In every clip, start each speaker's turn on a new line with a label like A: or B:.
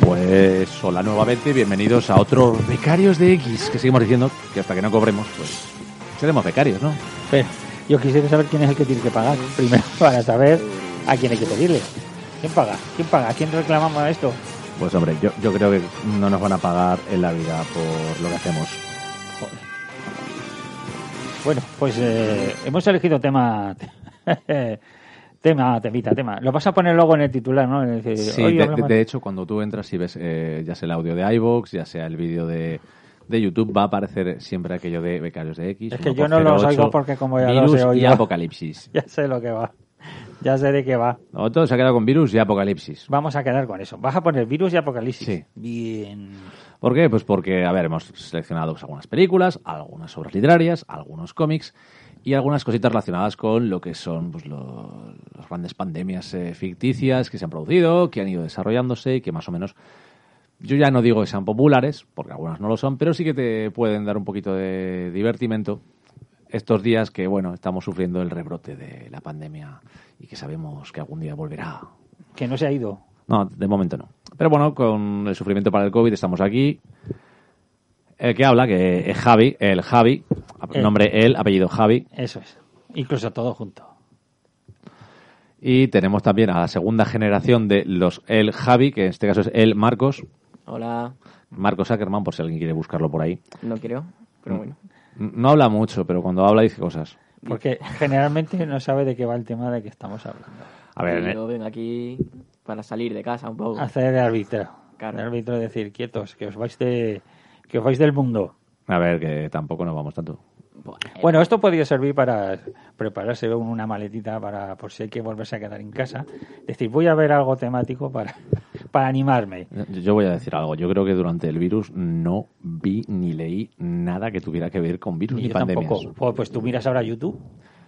A: Pues hola nuevamente, bienvenidos a otro Becarios de X, que seguimos diciendo que hasta que no cobremos, pues seremos becarios, ¿no?
B: Pero yo quisiera saber quién es el que tiene que pagar primero para saber a quién hay que pedirle. ¿Quién paga? ¿Quién paga? ¿A quién reclamamos esto?
A: Pues hombre, yo, yo creo que no nos van a pagar en la vida por lo que hacemos.
B: Bueno, pues eh, hemos elegido tema. tema, temita, tema. Lo vas a poner luego en el titular, ¿no? Es decir,
A: Sí,
B: hoy
A: Eh, de,
B: hablamos-
A: de hecho, cuando tú entras y ves eh, ya sea el audio de iVoox, ya sea el vídeo de, de YouTube, va a aparecer siempre aquello de Becarios de X.
B: Es que yo no los
A: 1x08,
B: oigo porque como ya los
A: virus
B: he
A: y
B: oído.
A: apocalipsis.
B: Ya sé lo que va. Ya sé de qué va.
A: No, todo se ha quedado con virus y apocalipsis.
B: Vamos a quedar con eso. Vas a poner virus y apocalipsis.
A: Sí.
B: Bien.
A: ¿Por qué? Pues porque, a ver, hemos seleccionado pues, algunas películas, algunas obras literarias, algunos cómics y algunas cositas relacionadas con lo que son pues, lo- las grandes pandemias eh, ficticias que se han producido, que han ido desarrollándose y que más o menos, yo ya no digo que sean populares, porque algunas no lo son, pero sí que te pueden dar un poquito de divertimento estos días que, bueno, estamos sufriendo el rebrote de la pandemia y que sabemos que algún día volverá
B: Que no se ha ido.
A: no, de momento no. Pero bueno, con el sufrimiento para el COVID estamos aquí. El que habla, que es Javi, el Javi, ap-
B: Eh.
A: nombre él, apellido Javi.
B: Eso es. Incluso todo junto.
A: Y tenemos también a la segunda generación de los el Javi, que en este caso es el Marcos,
C: Hola,
A: Marcos Ackerman, por si alguien quiere buscarlo por ahí.
C: no creo, pero bueno.
A: N- No habla mucho, pero cuando habla dice cosas.
B: Porque generalmente no sabe de qué va el tema de que estamos hablando.
A: A ver, eh, en
C: Y
A: el-
C: yo vengo aquí para salir de casa un poco.
B: Hacer de árbitro.
C: Claro.
B: De árbitro decir, quietos, que os vais de que os vais del mundo.
A: a ver, que tampoco nos vamos tanto.
C: Eh.
B: Bueno, esto podría servir para prepararse una maletita para por si hay que volverse a quedar en casa. Decir, voy a ver algo temático para, para animarme.
A: Yo yo voy a decir algo. Yo creo que durante el virus no vi ni leí nada que tuviera que ver con virus
B: Y
A: ni
B: yo
A: pandemias.
B: tampoco. Pues, pues tú miras ahora YouTube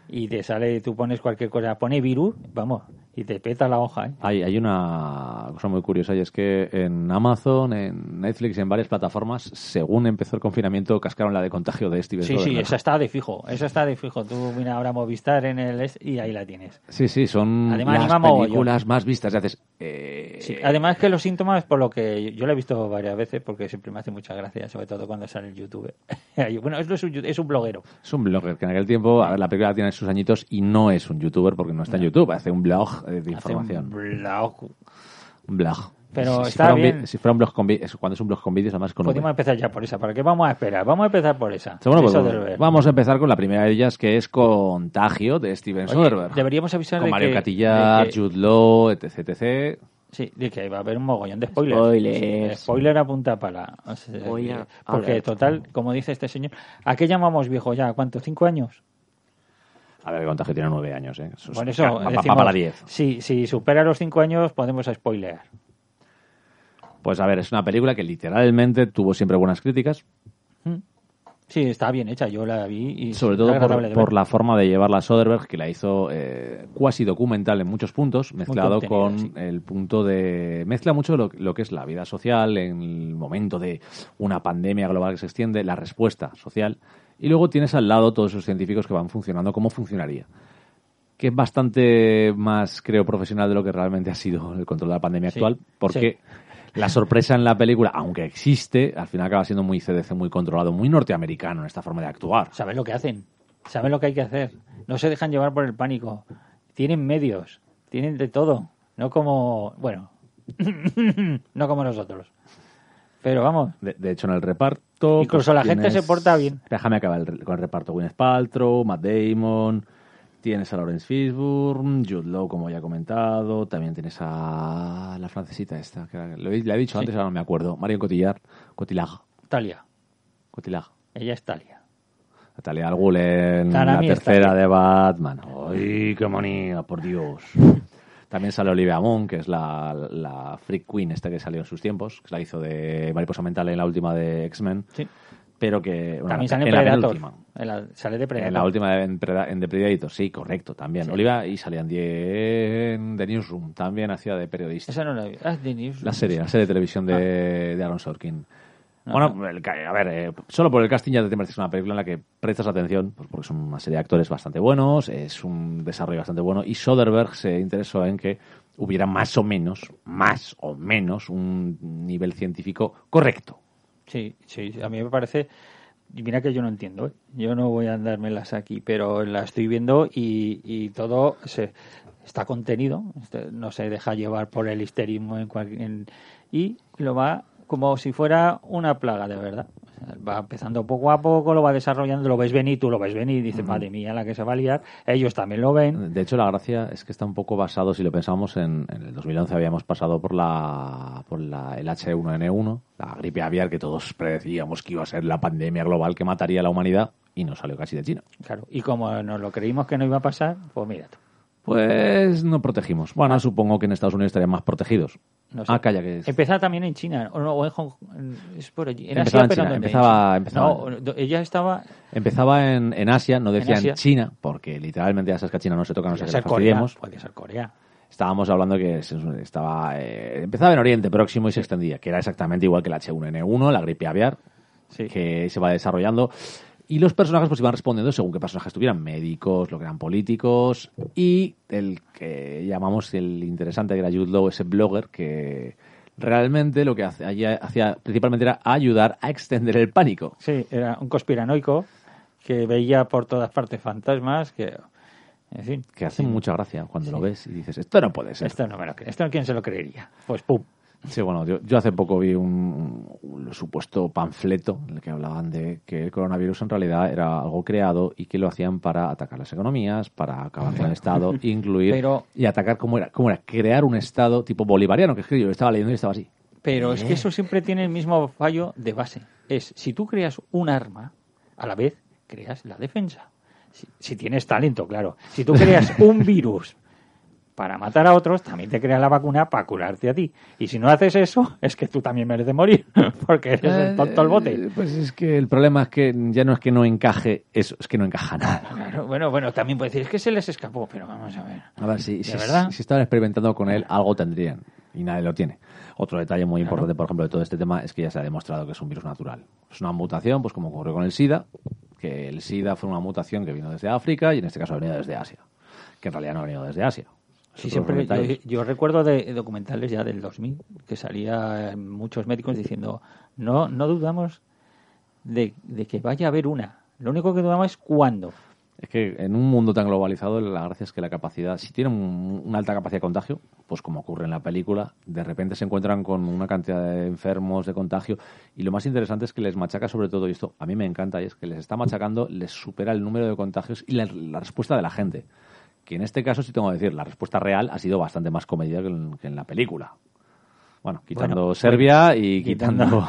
B: y te sale, tú pones cualquier cosa, pone virus, vamos, y te peta la hoja, ¿eh?
A: Hay, hay una cosa muy curiosa y es que en Amazon, en Netflix, en varias plataformas, según empezó el confinamiento, cascaron la de contagio de Steven
B: Sí, sí,
A: Soderbergh.
B: esa está de fijo, esa está de fijo. Tú mira ahora Movistar en el es- y ahí la tienes.
A: Sí, sí, son
B: Además,
A: las
B: anima mogollón.
A: películas más vistas. Y haces, eh,
B: Sí, Además que los síntomas, por lo que yo lo he visto varias veces, porque siempre me hace mucha gracia, sobre todo cuando sale el YouTube. bueno, es, lo suyo- es un bloguero.
A: Es un blogger que en aquel tiempo, a ver, la película tiene sus añitos y no es un youtuber porque no está en YouTube, hace un blog eh, de
B: Hace un
A: información.
B: blog.
A: Un blog.
B: Pero
A: si,
B: está
A: fuera un vi-
B: bien.
A: si fuera un blog con vídeos, cuando es un blog con vídeos, además con un
B: Podemos empezar ya por esa. ¿Para qué vamos a esperar? Vamos a empezar por esa.
A: Bueno, pues,
B: Eso del ver.
A: vamos a empezar con la primera de ellas, que es Contagio, de Steven
B: Oye,
A: Soderbergh.
B: deberíamos avisar
A: Con
B: de
A: Mario
B: que-
A: Catillar,
B: de que-
A: Jude Law, etc, etc.
B: Sí, de que va a haber un mogollón de spoilers.
C: Spoilers.
B: Sí, spoiler a punta pala. O sea,
C: Spoiler
B: que- porque,
C: alert.
B: total, como dice este señor, ¿a qué llamamos viejo ya? ¿Cuántos? ¿Cinco años?
A: A ver, Contagio tiene nueve años, ¿eh? Eso es-
B: Por eso.
A: va- va- va
B: decimos,
A: para diez.
B: Si, si supera los cinco años, podemos spoilear.
A: Pues a ver, es una película que literalmente tuvo siempre buenas críticas,
B: Sí, está bien hecha. Yo la vi y
A: sobre
B: está
A: todo por,
B: agradable de
A: por
B: ver.
A: la forma de llevarla a Soderbergh, que la hizo eh, cuasi documental en muchos puntos, mezclado
B: contenida,
A: con
B: sí.
A: el punto de... Mezcla mucho lo, lo que es la vida social en el momento de una pandemia global que se extiende, la respuesta social, y luego tienes al lado todos esos científicos que van funcionando, cómo funcionaría. Que es bastante más, creo, profesional de lo que realmente ha sido el control de la pandemia
B: Sí,
A: actual, porque... La sorpresa en la película, aunque existe, al final acaba siendo muy CDC, muy controlado, muy norteamericano en esta forma de actuar.
B: Saben lo que hacen. Saben lo que hay que hacer. no se dejan llevar por el pánico. Tienen medios, tienen de todo. No como, bueno, no como nosotros. Pero vamos,
A: De, de hecho, en el reparto. pues,
B: Incluso la gente se porta bien.
A: Déjame acabar el re- con el reparto. Gwyneth Paltrow, Matt Damon. Tienes a Lawrence Fishburne, Jude Law, como ya he comentado. También tienes a la francesita esta. Que la, lo he- la he dicho antes, ahora no me acuerdo. Marion Cotillard. Cotillard.
B: Talia.
A: Cotillard.
B: Ella es Talia.
A: Natalia al Gulen,
B: Para
A: la
B: mí está
A: tercera de Batman. ¡Ay, qué manía, por Dios! También sale Olivia Munn, que es la, la Freak Queen esta que salió en sus tiempos, que la hizo de Mariposa Mental en la última de X-Men,
B: Sí.
A: pero que... bueno,
B: También sale
A: en
B: en
A: la
B: Predator.
A: penúltima.
B: En la- sale de Predator.
A: En la última de- en, Preda- en The Predator, sí, correcto, también. Olivia y salían die- en The Newsroom, también hacía de periodista.
B: Esa Ah. no la vi. Ah, The News.
A: La serie, la serie de televisión de, de Aaron Sorkin. Bueno, el ca- a ver, eh, solo por el casting ya te mereces una película en la que prestas atención, pues porque son una serie de actores bastante buenos, es un desarrollo bastante bueno, y Soderbergh se interesó en que hubiera más o menos, más o menos, un nivel científico correcto.
B: Sí, sí, sí, a mí me parece. y Mira que yo no entiendo, ¿eh? yo no voy a andármelas aquí, pero la estoy viendo y, y todo se, está contenido, este, no se deja llevar por el histerismo en cual- en- y lo va como si fuera una plaga de verdad. O sea, Va empezando poco a poco, lo va desarrollando, lo ves venir, tú lo ves venir, dices, madre mía, la que se va a liar, ellos también lo ven.
A: De hecho, la gracia es que está un poco basado, si lo pensamos, en, en el 2011 habíamos pasado por la por la, el H1N1, la gripe aviar que todos predecíamos que iba a ser la pandemia global que mataría a la humanidad, y no salió casi de China.
B: Claro, y como nos lo creímos que no iba a pasar, pues mira tú.
A: Pues no protegimos. Bueno, supongo que en Estados Unidos estarían más protegidos.
B: No sé. Em-
A: Ah, calla, que es-
B: Empezaba también en China, o no, o en Hong Kong, es por allí. En
A: Empezaba
B: Asia,
A: en
B: pero
A: China,
B: ¿dónde?
A: empezaba- empezaba-
B: No, do- ella estaba...
A: Empezaba en, en Asia, no decía en,
B: Asia.
A: China, porque literalmente ya sabes que a China no se toca, no sé
B: podía
A: qué
B: ser
A: le
B: Corea,
A: fastidiemos.
B: podía ser Corea.
A: Estábamos hablando que se- estaba eh, empezaba en Oriente Próximo y se extendía, que era exactamente igual que la H1N1, la gripe aviar,
B: Sí.
A: que se va desarrollando. Y los personajes pues iban respondiendo según qué personajes tuvieran, médicos, lo que eran políticos, y el que llamamos el interesante que era Jude Law, ese blogger que realmente lo que hace- hacía, hacía principalmente era ayudar a extender el pánico.
B: Sí, era un conspiranoico que veía por todas partes fantasmas que... En fin,
A: Que hace mucha gracia cuando lo ves y dices, esto no puede ser.
B: esto no me lo creo. Esto quién se lo creería. Pues pum.
A: Sí, bueno, yo, yo hace poco vi un, un supuesto panfleto en el que hablaban de que el coronavirus en realidad era algo creado y que lo hacían para atacar las economías, para acabar con el Estado, incluir
B: Pero-
A: y atacar como era, como era crear un Estado tipo bolivariano, que es que yo lo estaba leyendo y estaba así.
B: Pero es que eso siempre tiene el mismo fallo de base. Es, si tú creas un arma, a la vez creas la defensa. Si, si tienes talento, claro. Si tú creas un virus para matar a otros, también te creas la vacuna para curarte a ti. Y si no haces eso, es que tú también mereces morir, porque eres el tonto al bote.
A: Eh, Pues es que el problema es que ya no es que no encaje eso, es que no encaja nada.
B: Claro, bueno, bueno, también puedes decir, es que se les escapó, pero vamos a ver.
A: A ver, si,
B: ¿De
A: si,
B: verdad?
A: si estaban experimentando con él, algo tendrían. Y nadie lo tiene. Otro detalle muy importante, por ejemplo, de todo este tema es que ya se ha demostrado que es un virus natural. Es una mutación, pues como ocurrió con el SIDA, que el SIDA fue una mutación que vino desde África y en este caso ha venido desde Asia. Que en realidad no ha venido desde Asia.
B: Sí,
A: Otro
B: siempre, yo,
A: detalle.
B: yo recuerdo de documentales ya del 2000 que salía eh, muchos médicos diciendo no no dudamos de, de que vaya a haber una. Lo único que dudamos es cuándo.
A: Es que en un mundo tan globalizado, la gracia es que la capacidad, si tienen un- una alta capacidad de contagio, pues como ocurre en la película, de repente se encuentran con una cantidad de enfermos, de contagio, y lo más interesante es que les machaca sobre todo, y esto a mí me encanta, y es que les está machacando, les supera el número de contagios y la, la respuesta de la gente. Que en este caso, sí tengo que decir, la respuesta real ha sido bastante más comedida que en, que en la película. Bueno, quitando
B: Bueno, pues
A: Serbia y quitando...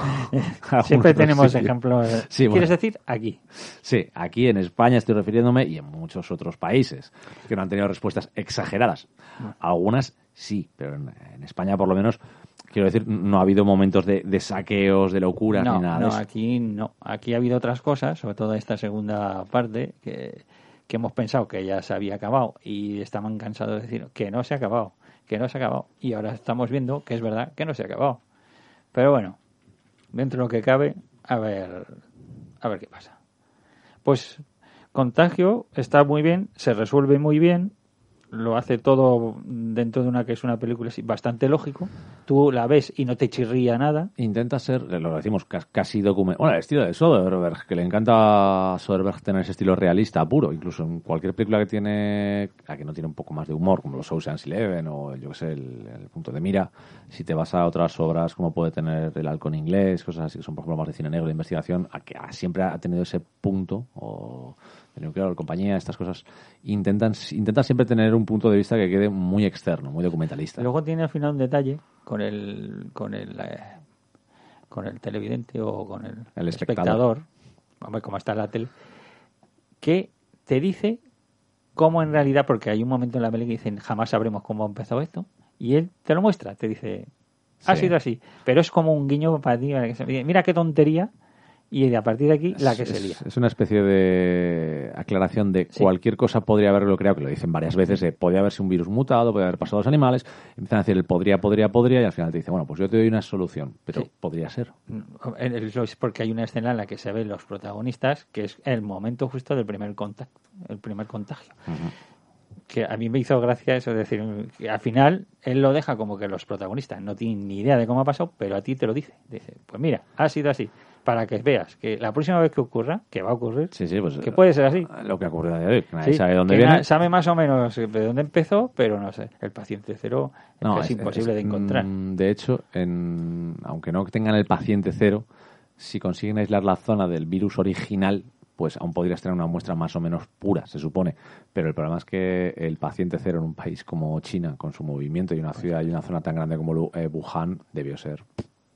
B: Siempre
A: algunos
B: tenemos
A: sitios.
B: ejemplos. eh.
A: Sí, bueno.
B: ¿Quieres decir aquí?
A: Sí, aquí en España estoy refiriéndome y en muchos otros países que no han tenido respuestas exageradas. Algunas sí, pero en, en España por lo menos, quiero decir, no ha habido momentos de, de saqueos, de locuras
B: No,
A: ni nada
B: no,
A: de eso.
B: aquí no. Aquí ha habido otras cosas, sobre todo esta segunda parte que, que hemos pensado que ya se había acabado y estaban cansados de decir que no se ha acabado, que no se ha acabado y ahora estamos viendo que es verdad que no se ha acabado. Pero bueno, dentro de lo que cabe, a ver, a ver qué pasa. Pues contagio está muy bien, se resuelve muy bien. lo hace todo dentro de una que es una película así, bastante lógico. Tú la ves y no te chirría nada.
A: Intenta ser, lo decimos, cas- casi documental. Bueno, el estilo de Soderbergh, que le encanta a Soderbergh tener ese estilo realista puro, incluso en cualquier película que tiene, la que no tiene un poco más de humor, como los Ocean's Eleven o yo que sé, el, el punto de mira, si te vas a otras obras como puede tener El halcón inglés, cosas así, que son por ejemplo más de cine negro, de investigación, a que a- siempre ha tenido ese punto, o el nuclear, o compañía, estas cosas, intentan, intentan siempre tener un punto de vista que quede muy externo, muy documentalista.
B: Luego tiene al final un detalle con el con el eh, con el televidente o con el,
A: El espectador.
B: hombre, como está la tele, que te dice cómo en realidad, porque hay un momento en la peli que dicen jamás sabremos cómo ha empezado esto, y él te lo muestra, te dice ha
A: Sí.
B: sido así, pero es como un guiño para ti, para que se- mira qué tontería, y a partir de aquí la que
A: es,
B: se lía.
A: es- es una especie de aclaración de
B: Sí.
A: cualquier cosa podría haberlo creado, que lo dicen varias veces, de podría haberse un virus mutado, podría haber pasado a los animales. Empiezan a decir el podría, podría, podría, y al final te dicen, bueno, pues yo te doy una solución, pero
B: Sí.
A: podría ser.
B: En el- Mm, eh, es porque hay una escena en la que se ven los protagonistas que es el momento justo del primer contacto el primer contagio que a mí me hizo gracia eso es decir que al final él lo deja como que los protagonistas no tienen ni idea de cómo ha pasado pero a ti te lo dice dice pues mira ha sido así para que veas que la próxima vez que ocurra que va a ocurrir
A: Sí, sí, pues.
B: que puede ser así
A: Lo que ha ocurrido a día de hoy, que nadie
B: Sí,
A: sabe dónde
B: que
A: viene.
B: na- sabe más o menos de dónde empezó pero no sé el paciente cero
A: No,
B: es, imposible de
A: es-
B: encontrar
A: mm, De hecho, en- aunque no tengan el paciente cero, si consiguen aislar la zona del virus original, pues aún podrías tener una muestra más o menos pura, se supone. Pero el problema es que el paciente cero en un país como China, con su movimiento y una
B: Pues
A: ciudad y una zona tan grande como Lu- eh, Wuhan, debió ser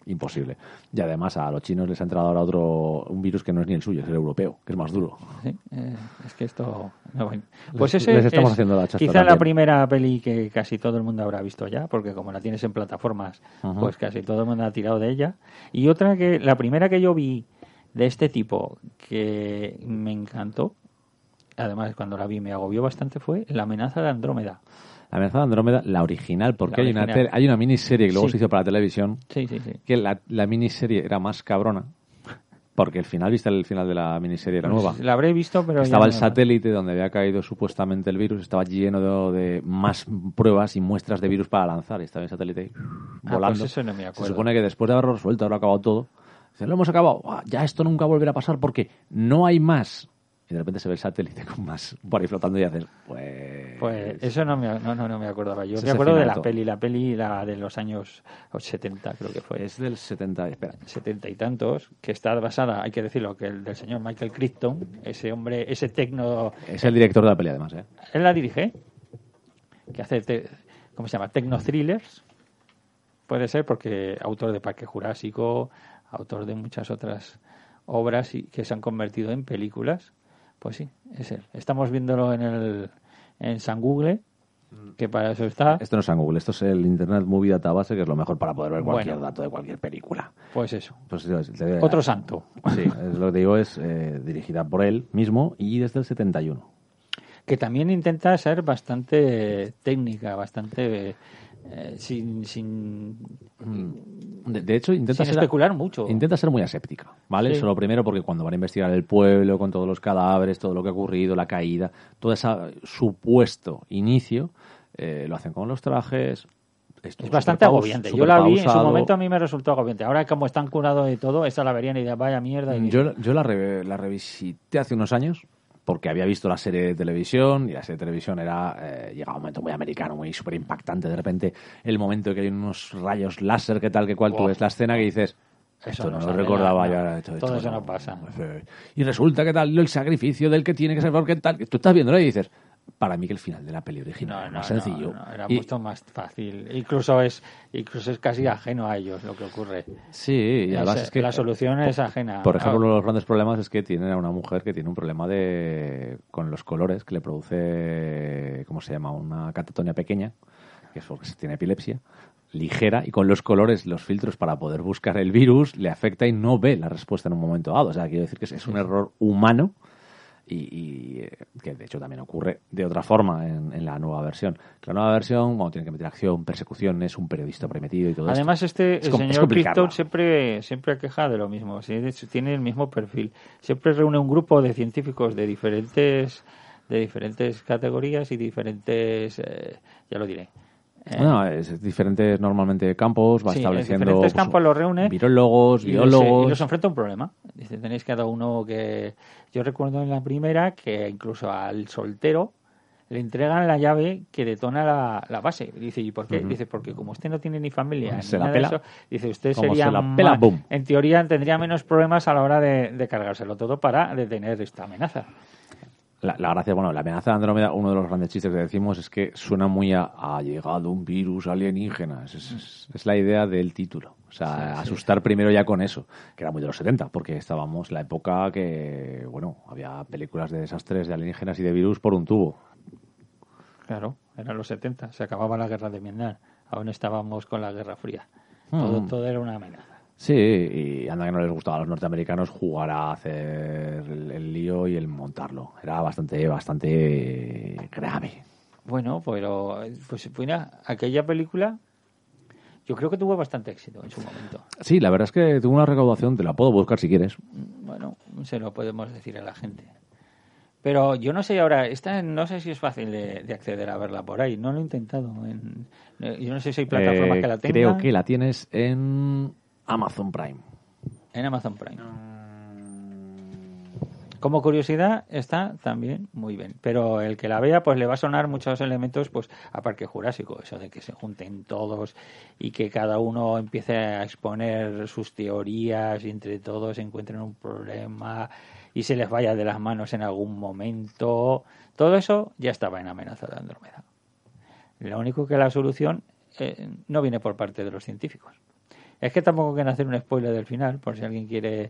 A: imposible. Y además a los chinos les ha entrado ahora otro un virus que no es ni el suyo, es el europeo, que es más duro.
B: Sí, eh, es que esto. no, bueno. Pues
A: Les-
B: ese
A: les estamos
B: es
A: haciendo la chasta
B: Quizá la
A: también.
B: primera peli que casi todo el mundo habrá visto ya, porque como la tienes en plataformas,
A: Ajá.
B: pues casi todo el mundo ha tirado de ella. Y otra que. La primera que yo vi de este tipo que me encantó, además cuando la vi me agobió bastante, fue La amenaza de Andrómeda.
A: La amenaza de Andrómeda, la original, porque
B: La
A: hay, Una
B: original.
A: tele- hay una miniserie que luego
B: Sí.
A: se hizo para televisión,
B: Sí, sí, sí.
A: que la, la miniserie era más cabrona. Porque el final, ¿viste el final de la miniserie? Era nueva.
B: Pues La habré visto, pero. ya
A: Estaba el
B: no-
A: satélite donde había caído supuestamente el virus, estaba lleno de, de más pruebas y muestras de virus para lanzar. Y estaba el satélite ahí,
B: Ah,
A: volando.
B: pues eso no me acuerdo.
A: Se supone que después de haberlo resuelto, haberlo acabado todo, dice, lo hemos acabado, Buah, ya esto nunca volverá a pasar porque no hay más. Y de repente se ve el satélite con más por ahí flotando y haces, pues...
B: Pues eso no me, no, no, no me acordaba. Yo
A: Ese
B: me acuerdo de la
A: final,
B: peli, la peli la de los años 70, creo que fue.
A: Es del 70, espera.
B: setenta y tantos, que está basada, hay que decirlo, que el del señor Michael Crichton, ese hombre, ese tecno,
A: Es el director de la peli además, ¿eh?
B: él la dirige, que hace, te- ¿cómo se llama? Tecno thrillers, puede ser, porque autor de Parque Jurásico, autor de muchas otras obras y, que se han convertido en películas, pues sí, es él. Estamos viéndolo en el en San Google, que para eso está.
A: Esto no es en Google, esto es el Internet Movie Database, que es lo mejor para poder ver cualquier
B: Bueno.
A: dato de cualquier película.
B: Pues eso.
A: Pues, tío, te digo,
B: Otro santo.
A: Sí, es lo que te digo es eh, dirigida por él mismo y desde el 71.
B: que también intenta ser bastante técnica, bastante eh, sin, sin,
A: De, de hecho, intenta
B: sin
A: ser,
B: especular mucho.
A: intenta ser muy aséptica, ¿vale?
B: Sí.
A: Eso es lo primero porque cuando van a investigar el pueblo, con todos los cadáveres, todo lo que ha ocurrido, la caída, todo ese supuesto inicio, eh, lo hacen con los trajes.
B: es bastante agobiante. Yo la vi en su momento, a mí me resultó agobiante. Ahora, como están curados de todo, esta la verían y dirían, vaya mierda. Y
A: Mm, Yo, yo la, re- la revisité hace unos años porque había visto la serie de televisión y la serie de televisión era eh, llegaba un momento muy americano, muy súper impactante. De repente, el momento que hay unos rayos láser, que tal, que cual, tú
B: Buah.
A: ves la escena que dices.
B: Eso
A: Esto
B: no
A: no, lo
B: sale
A: recordaba
B: nada,
A: yo
B: no.
A: ahora. esto-
B: Todo
A: esto
B: eso no pasa.
A: Y resulta que tal, el sacrificio del que tiene que ser, porque tal. Tú estás viéndolo y dices, para mí que el final de la peli original
B: no,
A: era
B: no,
A: más
B: no,
A: sencillo.
B: no, era
A: Y-
B: mucho más fácil. Incluso es, incluso es casi ajeno a ellos lo que ocurre.
A: sí, y además
B: Es-
A: es que-
B: la solución es ajena.
A: Por ejemplo, uno de los grandes problemas es que tienen a una mujer que tiene un problema de con los colores que le produce, ¿cómo se llama? Una catatonia pequeña, que es porque se tiene epilepsia, ligera, y con los colores, los filtros para poder buscar el virus, le afecta y no ve la respuesta en un momento dado. O sea, quiero decir que es- es un error humano y, y, eh, que de hecho también ocurre de otra forma en, en la nueva versión. Que La nueva versión, bueno, tiene que meter acción, persecuciones, un periodista prometido y todo esto.
B: Además, este
A: Es
B: el
A: com- es
B: señor
A: complicarla.
B: Crichton siempre, siempre queja de lo mismo, sí, de hecho, tiene el mismo perfil. Siempre reúne un grupo de científicos de diferentes de diferentes categorías y diferentes, eh, ya lo diré. Eh,
A: No, es diferentes normalmente campos, va
B: Sí,
A: estableciendo. pues,
B: diferentes campos los reúne.
A: Virólogos,
B: y los, eh,
A: biólogos.
B: y los enfrenta a un problema. Dice, tenéis cada uno que... Yo recuerdo en la primera que incluso al soltero le entregan la llave que detona la, la base. Dice, ¿y por qué?
A: Ujú.
B: Dice, porque como usted no tiene ni familia,
A: Pues se
B: ni
A: la
B: nada de
A: pela.
B: eso, dice, usted
A: Como
B: sería...
A: se la pela,
B: más-
A: boom.
B: En teoría tendría menos problemas a la hora de, de cargárselo todo para detener esta amenaza.
A: La, la gracia, bueno, la amenaza de Andrómeda, uno de los grandes chistes que decimos es que suena muy a ha llegado un virus alienígena. Es, es- es- es la idea del título. O sea,
B: Sí, sí.
A: asustar primero ya con eso, que era muy de los 70, porque estábamos en la época que, bueno, había películas de desastres de alienígenas y de virus por un tubo.
B: Claro, eran los 70, se acababa la guerra de Vietnam, aún estábamos con la Guerra Fría. Todo,
A: Mm.
B: todo era una amenaza.
A: Sí, y anda que no les gustaba a los norteamericanos jugar a hacer el, el lío y el montarlo. Era bastante, bastante grave.
B: Bueno, pero eh, pues mira, aquella película yo creo que tuvo bastante éxito en su momento.
A: Sí, la verdad es que tuvo una recaudación, te la puedo buscar si quieres.
B: Mm, Bueno, se lo podemos decir a la gente. Pero yo no sé ahora, esta no sé si es fácil de, de acceder a verla por ahí. No lo he intentado. en- eh, yo no sé si hay plataformas
A: Eh,
B: que la tengan
A: Creo que la tienes en Amazon Prime.
B: en Amazon Prime. Como curiosidad, está también muy bien. Pero el que la vea, pues le va a sonar muchos elementos, pues, a Parque Jurásico. Eso de que se junten todos y que cada uno empiece a exponer sus teorías y entre todos encuentren un problema y se les vaya de las manos en algún momento. Todo eso ya estaba en amenaza de Andrómeda. Lo único que la solución eh, no viene por parte de los científicos. Es que tampoco quieren hacer un spoiler del final, por si alguien quiere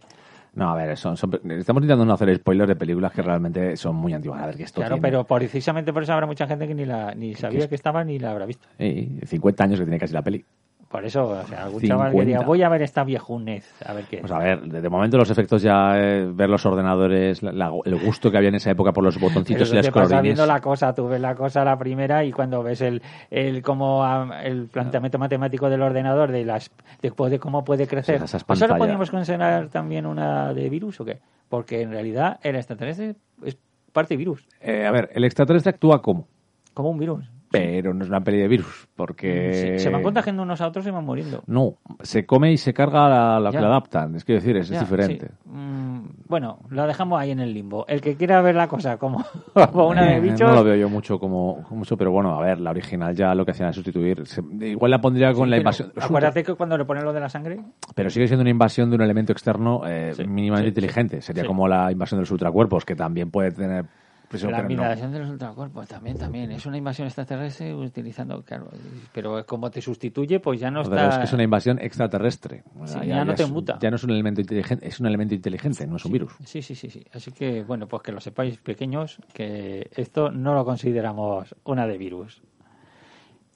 A: No, a ver, son, son- estamos intentando no hacer spoilers de películas que realmente son muy antiguas. A ver, que esto
B: Claro,
A: tiene-
B: pero precisamente por eso habrá mucha gente que ni la ni sabía que estaba ni la habrá visto.
A: Sí, 50 años que tiene casi la peli.
B: Por eso, o sea, algún
A: 50.
B: chaval que diga, voy a ver esta viejunez, a ver qué.
A: Pues a ver, de, de momento los efectos ya, eh, ver los ordenadores, la- la- el gusto que había en esa época por los
B: Pero
A: botoncitos
B: eso
A: y las
B: te pasa
A: colorines.
B: viendo la cosa, tú ves la cosa la primera y cuando ves el, el cómo ah, el planteamiento matemático del ordenador de las después de cómo puede crecer.
A: Esas
B: ¿Pues ahora
A: pantallas.
B: podríamos considerar también una de virus o qué? Porque en realidad el extraterrestre es parte virus,
A: Eh, a ver, el extraterrestre actúa como,
B: como un virus.
A: pero no es una peli de virus, porque...
B: Mm, Se, se van contagiando unos a otros y van muriendo.
A: No, se come y se carga la, la que
B: Ya.
A: lo adaptan. Es que decir, es, es
B: Ya,
A: diferente.
B: sí. Mm, bueno, la dejamos ahí en el limbo. El que quiera ver la cosa como, como una de
A: Eh,
B: bichos.
A: No lo veo yo mucho como como mucho, pero bueno, a ver, la original ya lo que hacían era sustituir. Se- igual la pondría con la
B: Pero
A: invasión.
B: Acuérdate que cuando le ponen lo de la sangre,
A: Pero sigue siendo una invasión de un elemento externo eh,
B: Sí,
A: mínimamente
B: sí,
A: inteligente. Sería
B: sí.
A: como la invasión de los ultracuerpos, que también puede tener presión,
B: la
A: pero no.
B: invasión de los ultracuerpos también, también. Es una invasión extraterrestre utilizando, claro. Pero como te sustituye, pues ya no
A: Pero
B: está.
A: es que es una invasión extraterrestre. O sea,
B: Sí, ya no te
A: es-
B: muta.
A: Ya no es un elemento inteligente, es un elemento inteligente, no es un virus.
B: Sí, sí, sí, sí. Así que, bueno, pues que lo sepáis, pequeños, que esto no lo consideramos una de virus.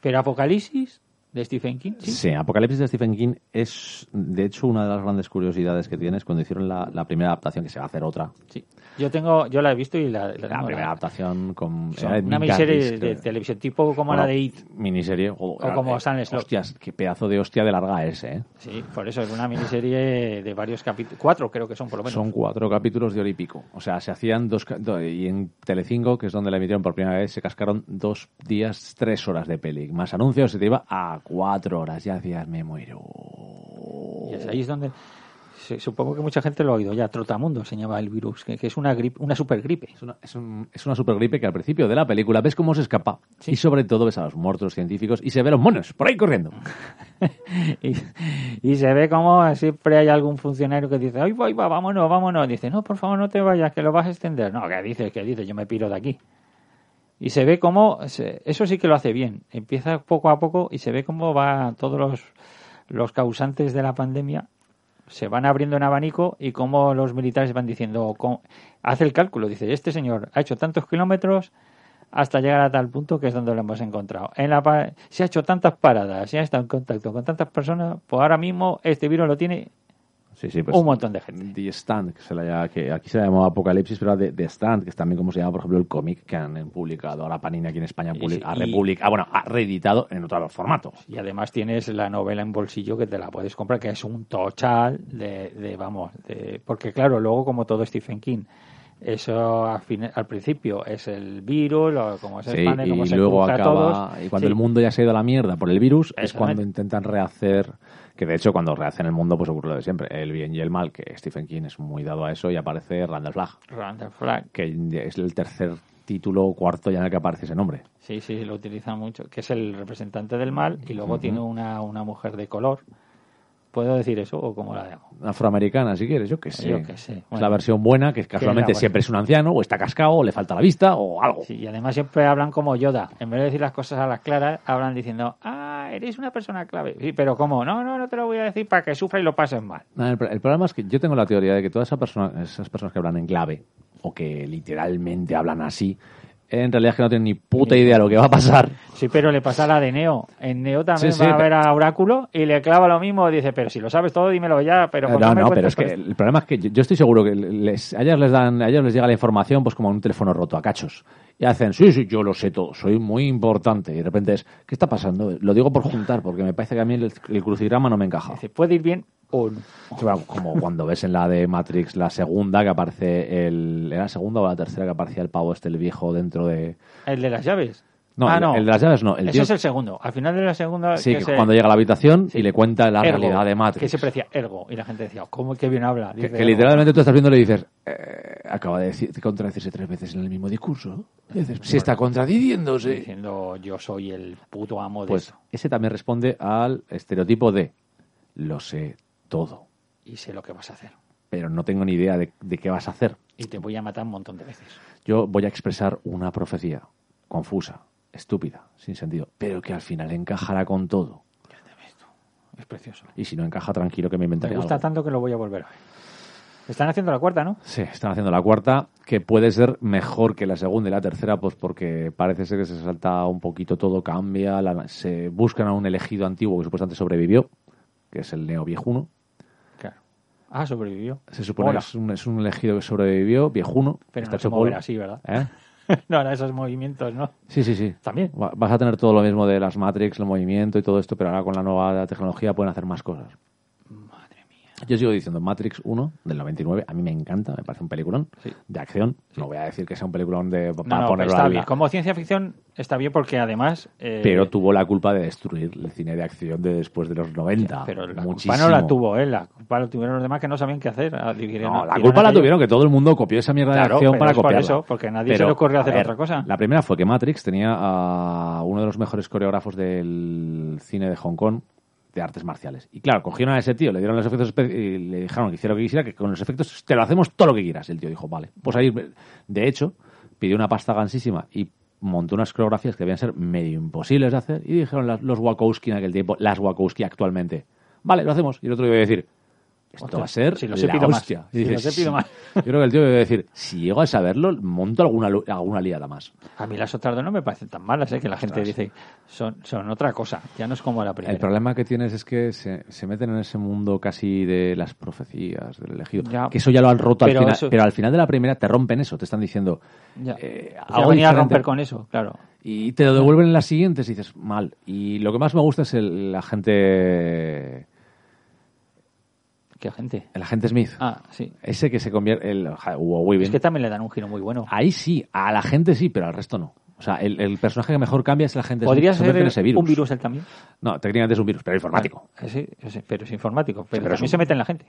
B: Pero Apocalipsis de Stephen King, sí.
A: Sí, Apocalipsis de Stephen King es, de hecho, una de las grandes curiosidades que tienes cuando hicieron la, la primera adaptación, que se va a hacer otra.
B: sí. Yo tengo, yo la he visto y la, la
A: La
B: tengo,
A: primera adaptación con...
B: O sea,
A: era de
B: una
A: Nick
B: miniserie de,
A: Gardis, creo.
B: televisión, tipo como la
A: Bueno,
B: de IT.
A: Miniserie. O,
B: como Silent Slot.
A: Hostias, qué pedazo de hostia de larga es, ¿eh?
B: Sí, por eso es una miniserie de varios capítulos. Cuatro creo que son, por lo menos.
A: Son cuatro capítulos de hora y pico. O sea, se hacían dos... ca- do- y en Telecinco, que es donde la emitieron por primera vez, se cascaron dos días, tres horas de peli. Más anuncios, se te iba a cuatro horas. Ya decías, me muero.
B: Y es ahí es donde. sí, Supongo que mucha gente lo ha oído ya. Trotamundo se llama el virus, que, que es una gripe, una super gripe.
A: Es una, es, un- es una supergripe que al principio de la película ves cómo se escapa.
B: Sí.
A: Y sobre todo ves a los muertos científicos y se ve a los monos por ahí corriendo.
B: Y, y se ve como siempre hay algún funcionario que dice: ¡Ay, va, ahí va, vámonos, vámonos! Dice: No, por favor, no te vayas, que lo vas a extender. No, ¿qué dices? ¿Qué dices? Yo me piro de aquí. Y se ve cómo. se- eso sí que lo hace bien. Empieza poco a poco y se ve cómo va todos los, los causantes de la pandemia se van abriendo en abanico y cómo los militares van diciendo, co- hace el cálculo, dice, este señor ha hecho tantos kilómetros hasta llegar a tal punto que es donde lo hemos encontrado. En la, pa- se ha hecho tantas paradas, se ha estado en contacto con tantas personas, pues ahora mismo este virus lo tiene
A: Sí, sí,
B: un montón de gente.
A: The Stand, que, se la llama- que aquí se la llamaba Apocalipsis, pero era The, The Stand, que es también como se llama, por ejemplo, el cómic que han publicado ahora Panini aquí en España,
B: Y
A: publi-
B: sí,
A: ha
B: y-
A: republicado, bueno, ha reeditado en otro formato.
B: Y además tienes la novela en bolsillo que te la puedes comprar, que es un tochal de, de, vamos, de- porque claro, luego como todo Stephen King, Eso al, fin- al principio es el virus, lo- cómo se
A: Sí,
B: expande, cómo
A: y
B: se
A: luego
B: cruzca a
A: acaba,
B: todos.
A: y cuando
B: Sí.
A: el mundo ya se ha ido a la mierda por el virus, es
B: Exactamente.
A: cuando intentan rehacer, que de hecho cuando rehacen el mundo pues ocurre lo de siempre, el bien y el mal, que Stephen King es muy dado a eso y aparece Randall Flagg,
B: Randall Flagg.
A: que es el tercer título o cuarto ya en el que aparece ese nombre.
B: Sí, sí, lo utiliza mucho. Que es el representante del mal y luego tiene una, una mujer de color. ¿Puedo decir eso o cómo la llamo?
A: Afroamericana, si quieres, yo que sé.
B: Yo qué sé,
A: Es
B: bueno.
A: la versión buena, que casualmente
B: buena.
A: siempre es un anciano, o está cascado, o le falta la vista, o algo.
B: Sí, y además siempre hablan como Yoda. En vez de decir las cosas a las claras, hablan diciendo, ah, eres una persona clave. Sí, pero ¿cómo? No, no, no te lo voy a decir para que sufra y lo pases mal.
A: No, El, pro- el problema es que yo tengo la teoría de que todas esas personas, esas personas que hablan en clave o que literalmente hablan así, en realidad es que no tienen ni puta idea de lo que va a pasar.
B: Sí, pero le pasa la de Neo. En Neo también
A: Sí, sí,
B: va a
A: pero-
B: ver a Oráculo y le clava lo mismo. Dice, pero si lo sabes todo, dímelo ya. Pero ¿por qué
A: Eh, no,
B: me
A: no, pero
B: cuentas
A: es que
B: todo esto?
A: el problema es que yo, yo estoy seguro que les, a, ellas les dan, a ellos les llega la información pues como en un teléfono roto a cachos. Y hacen, sí, sí, yo lo sé todo, soy muy importante. Y de repente es, ¿qué está pasando? Lo digo por juntar, porque me parece que a mí el, el crucigrama no me encaja.
B: Dice, puede ir bien o no.
A: Sí, bueno, Como cuando ves en la de Matrix la segunda que aparece el... ¿Era la segunda o la tercera que aparecía el pavo este, el viejo, dentro de...
B: ¿El de las llaves?
A: No,
B: Ah,
A: el- el de las llaves no, el
B: Ese
A: tío-
B: es el segundo. Al final de la segunda...
A: Sí,
B: que
A: que
B: es el
A: cuando llega a la habitación y le cuenta la
B: ergo,
A: realidad de Matrix.
B: Que siempre decía ergo. Y la gente decía, "Oh, ¿cómo que bien habla?
A: Que-
B: Dice,
A: que
B: ergo.
A: literalmente tú estás viendo y le dices, "Eh, acaba de, decir, de contradecirse tres veces en el mismo discurso. Y dices, si está contradiciéndose.
B: Diciendo, yo soy el puto amo de
A: Pues
B: eso.
A: ese también responde al estereotipo de, lo sé todo,
B: Y sé lo que vas a hacer.
A: pero no tengo ni idea de- de qué vas a hacer.
B: Y te voy a matar un montón de veces.
A: Yo voy a expresar una profecía confusa, estúpida, sin sentido, pero que al final encajará con todo.
B: Es precioso.
A: Y si no encaja, tranquilo que me
B: Me
A: inventaré
B: gusta
A: algo.
B: tanto que lo voy a volver a ver. Están haciendo la cuarta, ¿no?
A: Sí, están haciendo la cuarta, que puede ser mejor que la segunda y la tercera, pues porque parece ser que se salta un poquito todo, cambia, la- se buscan a un elegido antiguo que supuestamente sobrevivió, que es el neo viejuno.
B: Claro. Ah, sobrevivió.
A: Se supone
B: Mola.
A: que es un, es un elegido que sobrevivió, viejuno.
B: Pero
A: está
B: no se
A: hecho
B: moverá
A: polvo.
B: así, ¿verdad?
A: ¿Eh?
B: no hará esos movimientos, ¿no?
A: Sí, sí, sí.
B: También.
A: Va- Vas a tener todo lo mismo de las Matrix, el movimiento y todo esto, pero ahora con la nueva tecnología pueden hacer más cosas.
B: Madre mía.
A: Yo sigo diciendo Matrix 1 del 99, a mí me encanta, me parece un peliculón
B: Sí.
A: de acción. No voy a decir que sea un peliculón de para
B: No, no, pero
A: ponerlo
B: está
A: al-
B: bien. Como ciencia ficción está bien porque además... eh,
A: pero tuvo la culpa de destruir el cine de acción de después de los 90.
B: eh, pero la
A: Muchísimo.
B: culpa no la tuvo él, la culpa la tuvieron los demás que no sabían qué hacer. Ah, dirigieron-
A: No, la
B: tiraron
A: culpa la
B: aquello.
A: tuvieron que todo el mundo copió esa mierda de
B: Claro,
A: acción
B: pero
A: para
B: es por
A: copiarla.
B: eso, porque nadie se le ocurrió
A: a
B: hacer otra cosa.
A: La primera fue que Matrix tenía a uno de los mejores coreógrafos del cine de Hong Kong de artes marciales. Y claro, cogieron a ese tío, le dieron los efectos espe- y le dijeron que hiciera lo que quisiera, que con los efectos te lo hacemos todo lo que quieras. Y el tío dijo, vale. Pues ahí, de hecho, pidió una pasta gansísima y montó unas coreografías que debían ser medio imposibles de hacer. Y dijeron las- los Wachowski en aquel tiempo, las Wachowski actualmente, vale, lo hacemos. Y el otro iba a decir, esto
B: Hostia,
A: va a ser
B: si los he
A: la
B: pido más,
A: hostia.
B: si
A: Y dices,
B: los he pido
A: "Sí".
B: más.
A: Yo creo que el tío debe decir, si llego a saberlo, monto alguna, lu- alguna liada más.
B: A mí las otras dos no me parecen tan malas, ¿eh? que la gente
A: Ostras.
B: dice, son, son otra cosa, ya no es como la primera.
A: El problema que tienes es que se, se meten en ese mundo casi de las profecías, del elegido.
B: Ya.
A: Que eso ya lo han roto
B: Pero
A: al final.
B: eso-
A: Pero al final de la primera te rompen eso, te están diciendo.
B: ya
A: eh,
B: Ya
A: algo
B: venía a
A: diferente.
B: romper con eso, claro.
A: Y te lo devuelven en las siguientes y dices, mal. Y lo que más me gusta es el, la gente.
B: Qué gente.
A: El agente Smith.
B: Ah, sí.
A: Ese que se convierte. El Hugo Weaving.
B: Es que también le dan un giro muy bueno.
A: Ahí sí, a la gente sí, pero al resto no. O sea, el, el personaje que mejor cambia es la gente
B: Podría ser
A: ese virus.
B: un virus él también.
A: No, técnicamente es un virus, pero informático.
B: Eh, Sí, sí, pero es informático. Pero,
A: pero es
B: también
A: un- Eh,
B: se mete en la gente.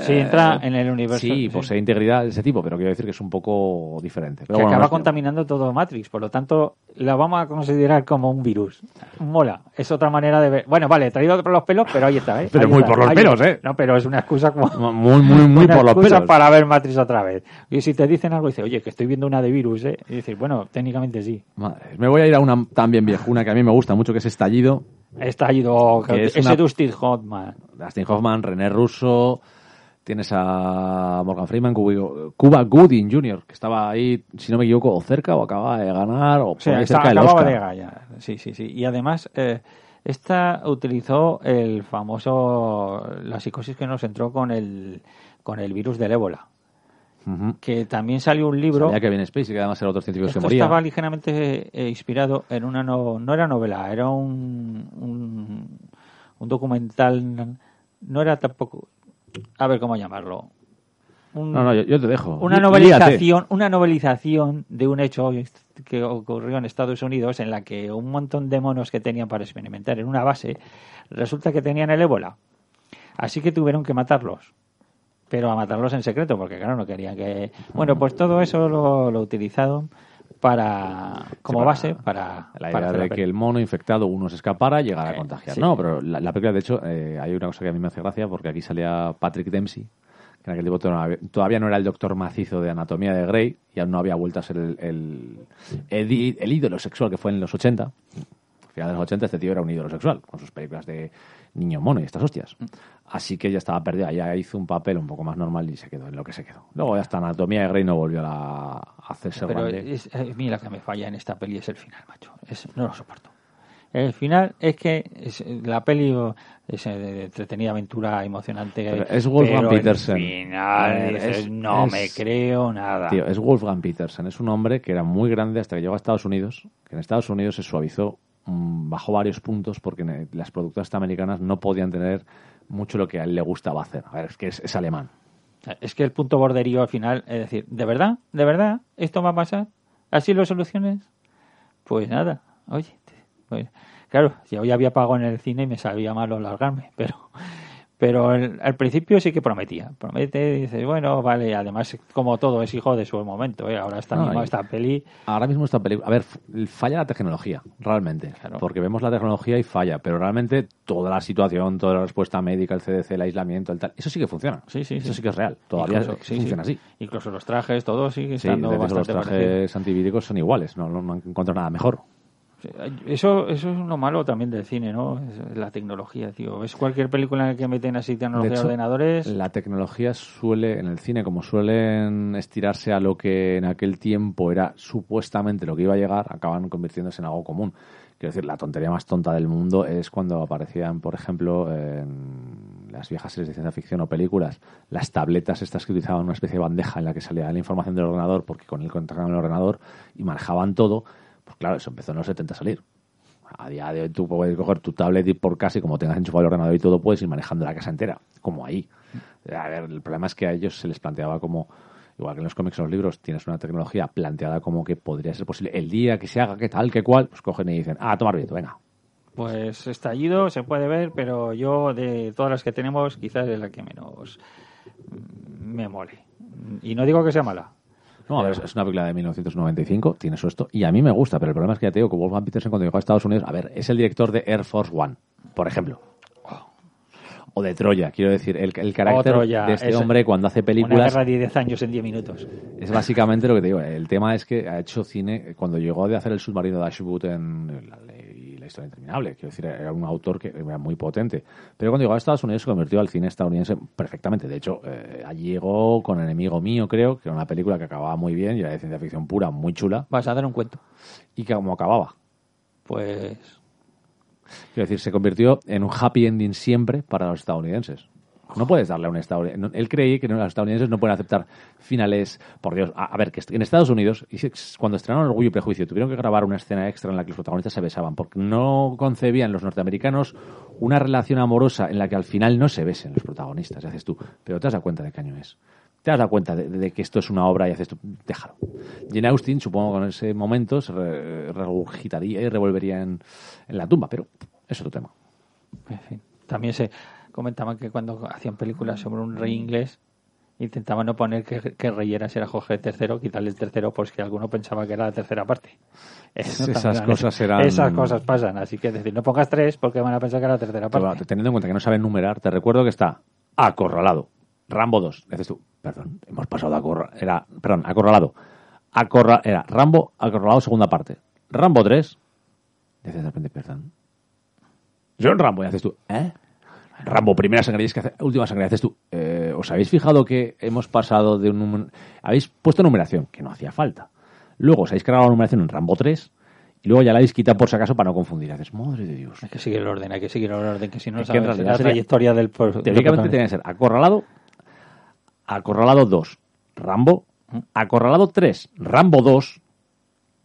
B: sí, entra en el universo.
A: Sí, pues posee integridad de ese tipo, pero quiero decir que es un poco diferente.
B: Que
A: Pero bueno,
B: acaba
A: no es-
B: contaminando todo Matrix. Por lo tanto, la vamos a considerar como un virus. Mola. Es otra manera de ver. Bueno, vale, traído por los pelos, pero ahí está. ¿eh?
A: Pero
B: Ahí
A: muy
B: está,
A: por los
B: ahí-
A: pelos, ¿eh?
B: No, pero es una excusa como.
A: Muy, muy, muy
B: una
A: por los
B: excusa
A: pelos.
B: para ver Matrix otra vez. Y si te dicen algo, dices, oye, que estoy viendo una de virus, ¿eh? Y dices, bueno, técnicamente sí.
A: Madre, me voy a ir a una también viejuna que a mí me gusta mucho, que es Estallido.
B: Está ido
A: Que es
B: ese
A: una-
B: Dustin Hoffman.
A: Dustin Hoffman, René Russo, tienes a Morgan Freeman, Cuba Cuba Gooding Jr., que estaba ahí, si no me equivoco, o cerca o acaba de ganar, o,
B: O
A: por
B: sea,
A: ahí
B: está,
A: cerca del
B: acababa
A: Oscar.
B: de gallar. Sí, sí, sí. Y además, eh, esta utilizó el famoso. la psicosis que nos entró con el, con el virus del ébola.
A: Ujú.
B: Que también salió un libro.
A: Sabía que viene Space y que además era otro científico que
B: Esto
A: moría.
B: estaba ligeramente eh, inspirado en una. No, no era novela, era un, un, un documental. No era tampoco. A ver cómo llamarlo. un-
A: No, no, yo, yo te dejo.
B: una
A: Lí- líate.
B: novelización, una novelización de un hecho que ocurrió en Estados Unidos en la que un montón de monos que tenían para experimentar en una base resulta que tenían el ébola. Así que tuvieron que matarlos. Pero a matarlos en secreto, porque claro, no querían que. Bueno, pues todo eso lo, lo utilizaron para como
A: Sí, para-
B: base para
A: La
B: para
A: idea
B: hacer
A: de que
B: peli.
A: el mono infectado uno se escapara llegara a
B: Eh,
A: contagiar.
B: sí.
A: No, pero la, la película, de hecho, eh, hay una cosa que a mí me hace gracia porque aquí salía Patrick Dempsey, que en aquel tiempo todavía no había- todavía no era el doctor macizo de Anatomía de Grey y aún no había vuelto a ser el, el, el í- el ídolo sexual que fue en los 80. Final de los 80 este tío era un ídolo sexual con sus películas de niño mono y estas hostias. Así que ya estaba perdida, ya hizo un papel un poco más normal y se quedó en lo que se quedó. Luego ya hasta Anatomía de Grey no volvió a, la- a hacerse
B: Pero
A: este grande.
B: es- a mí la que me falla en esta peli es el final, macho. Es- no lo soporto. El final es que es- eh, la peli es eh, de- de entretenida, aventura, emocionante.
A: Pero es Wolfgang
B: pero el
A: Petersen.
B: final,
A: A ver,
B: dices,
A: es-
B: no
A: es-
B: me creo nada.
A: Tío, es Wolfgang Petersen, es un hombre que era muy grande hasta que llegó a Estados Unidos, que en Estados Unidos se suavizó, mm, bajó varios puntos porque ne- las productoras americanas no podían tener mucho lo que a él le gustaba hacer. A ver, es que es, es alemán.
B: Es que el punto borderío al final es decir, ¿de verdad? ¿De verdad? ¿Esto va a pasar? ¿Así lo soluciones? Pues nada, oye. te- pues- claro, yo ya había pagado en el cine y me sabía malo largarme, pero pero al, al principio sí que prometía. Promete, dices, bueno, vale, además, como todo, es hijo de su momento. ¿eh? Ahora está
A: No,
B: misma
A: y-
B: esta peli.
A: Ahora mismo esta película... A ver, f- falla la tecnología, realmente.
B: Claro.
A: Porque vemos la tecnología y falla, pero realmente toda la situación, toda la respuesta médica, el CDC, el aislamiento, el tal... Eso sí que funciona.
B: Sí, sí,
A: Eso
B: sí.
A: sí que es real. Todavía
B: Incluso- sí,
A: funciona
B: sí.
A: así.
B: Incluso los trajes, todo sigue
A: Sí,
B: estando
A: de hecho, los
B: bastante parecido.
A: trajes antivíricos son iguales, no, no, no encuentro nada mejor.
B: Sí, Eso, eso es lo malo también del cine, ¿no? Es la tecnología, tío. ¿Ves cualquier película en la que meten así tecnología
A: De
B: de
A: hecho,
B: ordenadores?
A: La tecnología suele, en el cine, como suelen estirarse a lo que en aquel tiempo era supuestamente lo que iba a llegar, acaban convirtiéndose en algo común. Quiero decir, la tontería más tonta del mundo es cuando aparecían, por ejemplo, en las viejas series de ciencia ficción o películas, las tabletas estas que utilizaban una especie de bandeja en la que salía la información del ordenador, porque con él contactaban el ordenador y manejaban todo. Pues claro, eso empezó en los 70 a salir. A día de hoy tú puedes coger tu tablet y por casa y como tengas enchufado el ordenador y todo, puedes ir manejando la casa entera, como ahí. A ver, el problema es que a ellos se les planteaba como, igual que en los cómics o los libros, tienes una tecnología planteada como que podría ser posible el día que se haga, que tal, que cual, pues cogen y dicen, ah, tomar viento, venga.
B: Pues estallido se puede ver, pero yo de todas las que tenemos, quizás es la que menos mm, me mole. Y no digo que sea mala.
A: No, a ver, es- es una película de 1995, tiene su esto, y a mí me gusta, pero el problema es que ya te digo que Wolfgang Petersen cuando llegó a Estados Unidos, a ver, es el director de Air Force One, por ejemplo. O de Troya, quiero decir, el, el carácter
B: Oh, Troya,
A: de este
B: es-
A: hombre cuando hace
B: Una
A: películas
B: guerra de 10 años en 10 minutos.
A: Es básicamente lo que te digo. El tema es que ha hecho cine cuando llegó de hacer el submarino de Ashwood en la, ley- la historia interminable. Quiero decir, era un autor que era muy potente. Pero cuando llegó a Estados Unidos se convirtió al cine estadounidense perfectamente. De hecho, eh, allí llegó con Enemigo Mío, creo, que era una película que acababa muy bien y era de ciencia ficción pura, muy chula,
B: Vas a dar un cuento.
A: y que como acababa.
B: Pues
A: Quiero decir, se convirtió en un happy ending siempre para los estadounidenses. No puedes darle a un estadounidense. Él creí que no- los estadounidenses no pueden aceptar finales. Por Dios, a, a ver, que est- en Estados Unidos, y si- cuando estrenaron Orgullo y Prejuicio, tuvieron que grabar una escena extra en la que los protagonistas se besaban, porque no concebían los norteamericanos una relación amorosa en la que al final no se besen los protagonistas. Y haces tú, pero te has dado cuenta de qué año es. Te has dado cuenta de, de que esto es una obra y haces tú, déjalo. Jane Austen, supongo que en ese momento se re- regurgitaría y revolvería en, en la tumba, pero es otro tema.
B: En fin, también se comentaban que cuando hacían películas sobre un rey inglés intentaban no poner que, que rey era si era Jorge III, quitarle el tercero porque alguno pensaba que era la tercera parte. Eso
A: Esas
B: también han hecho.
A: cosas eran-
B: Esas cosas pasan, así que decir, no pongas tres porque van a pensar que era la tercera
A: Pero,
B: parte.
A: teniendo en cuenta que no saben numerar, te recuerdo que está acorralado. Rambo 2. Dices tú, perdón, hemos pasado de acorra- era, perdón, acorralado. Acorra- era Rambo, acorralado, segunda parte. Rambo 3. Dices de repente, perdón. John Rambo, y haces tú, ¿eh? Rambo, primera sangre, y es que hace- última sangre, y haces tú. eh, ¿Os habéis fijado que hemos pasado de un... numen- Habéis puesto numeración, que no hacía falta. Luego os habéis cargado la numeración en Rambo 3 y luego ya la habéis quitado por si acaso para no confundir. Y Haces, madre de Dios.
B: Hay que seguir el orden, hay que seguir el orden, que si no
A: Es que
B: sabes
A: en realidad
B: la
A: sería-
B: trayectoria del... pro- del
A: Teóricamente tenía
B: protagonista.
A: que ser acorralado, acorralado 2, Rambo, acorralado 3, Rambo 2,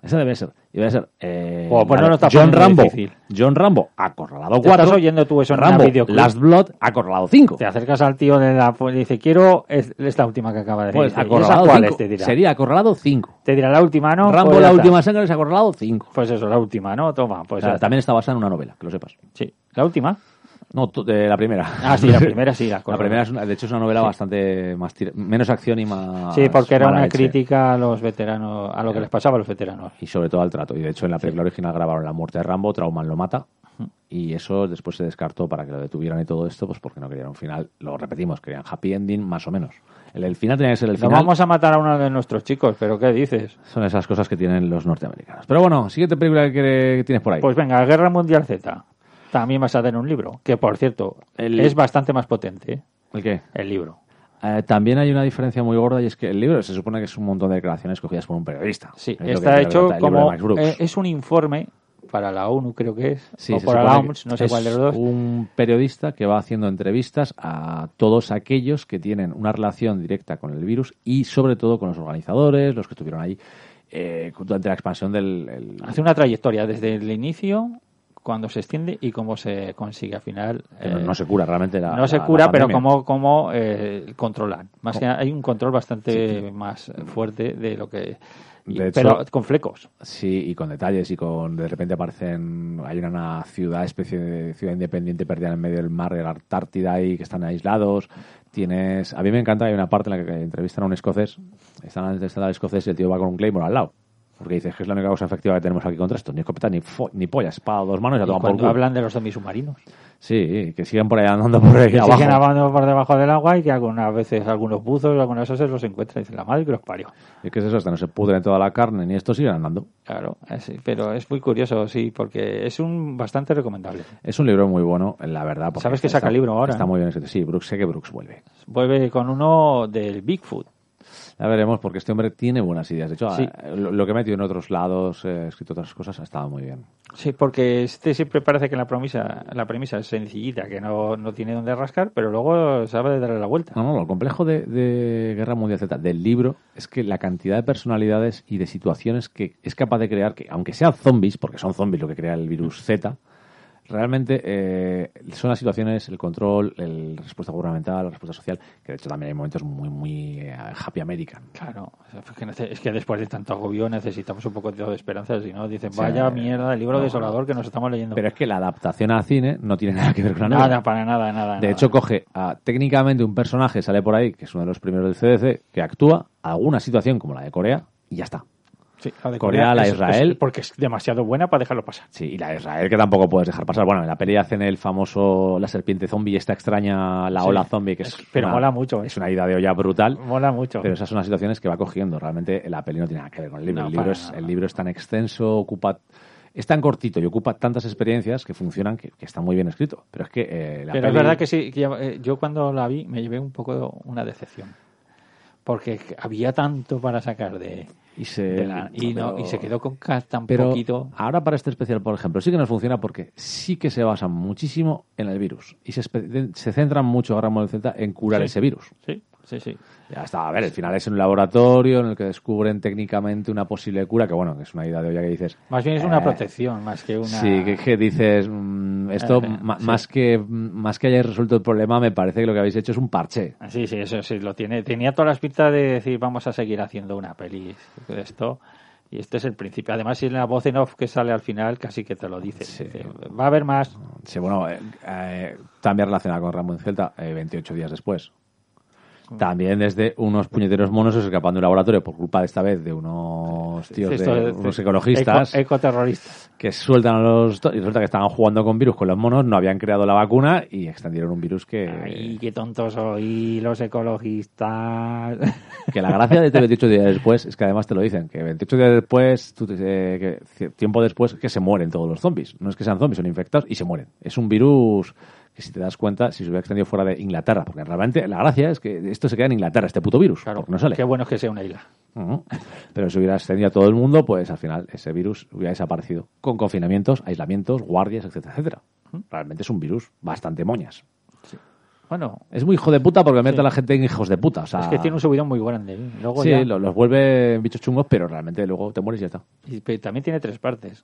A: Ese debe ser. Y debe ser. eh,
B: Bueno, pues no lo está
A: John
B: poniendo
A: Rambo.
B: difícil.
A: John Rambo, acorralado
B: Te
A: 4.
B: estás oyendo tú eso en una
A: Rambo,
B: videoclub.
A: Last Blood, acorralado 5.
B: Te acercas al tío de la y dice, quiero es- esta última que acaba de
A: Pues
B: decir. ¿Y esa
A: acorralado
B: cuál es?
A: cinco.
B: Te dirá.
A: Sería acorralado 5.
B: Te dirá la última, ¿no?
A: Rambo,
B: Pues
A: la
B: ya está.
A: última sangre es acorralado 5.
B: Pues eso, la última, ¿no? Toma, pues ya está.
A: también está basada en una novela, que lo sepas.
B: Sí, la última.
A: No, tú- de la primera.
B: Ah, sí, la primera sí, la
A: La
B: acorralado.
A: primera, es una- de hecho, es una novela bastante más tira- menos acción y más.
B: Sí, porque era
A: Ah, mala
B: una
A: leche.
B: crítica a los veteranos, a lo que les pasaba a los veteranos.
A: Y sobre todo al trato. Y de hecho, en la película original grabaron la muerte de Rambo, Trauman lo mata. Y eso después se descartó para que lo detuvieran y todo esto, pues porque no querían un final. Lo repetimos, querían happy ending, más o menos. El, el final tenía que ser el
B: No
A: final.
B: vamos a matar a uno de nuestros chicos, pero ¿qué dices?
A: Son esas cosas que tienen los norteamericanos. Pero bueno, siguiente película que, que tienes por ahí.
B: Pues venga, Guerra Mundial Z. También basada en un libro, que por cierto,
A: El-
B: es bastante más potente ¿eh?
A: ¿El qué?
B: el libro.
A: Eh, también hay una diferencia muy gorda y es que el libro se supone que es un montón de declaraciones cogidas por un periodista.
B: Sí,
A: Es lo que
B: está
A: relata el
B: hecho
A: libro de
B: como
A: Max Brooks.
B: eh, es un informe para la ONU, creo que es,
A: Sí,
B: o
A: se
B: para
A: supone
B: la
A: que
B: OMS, no sé
A: es
B: cuál de los dos.
A: Un periodista que va haciendo entrevistas a todos aquellos que tienen una relación directa con el virus y sobre todo con los organizadores, los que estuvieron ahí eh, durante la expansión del... el-
B: Hace una trayectoria desde el inicio, cuando se extiende y cómo se consigue al final.
A: que no-
B: eh,
A: no se cura realmente la
B: no se
A: la- la
B: cura, pero
A: pandemia.
B: cómo, cómo eh, controlan. Más que nada, hay un control bastante más fuerte de lo que. y-
A: De hecho-
B: pero con flecos.
A: Sí, y con detalles y con de repente aparecen hay una, una ciudad especie de ciudad independiente perdida en el medio del mar de la Antártida y que están aislados. Tienes, a mí me encanta hay una parte en la que entrevistan a un escocés, están entrevistando al escocés y el tío va con un claymore al lado. Porque dices que es la única cosa efectiva que tenemos aquí contra esto. Ni escopeta, ni, fo- ni polla, espada, dos manos y
B: Y
A: la toman por
B: cuando
A: culo.
B: hablan de los submarinos.
A: Sí, que sigan por ahí andando por ahí
B: Que
A: abajo.
B: siguen nadando por debajo del agua y que algunas veces algunos buzos, algunas osas los encuentran y dicen, la madre que los parió.
A: Y es que es eso, hasta no se pudren toda la carne ni esto, siguen andando.
B: Claro, es- pero es muy curioso, sí, porque es un bastante recomendable.
A: Es un libro muy bueno, la verdad. porque
B: ¿Sabes que
A: está-
B: saca libro ahora? ¿eh?
A: Está muy bien escrito. Sí, Brooks, sé que Brooks vuelve.
B: Vuelve con uno del Bigfoot.
A: Ya veremos, porque este hombre tiene buenas ideas. De hecho,
B: Sí.
A: a- lo, lo que ha metido en otros lados, eh, escrito otras cosas, ha estado muy bien.
B: Sí, porque este siempre parece que la premisa, la premisa es sencillita, que no, no tiene dónde rascar, pero luego sabe darle la vuelta.
A: No, no, lo complejo de, de Guerra Mundial Z, del libro, es que la cantidad de personalidades y de situaciones que es capaz de crear, que aunque sean zombies, porque son zombies lo que crea el virus Z, realmente eh, son las situaciones, el control, el- la respuesta gubernamental, la respuesta social, que de hecho también hay momentos muy, muy eh, happy American.
B: Claro, o sea, porque nece- es que después de tanto agobio necesitamos un poco de esperanza, si no dicen,
A: O sea,
B: vaya mierda, el libro
A: no,
B: desolador que nos estamos leyendo.
A: Pero es que la adaptación al cine no tiene nada que ver con la novela.
B: nada, para nada, nada.
A: De
B: nada.
A: hecho, coge a, técnicamente un personaje, sale por ahí, que es uno de los primeros del CDC, que actúa alguna situación como la de Corea y ya está.
B: Sí, la de
A: Corea, la
B: es-
A: Israel.
B: es- porque es demasiado buena para dejarlo pasar.
A: Sí, y la de Israel que tampoco puedes dejar pasar. Bueno, en la peli hacen el famoso la serpiente zombie, esta extraña, la
B: Sí.
A: ola zombie, que
B: Es-
A: es,
B: pero
A: una,
B: mola mucho, ¿eh?
A: Es una idea de olla brutal.
B: Mola mucho.
A: Pero esas son las situaciones que va cogiendo. Realmente la peli no tiene nada que ver con el libro.
B: No,
A: el, libro
B: para
A: es,
B: nada.
A: el libro es tan extenso, ocupa es tan cortito y ocupa tantas experiencias que funcionan, que, que está muy bien escrito. Pero es que eh, la
B: Pero es
A: peli-
B: verdad que sí, que ya- eh, yo cuando la vi me llevé un poco una decepción. Porque había tanto para sacar de,
A: y se,
B: de la- y, no, y se
A: pero-
B: quedó con ca- tan
A: Pero
B: poquito.
A: ahora para este especial, por ejemplo, sí que nos funciona porque sí que se basan muchísimo en el virus y se, espe- se centran mucho ahora en el Z en curar
B: Sí.
A: ese virus.
B: Sí, sí, sí.
A: Ya está, a ver, el final es en un laboratorio en el que descubren técnicamente una posible cura, que bueno, que es una idea de olla que dices.
B: Más bien es una
A: eh,
B: protección, más que una...
A: Sí, que, que dices, mm, esto
B: Eh,
A: ma-
B: sí.
A: más, que, más que hayáis resuelto el problema, me parece que lo que habéis hecho es un parche.
B: Ah, Sí, sí, eso sí, lo tiene. Tenía todas las pistas de decir, vamos a seguir haciendo una peli de esto. Y este es el principio. Además, si la voz en off que sale al final, casi que te lo dice.
A: Sí.
B: Dice, Va a haber más.
A: Sí, bueno, eh, eh, también relacionada con Ramón Celta, eh, 28 días después. También desde unos puñeteros monos escapando de un laboratorio por culpa de esta vez de unos tíos, de,
B: Esto es-
A: unos ecologistas
B: Eco- ecoterroristas.
A: que sueltan a los... to- Y resulta que estaban jugando con virus con los monos, no habían creado la vacuna y extendieron un virus que...
B: Ay, qué tontos soy, los ecologistas.
A: Que la gracia de este 28 días después es que además te lo dicen, que 28 días después, tú te- eh, que ci- tiempo después, que se mueren todos los zombies. No es que sean zombies, son infectados y se mueren. Es un virus que si te das cuenta, si se hubiera extendido fuera de Inglaterra, porque realmente la gracia es que esto se queda en Inglaterra, este puto virus,
B: Claro,
A: porque no sale.
B: qué bueno es que sea una isla.
A: Ujú. Pero si hubiera extendido a todo el mundo, pues al final ese virus hubiera desaparecido con confinamientos, aislamientos, guardias, etcétera, etcétera. Realmente es un virus bastante moñas.
B: Bueno,
A: Es muy hijo de puta porque mete
B: Sí.
A: a la gente en hijos de puta. O sea,
B: es que tiene un subidón muy grande. ¿eh? Luego
A: sí,
B: ya-
A: lo- los vuelve bichos chungos, pero realmente luego te mueres y ya está.
B: y- pero también tiene tres partes.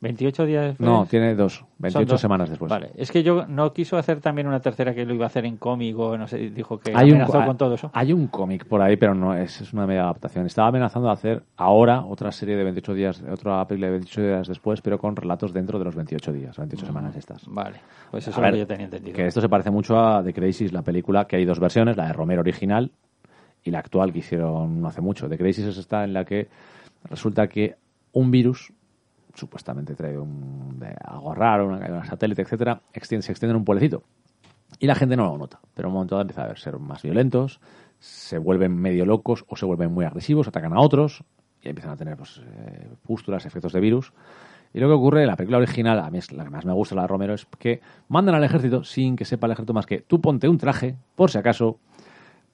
B: 28 días después.
A: No, tiene dos.
B: Son
A: 28
B: dos.
A: semanas después.
B: Vale, es que yo no quiso hacer también una tercera que lo iba a hacer en cómic o no sé, dijo que
A: Hay un,
B: amenazó
A: a-
B: con todo eso.
A: hay un cómic por ahí, pero no es, es una media adaptación. Estaba amenazando a hacer ahora otra serie de 28 días, otra película de 28 días después, pero con relatos dentro de los 28 días,
B: Ah.
A: 28 semanas estas.
B: Vale, pues
A: A
B: eso es lo
A: ver,
B: que yo tenía entendido.
A: Que esto se parece mucho a The Crisis, la película, que hay dos versiones, la de Romero original y la actual que hicieron no hace mucho. The Crisis es esta en la que resulta que un virus, supuestamente trae un, de algo raro, una caída de un satélite, etcétera, extiende- se extiende en un pueblecito. Y la gente no lo nota, pero en un momento dado empieza a ser más violentos, se vuelven medio locos o se vuelven muy agresivos, atacan a otros y empiezan a tener pues, eh, pústulas, efectos de virus. Y lo que ocurre en la película original, a mí es la que más me gusta, la de Romero, es que mandan al ejército sin que sepa el ejército más que tú ponte un traje, por si acaso,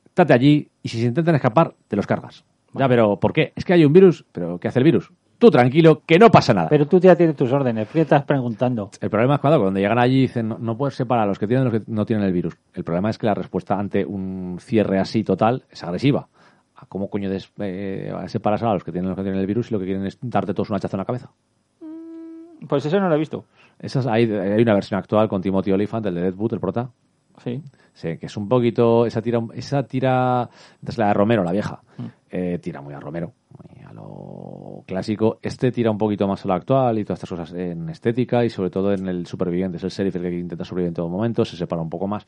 A: estate allí y si se intentan escapar, te los cargas. Ya, pero ¿por qué? Es que hay un virus, pero ¿qué hace el virus? Tú tranquilo, que no pasa nada.
B: Pero tú ya tienes tus órdenes, ¿qué estás preguntando?
A: El problema es cuando, cuando llegan allí dicen no, no puedes separar a los que tienen y los que no tienen el virus. El problema es que la respuesta ante un cierre así total es agresiva. ¿A ¿Cómo coño des- eh, separas a los que tienen los que tienen el virus y lo que quieren es darte todos un hachazo en la cabeza?
B: Pues eso no lo he visto.
A: Esa es- hay, hay una versión actual con Timothy Olyphant, el de Deadwood, el prota,
B: Sí.
A: Sí, que es un poquito. Esa tira. Esa tira. Es la de Romero, la vieja.
B: Mm.
A: Eh, tira muy a Romero, muy a lo clásico. Este tira un poquito más a lo actual y todas estas cosas en estética y sobre todo en el superviviente. Es el sheriff el que intenta sobrevivir en todo momento, se separa un poco más.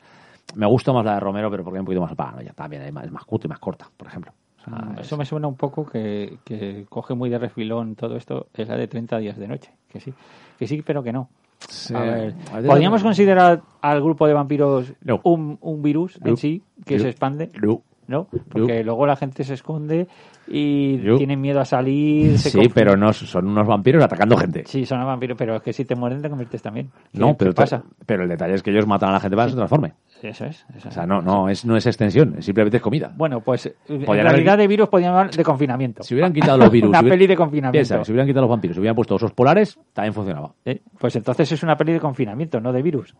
A: Me gusta más la de Romero, pero porque es un poquito más paranoia. También es más, es más corta y más corta, por ejemplo. O sea,
B: Mm,
A: es-
B: eso me suena un poco que, que coge muy de refilón todo esto, es la de 30 días de noche, que sí, que sí, pero que no.
A: Sí.
B: A ver,
A: A ver,
B: ¿podríamos
A: yo-
B: considerar al grupo de vampiros
A: No.
B: un, un virus
A: No.
B: en sí que
A: No.
B: se expande?
A: No.
B: ¿No? Porque luego la gente se esconde y
A: No.
B: tienen miedo a salir. se
A: Sí,
B: confunden.
A: pero no, son unos vampiros atacando gente.
B: Sí, son vampiros, pero es que si te mueren te conviertes también. ¿Qué-
A: no, pero,
B: qué pasa?
A: pero el detalle es que ellos matan a la gente para que se transforme.
B: Eso es. eso
A: O
B: es.
A: sea, no, no, es, no es extensión, es simplemente es comida.
B: Bueno, pues eh, en
A: Podrían
B: realidad
A: haber-
B: de virus podían hablar de confinamiento.
A: Si hubieran quitado los virus.
B: Una
A: si hubi-
B: peli de confinamiento.
A: Piensa, si hubieran quitado los vampiros, si hubieran puesto osos polares, también funcionaba.
B: Eh, Pues entonces es una peli de confinamiento, no de virus.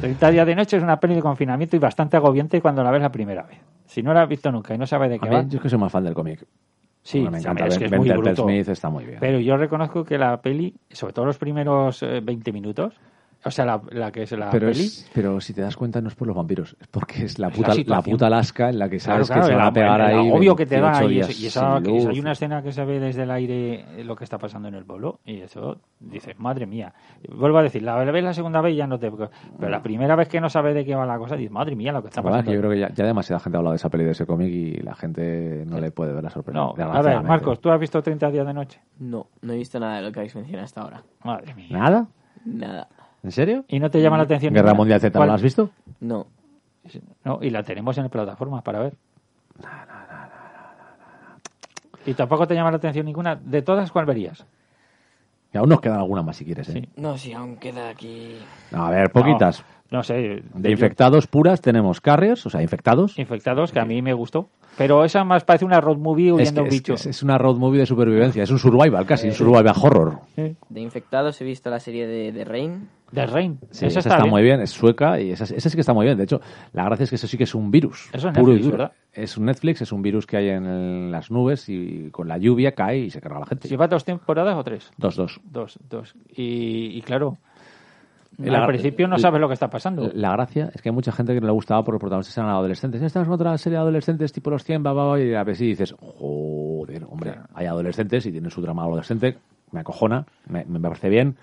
B: 30 días de noche es una peli de confinamiento y bastante agobiante cuando la ves la primera vez. Si no la has visto nunca y no sabes de
A: A
B: qué
A: mí,
B: va,
A: yo es que soy más fan del cómic.
B: sí,
A: Bueno, me encanta.
B: es
A: Ben-
B: que es
A: Ben
B: muy
A: Tertel
B: bruto.
A: Smith está muy bien.
B: Pero yo reconozco que la peli, sobre todo los primeros eh, 20 minutos, o sea, la, la que es la
A: Pero,
B: peli,
A: es- pero si te das cuenta, no es por los vampiros, es porque es la
B: Es la
A: puta, la,
B: situación.
A: puta Alaska en la que sabes
B: Claro,
A: que se
B: claro,
A: van a
B: el-
A: pegar
B: el
A: ahí.
B: agobio que te da
A: 28
B: y, eso-
A: días
B: y esa-
A: sin
B: que- esa-
A: luz.
B: hay una escena que se ve desde el aire eh, lo que está pasando en el pueblo y eso dices, madre mía. Vuelvo a decir, la ves la segunda vez y ya no te... Pero la primera vez que no sabes de qué va la cosa, dices, madre mía, lo que está
A: La verdad es
B: pasando.
A: que yo creo que ya, ya demasiada gente ha hablado de esa peli de ese cómic y la gente no le puede ver la sorpresa.
B: No, a ver,
A: desgraciadamente.
B: Marcos, ¿tú has visto 30 días de noche?
C: No, no he visto nada de lo que habéis mencionado hasta ahora.
B: Madre mía.
A: ¿Nada?
C: Nada.
A: ¿En serio?
B: ¿Y no te llama la atención?
A: ¿Guerra
B: ninguna?
A: Mundial Z no
B: ¿Cuál?
A: la has visto?
C: No.
B: No, y la tenemos en plataformas para ver. ¿Y tampoco te llama la atención ninguna? ¿De todas cuál verías?
A: Y aún nos quedan algunas más si quieres. ¿eh?
B: Sí.
C: No, si aún queda aquí.
A: A ver, poquitas.
B: No, no sé.
A: De
B: yo-
A: infectados puras tenemos carriers, o sea, infectados.
B: Infectados, que a mí me gustó. Pero esa más parece una road movie
A: Es,
B: huyendo
A: que-
B: a un
A: es
B: bicho.
A: que es- es una road movie de supervivencia, es un survival casi, un survival horror.
C: De infectados he visto la serie de, de Rain.
B: The Rain.
A: Sí,
B: esa,
A: está, muy bien, es sueca y esa, esa sí que está muy bien. De hecho, la gracia es que eso sí que es un virus.
B: Eso es
A: puro
B: Netflix,
A: y duro.
B: ¿verdad?
A: Es un Netflix, es un virus que hay en el- las nubes y con la lluvia cae y se carga a la gente.
B: ¿Lleva dos temporadas o tres?
A: Dos, dos.
B: Dos, dos. Y, y claro,
A: El-
B: al principio no
A: el-
B: sabes lo que está pasando.
A: La gracia es que hay mucha gente que no le gustaba porque los protagonistas eran adolescentes. Estamos en otra serie de adolescentes tipo los 100, bla, bla, bla, y a veces dices, joder, hombre, hay adolescentes y tienen su drama adolescente, me acojona, me, me parece bien.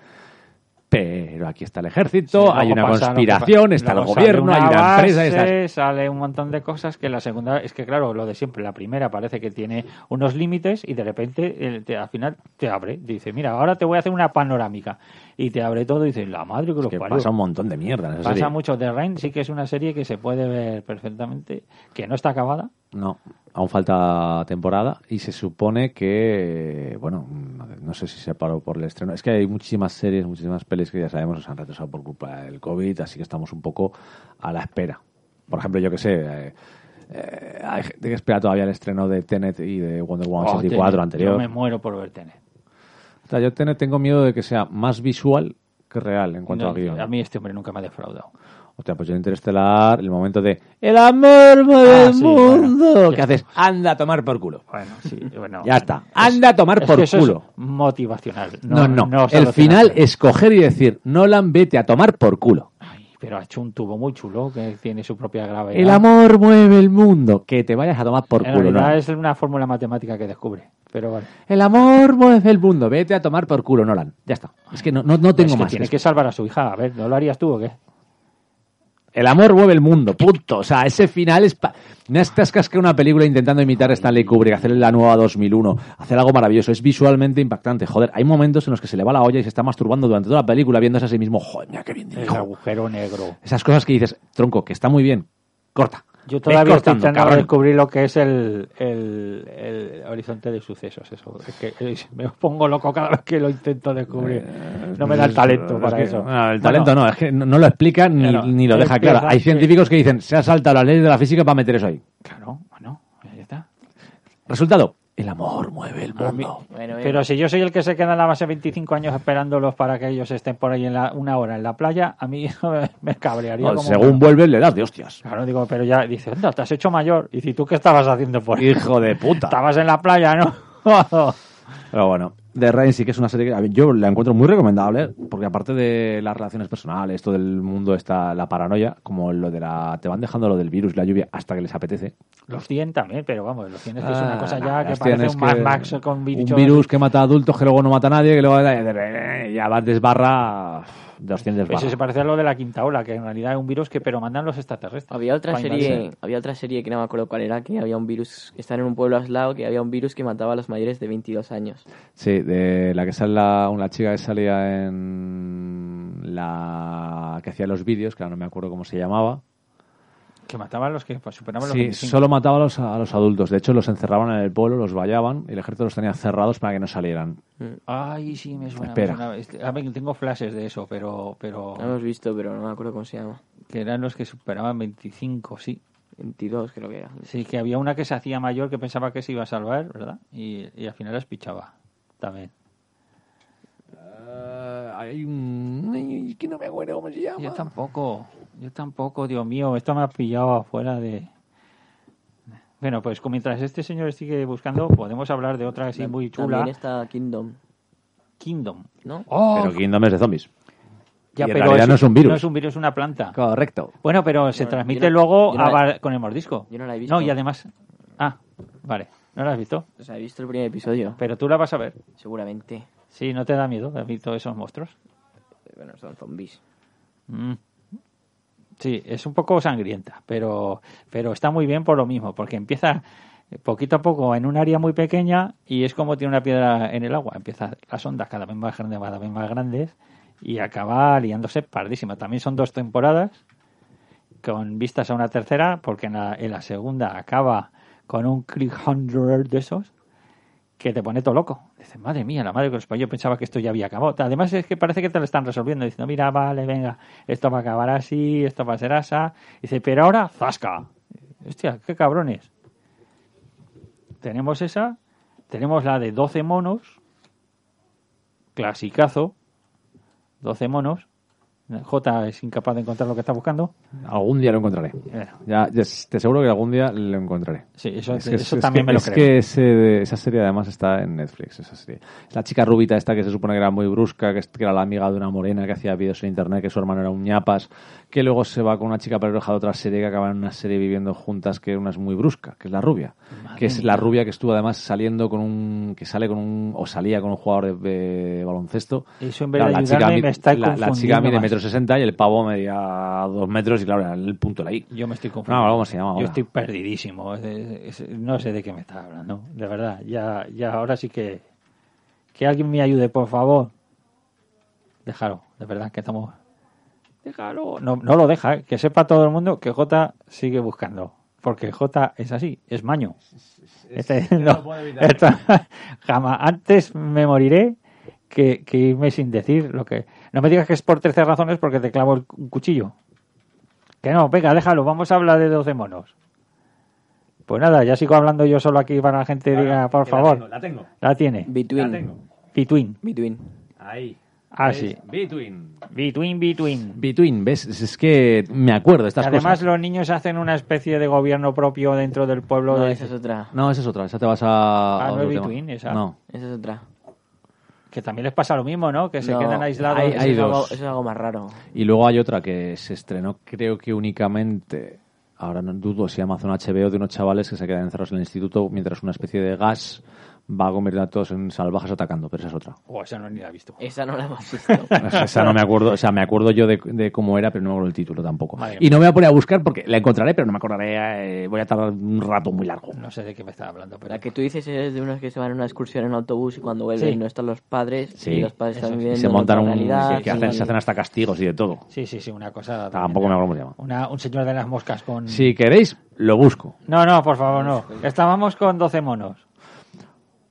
A: Pero aquí está el ejército,
B: Sí,
A: hay
B: luego
A: una
B: pasa lo que
A: conspiración,
B: pasa.
A: está el
B: Luego
A: gobierno, hay
B: sale
A: una empresa,
B: base,
A: está-
B: Sale un montón de cosas que la segunda... Es que claro, lo de siempre. La primera parece que tiene unos límites y de repente el- te- al final te abre. Dice, mira, ahora te voy a hacer una panorámica. Y te abre todo y dices, la madre que los
A: que
B: parió.
A: pasa un montón de mierda en esa
B: Pasa
A: serie.
B: mucho. The Rain sí que es una serie que se puede ver perfectamente, que no está acabada.
A: No, aún falta temporada y se supone que, bueno, no- no sé si se paró por el estreno. Es que hay muchísimas series, muchísimas pelis que ya sabemos se han retrasado por culpa del COVID, así que estamos un poco a la espera. Por ejemplo, yo que sé, eh, eh, hay gente que espera todavía el estreno de Tenet y de Wonder Woman
B: Oh,
A: 84
B: Tenet. Yo
A: anterior.
B: me muero por ver Tenet.
A: O sea, yo Tenet tengo miedo de que sea más visual que real en cuanto
B: No,
A: a guión.
B: a mí este hombre nunca me ha defraudado.
A: Hostia, pues yo en Interestelar, el momento de ¡El amor mueve
B: Ah,
A: el
B: sí,
A: mundo!
B: bueno.
A: ¿Qué haces? Anda a tomar por culo.
B: Bueno, sí, bueno.
A: Ya está. Anda a tomar
B: Es
A: por
B: que eso
A: culo.
B: Es motivacional.
A: No, no. el
B: soluciona
A: final
B: nada.
A: es coger y decir, Nolan, vete a tomar por culo.
B: Ay, pero ha hecho un tubo muy chulo que tiene su propia gravedad.
A: El amor mueve el mundo. Que te vayas a tomar por
B: En
A: culo.
B: realidad
A: Nolan.
B: es una fórmula matemática que descubre. Pero vale.
A: El amor mueve el mundo. Vete a tomar por culo, Nolan. Ya está. Es que no, no, no tengo
B: Es que
A: más.
B: Tiene que salvar a su hija. A ver, ¿no lo harías tú o qué?
A: El amor mueve el mundo, punto. O sea, ese final es... Pa... No estás cascando una película intentando imitar a Stanley Kubrick, hacer la nueva 2001, hacer algo maravilloso. Es visualmente impactante. Joder, hay momentos en los que se le va la olla y se está masturbando durante toda la película viéndose a sí mismo. Joder, mira qué bien
B: El
A: dirijo.
B: agujero negro.
A: Esas cosas que dices, tronco, que está muy bien. Corta.
B: Yo
A: Ve
B: todavía estoy
A: cortando,
B: intentando
A: cabrón.
B: descubrir lo que es el, el- el horizonte de sucesos. Eso. Es que eh, me pongo loco cada vez que lo intento descubrir. No me da el talento
A: Es
B: para
A: que-
B: eso.
A: ah, el talento no, es que no, no lo explica ni,
B: Claro,
A: ni lo
B: es
A: deja
B: que
A: claro.
B: verdad
A: Hay
B: que-
A: científicos que dicen, se ha saltado la ley de la física para meter eso ahí.
B: Claro, bueno, ahí está.
A: Resultado, el amor mueve el
B: A mí-
A: mundo.
C: Bueno, eh, bueno.
B: Pero si yo soy el que se queda en la base 25 años esperándolos para que ellos estén por ahí en la, una hora en la playa, a mí me cabrearía.
A: No,
B: como-
A: según vuelves le das de hostias.
B: Claro, digo, pero ya dice, anda, te has hecho mayor. Y si tú qué estabas haciendo por ahí?
A: Hijo de puta.
B: Estabas en la playa, ¿no?
A: Pero bueno, The Rain sí que es una serie que a mí- yo la encuentro muy recomendable, porque aparte de las relaciones personales, todo el mundo está la paranoia, como lo de la. te van dejando lo del virus, la lluvia, hasta que les apetece.
B: Los 100 también, pero vamos, los 100 es que es
A: Ah,
B: una cosa ya que
A: las
B: parece
A: tienes
B: un Mad
A: que-
B: Max con bichos.
A: Un virus que mata a adultos, que luego no mata a nadie, que luego. eh, ya vas desbarra. 200
B: Ese se
A: desbarra.
B: parece a lo de la quinta ola, que en realidad es un virus que pero mandan los extraterrestres.
C: Había otra
B: Pa'
C: serie,
B: invadir.
C: había otra serie que no me acuerdo cuál era, que había un virus, que estaban en un pueblo aislado, que había un virus que mataba a los mayores de 22 años.
A: Sí, de la que sale la, una chica que salía en. la. que hacía los vídeos, que ahora no me acuerdo cómo se llamaba.
B: Que mataban los que pues, superaban los
A: Sí,
B: 25.
A: solo mataba a los, a los adultos. De hecho, los encerraban en el pueblo, los vallaban y el ejército los tenía cerrados para que no salieran.
B: Ay, sí, me suena. me
A: Espera.
B: suena. Este- a ver, tengo flashes de eso, pero, pero
C: No hemos visto, pero no me acuerdo cómo se llama.
B: que eran los que superaban 25, sí.
C: 22 creo que era.
B: Sí, que había una que se hacía mayor que pensaba que se iba a salvar, ¿verdad? Y, y al final las pichaba también.
A: Eh, hay un. que no me acuerdo cómo se llama.
B: Yo tampoco, yo tampoco, Dios mío, esto me ha pillado afuera de... Bueno, pues como mientras este señor sigue buscando, podemos hablar de otra así muy chula,
C: También está Kingdom,
B: Kingdom.
C: ¿no?
B: ¡Oh!
A: Pero Kingdom es de zombies.
B: Ya,
A: y en realidad no es un virus.
B: No es un virus, es una planta.
A: Correcto.
B: Bueno, pero se
C: Yo no-
B: transmite
C: yo no-
B: luego
C: yo no
B: a
C: la-
B: bar- con el mordisco.
C: yo no la he visto.
B: y además... Ah, vale, no la has visto.
C: O sea, he visto el primer episodio,
B: Pero tú la vas a ver.
C: seguramente.
B: Sí, ¿no te da miedo has visto esos monstruos?
C: Bueno, son zombies.
B: Mm. Sí, es un poco sangrienta, pero, pero está muy bien por lo mismo, porque empieza poquito a poco en un área muy pequeña y es como tiene una piedra en el agua. Empieza las ondas cada vez más grandes, cada vez más grandes y acaba liándose pardísima. También son dos temporadas con vistas a una tercera, porque en la, en la segunda acaba con un cliffhanger de esos que te pone todo loco. Dices, madre mía, la madre que los parió, yo pensaba que esto ya había acabado. Además es que parece que te lo están resolviendo, diciendo, mira, vale, venga, esto va a acabar así, esto va a ser asa. Dice, pero ahora, zasca. Hostia, qué cabrones. Tenemos esa, tenemos la de 12 monos, clasicazo, 12 monos. J es incapaz de encontrar lo que está buscando.
A: Algún día lo encontraré.
B: Bueno,
A: Ya, ya s- te aseguro que algún día lo encontraré.
B: sí, eso,
A: Es que-
B: eso
A: es
B: también
A: que-
B: me lo
A: es
B: creo.
A: que ese de- esa serie además está en Netflix. Esa serie. Es la chica rubita esta que se supone que era muy brusca, que, es- que era la amiga de una morena que hacía vídeos en internet, que su hermano era un ñapas, que luego se va con una chica pelirroja de otra serie que acaban en una serie viviendo juntas, que una es muy brusca, que es la rubia. que es la rubia que estuvo además saliendo con un. que sale con un. o salía con un jugador de, de baloncesto.
B: Eso en vez de ayudarme
A: mide-
B: me está
A: la, la chica
B: confundiendo
A: mide
B: más.
A: metro sesenta y el pavo medía dos metros y claro, era el punto de la I.
B: Yo me estoy
A: No,
B: confundiendo.
A: ¿cómo se llama ahora?
B: Yo estoy perdidísimo. Es- es- es- no sé de qué me estás hablando. De verdad, ya, ya ahora sí que. Que alguien me ayude, por favor. Déjalo, de verdad, que estamos. Déjalo. No, no lo deja, ¿eh? que sepa todo el mundo que J sigue buscando. Porque J es así, es maño. Este, no, esto- jamás. Antes me moriré que, que irme sin decir lo que. No me digas que es por 13 razones porque te clavo el- un cuchillo. Que no, venga, déjalo, vamos a hablar de 12 monos. Pues nada, ya sigo hablando yo solo aquí para la gente diga, por favor.
A: La tengo.
B: La tiene.
C: Between.
B: Between.
C: Between.
A: Ahí.
B: Ah, sí.
A: Between.
B: Between, between.
A: Between, ¿ves? Es es que me acuerdo de estas
B: Además,
A: cosas.
B: los niños hacen una especie de gobierno propio dentro del pueblo.
C: No,
B: de-
C: esa es otra.
A: No, esa es otra. Esa te vas a...
B: Ah,
A: a
B: no
A: otro
B: es
A: tema.
B: Between, esa.
A: No.
C: Esa es otra.
B: Que también les pasa lo mismo, ¿no? Que se
C: No,
B: quedan aislados.
A: hay-
C: eso
A: hay
C: es algo-
A: dos.
C: eso es algo más raro.
A: Y luego hay otra que se estrenó, creo que únicamente, ahora no dudo si Amazon HBO, de unos chavales que se quedan encerrados en el instituto mientras una especie de gas va a convertir a todos en salvajes atacando, pero esa es otra.
B: Oh, esa no ni la he visto.
C: Esa no la hemos visto.
A: Esa no me acuerdo, o sea, me acuerdo yo de, de cómo era, pero no me acuerdo el título tampoco.
B: Madre mía.
A: Y no me voy a poner a buscar porque la encontraré, pero no me acordaré, eh, voy a tardar un rato muy largo.
B: No sé de qué me estaba hablando, pero
C: La que tú dices es de unos que se van a una excursión en autobús y cuando vuelven
B: Sí.
C: no están los padres
A: Sí.
C: y los padres
B: Eso
C: están
B: sí.
A: Y
C: viviendo
A: se
C: en
A: montan
C: otra
A: un...
C: realidad,
A: que hacen,
C: y-
A: se hacen hasta castigos y de todo.
B: Sí, sí, sí, una cosa.
A: Tampoco me acuerdo cómo se llama.
B: Una- un señor de las moscas con.
A: Si queréis, lo busco.
B: No, no, por favor, no. Estábamos con 12 monos.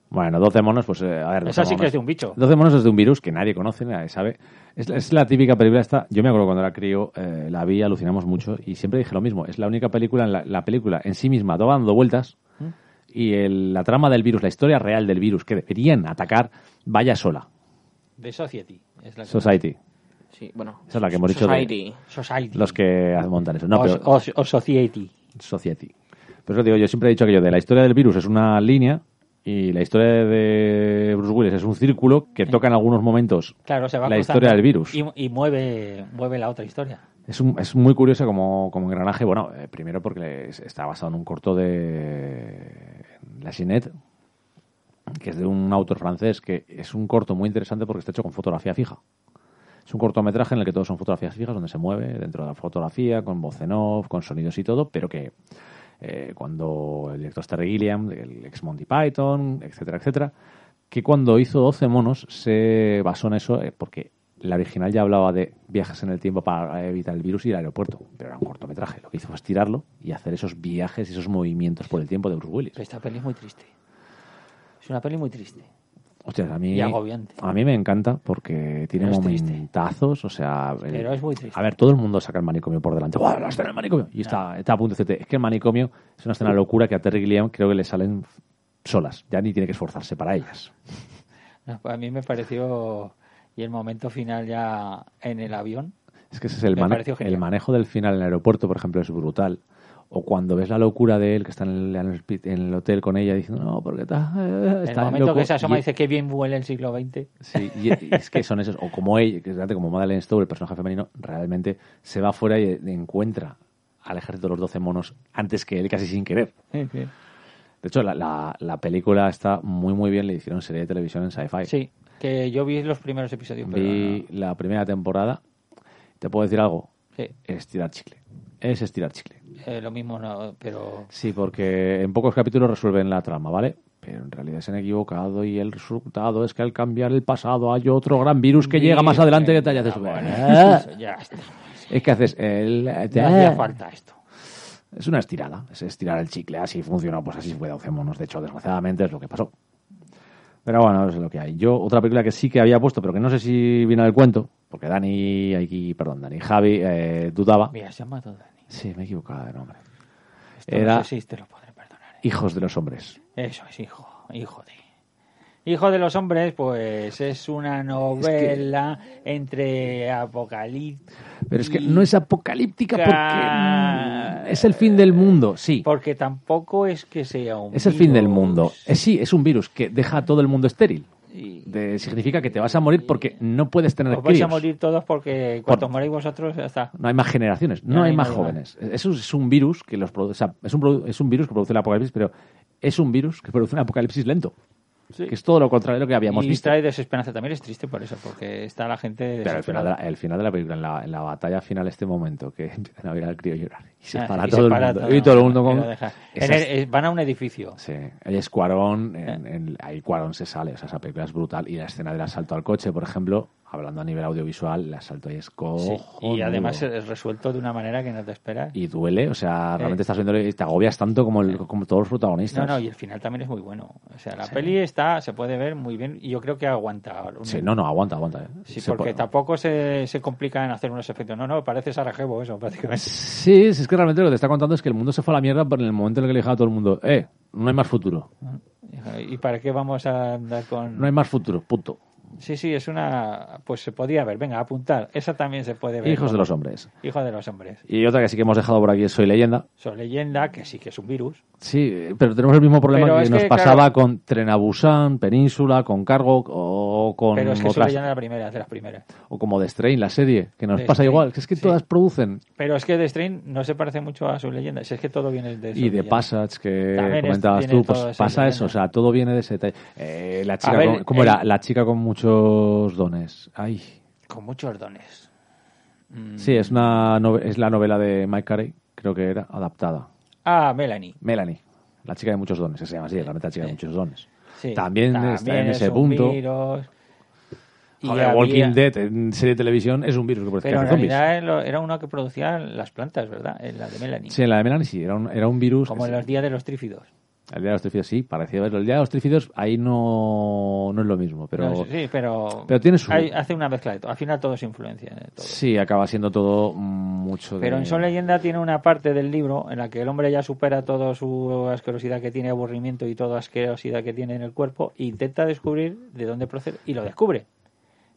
A: Bueno, 12 monos, pues eh, a ver. 12
B: Esa sí que
A: monos.
B: es de un bicho.
A: 12 monos es de un virus que nadie conoce, nadie sabe. Es, la- es la típica película esta. Yo me acuerdo cuando era crío, eh, la vi, alucinamos mucho y siempre dije lo mismo. Es la única película, en la, la película en sí misma, va dando vueltas
B: ¿Mm?
A: y el- la trama del virus, la historia real del virus que deberían atacar, vaya sola.
B: De Society. Es la que-
A: Society.
C: Sí, bueno.
A: Esa es la que hemos dicho de-
C: Society.
B: Society.
A: Los que montan eso. No,
B: O-
A: pero-
B: o, o Society.
A: Society. Pero eso digo, yo siempre he dicho aquello de la historia del virus es una línea y la historia de Bruce Willis es un círculo que toca en algunos momentos
B: Claro, se va
A: la
B: cruzando
A: historia del virus.
B: Y, y mueve, mueve la otra historia.
A: Es, un- es muy curioso como, como engranaje. Bueno, eh, primero porque es- está basado en un corto de La Sinet, que es de un autor francés, que es un corto muy interesante porque está hecho con fotografía fija. Es un cortometraje en el que todos son fotografías fijas, donde se mueve dentro de la fotografía, con voz en off, con sonidos y todo, pero que eh, cuando el director Terry Gilliam, el ex Monty Python, etcétera, etcétera, que cuando hizo 12 monos se basó en eso eh, porque la original ya hablaba de viajes en el tiempo para evitar el virus y el aeropuerto, pero era un cortometraje. Lo que hizo fue estirarlo y hacer esos viajes y esos movimientos por el tiempo de Bruce Willis.
B: Pero esta peli es muy triste. Es una peli muy triste.
A: Hostia, a mí,
B: Y agobiante.
A: a mí me encanta porque tiene
B: Pero es triste.
A: momentazos, o sea... el-
B: Pero es muy triste.
A: A ver, todo el mundo saca el manicomio por delante. ¡Buah, la escena del manicomio! Y está, está a punto de decirte, es que el manicomio es una escena locura que a Terry Gilliam creo que le salen solas. Ya ni tiene que esforzarse para ellas.
B: No, pues a mí me pareció. Y el momento final ya en el avión.
A: Es que ese es el,
B: Me
A: mane-
B: pareció genial.
A: el manejo del final en el aeropuerto, por ejemplo, es brutal. O cuando ves la locura de él, que está en el, en el hospi- en el hotel con ella diciendo, no, porque está, eh,
B: En el
A: está
B: momento
A: loco".
B: que se
A: Y-
B: asoma y dice que bien huele el siglo XX.
A: Sí, y e, y es que son esos. O como ella, que realmente como Madeleine Stowe, el personaje femenino, realmente se va fuera y encuentra al ejército de los 12 monos antes que él, casi sin querer. De hecho, la, la- la película está muy, muy bien. Le hicieron serie de televisión en Sci-Fi.
B: Sí, que yo vi los primeros episodios. Pero
A: Vi la primera temporada. Te puedo decir algo.
B: Sí,
A: Es tirar chicle. Es estirar chicle.
B: eh, lo mismo, no, pero.
A: Sí, porque en pocos capítulos resuelven la trama, ¿vale? Pero en realidad se han equivocado y el resultado es que al cambiar el pasado hay otro gran virus que llega más adelante que te hayas
B: Ah, bueno,
A: de
B: eso ya está.
A: Es que haces el... eh,
B: Ya hacía falta esto.
A: Es una estirada, es estirar el chicle. Así funcionó, pues así fue 12 monos. De hecho, desgraciadamente es lo que pasó. Pero bueno, es lo que hay. Yo, otra película que sí que había puesto, pero que no sé si vino del cuento, porque Dani, aquí, perdón, Dani, Javi, eh, dudaba.
B: Mira, se ha matado Dani.
A: Sí, me he equivocado de nombre.
B: Esto
A: Era
B: No sé si te lo podré perdonar. ¿eh?
A: Hijos de los Hombres.
B: Eso es, hijo, hijo de. Hijo de los hombres, pues es una novela entre apocalipsis.
A: Pero es que no es apocalíptica porque mm, es el fin del mundo, sí.
B: Porque tampoco es que sea un.
A: Es el fin del
B: virus.
A: mundo. Eh, sí, es un virus que deja a todo el mundo estéril.
B: Y-
A: De- significa que te vas a morir porque no puedes tener
B: Os vais a
A: críos.
B: morir todos porque cuanto moráis vosotros, ya está.
A: No hay más generaciones, no,
B: Ya,
A: hay
B: ahí
A: más
B: no hay
A: jóvenes. Eso es un virus que los produce, o sea, es un, produ- es un virus que produce el apocalipsis, pero es un virus que produce un apocalipsis lento, que es todo lo contrario de lo que habíamos
B: y
A: visto.
B: trae desesperanza. También es triste por eso, porque está la gente
A: Pero el final, de
B: desesperada.
A: la, el final de la película, en la, en la batalla final, este momento, que empiezan a ver al crío llorar y se
B: Ah,
A: para
B: y se
A: todo el
B: para
A: mundo. y todo el mundo
B: y
A: con...
B: lo deja. En
A: Esas-
B: el- Ah. eh, van a un edificio.
A: Sí, el escuadrón, en- en- ahí Cuarón se sale, o sea, esa película es brutal. Y la escena del asalto al coche, por ejemplo, hablando a nivel audiovisual, el asalto ahí es
B: Sí.
A: cojonudo.
B: Y además es resuelto de una manera que no te esperas.
A: Y duele, o sea, realmente estás viendo y te agobias tanto como, el- como todos los
B: No,
A: protagonistas.
B: no, y el final también es muy bueno. O sea, la peli está, se puede ver muy bien y yo creo que aguanta. ahora.
A: Sí, no, no, aguanta, aguanta. eh.
B: Sí,
A: Se
B: porque
A: puede.
B: tampoco se, se complica en hacer unos efectos. No, no, parece Sarajevo eso, prácticamente.
A: Sí, sí, es que realmente lo que te está contando es que el mundo se fue a la mierda pero en el momento en el que le dijeron a todo el mundo, eh, no hay más futuro,
B: ¿Y para qué vamos a andar con...?
A: no hay más futuro, punto.
B: Sí, sí, es una. Pues se podía ver, venga, apuntar. Esa también se puede ver.
A: Hijos de
B: ¿no?
A: los hombres.
B: Hijos de los hombres.
A: Y otra que sí que hemos dejado por aquí es Soy Leyenda.
B: Son leyenda, que sí que es un virus.
A: Sí, eh, pero tenemos el mismo problema
B: Pero
A: que
B: es
A: nos
B: que,
A: pasaba
B: claro-
A: con Trenabusan, Península, con Cargo o con
B: Pero es que Soy
A: otras-
B: leyenda es la primera, de las primeras.
A: o como The Strain, la serie, que nos
B: The
A: pasa
B: Strain,
A: igual, que es que
B: sí.
A: todas producen
B: Pero es que The Strain no se parece mucho a su leyenda. Si es que todo viene de
A: y de
B: Leyenda.
A: Passage que
B: También esto
A: comentabas
B: este tiene
A: tú, pues
B: todo ese
A: pasa
B: elemento.
A: eso, o sea, todo viene de ese detalle. Eh, la chica
B: A ver,
A: con- ¿cómo
B: el-
A: era? La chica con muchos dones. Ay.
B: Con muchos dones. Mm.
A: Sí, es una nove- es la novela de Mike Carey, creo que era adaptada.
B: Ah, Melanie.
A: Melanie, la chica de muchos dones, que se llama así, realmente la chica de muchos dones.
B: Sí.
A: también, está en
B: es
A: ese
B: un
A: punto.
B: virus. Y
A: Joder,
B: había-
A: Walking Dead en serie de televisión es un virus que parece que
B: Pero en
A: hace zombies.
B: realidad lo- era uno que producía las plantas, ¿verdad? En la de Melanie.
A: Sí, en la de Melanie sí, era un, era un virus.
B: Como
A: que
B: en
A: se-
B: los días de los trífidos.
A: El día de los trífidos sí, parecía verlo. El día de los trífidos ahí no, no es lo mismo, pero
B: No sé, sí, pero,
A: pero tiene su-
B: hay- hace una mezcla de todo. Al final todo se influencia. de todo.
A: sí, acaba siendo todo mucho
B: Pero
A: de...
B: en Son Leyenda tiene una parte del libro en la que el hombre ya supera toda su asquerosidad que tiene, aburrimiento y toda asquerosidad que tiene en el cuerpo e intenta descubrir de dónde procede y lo descubre.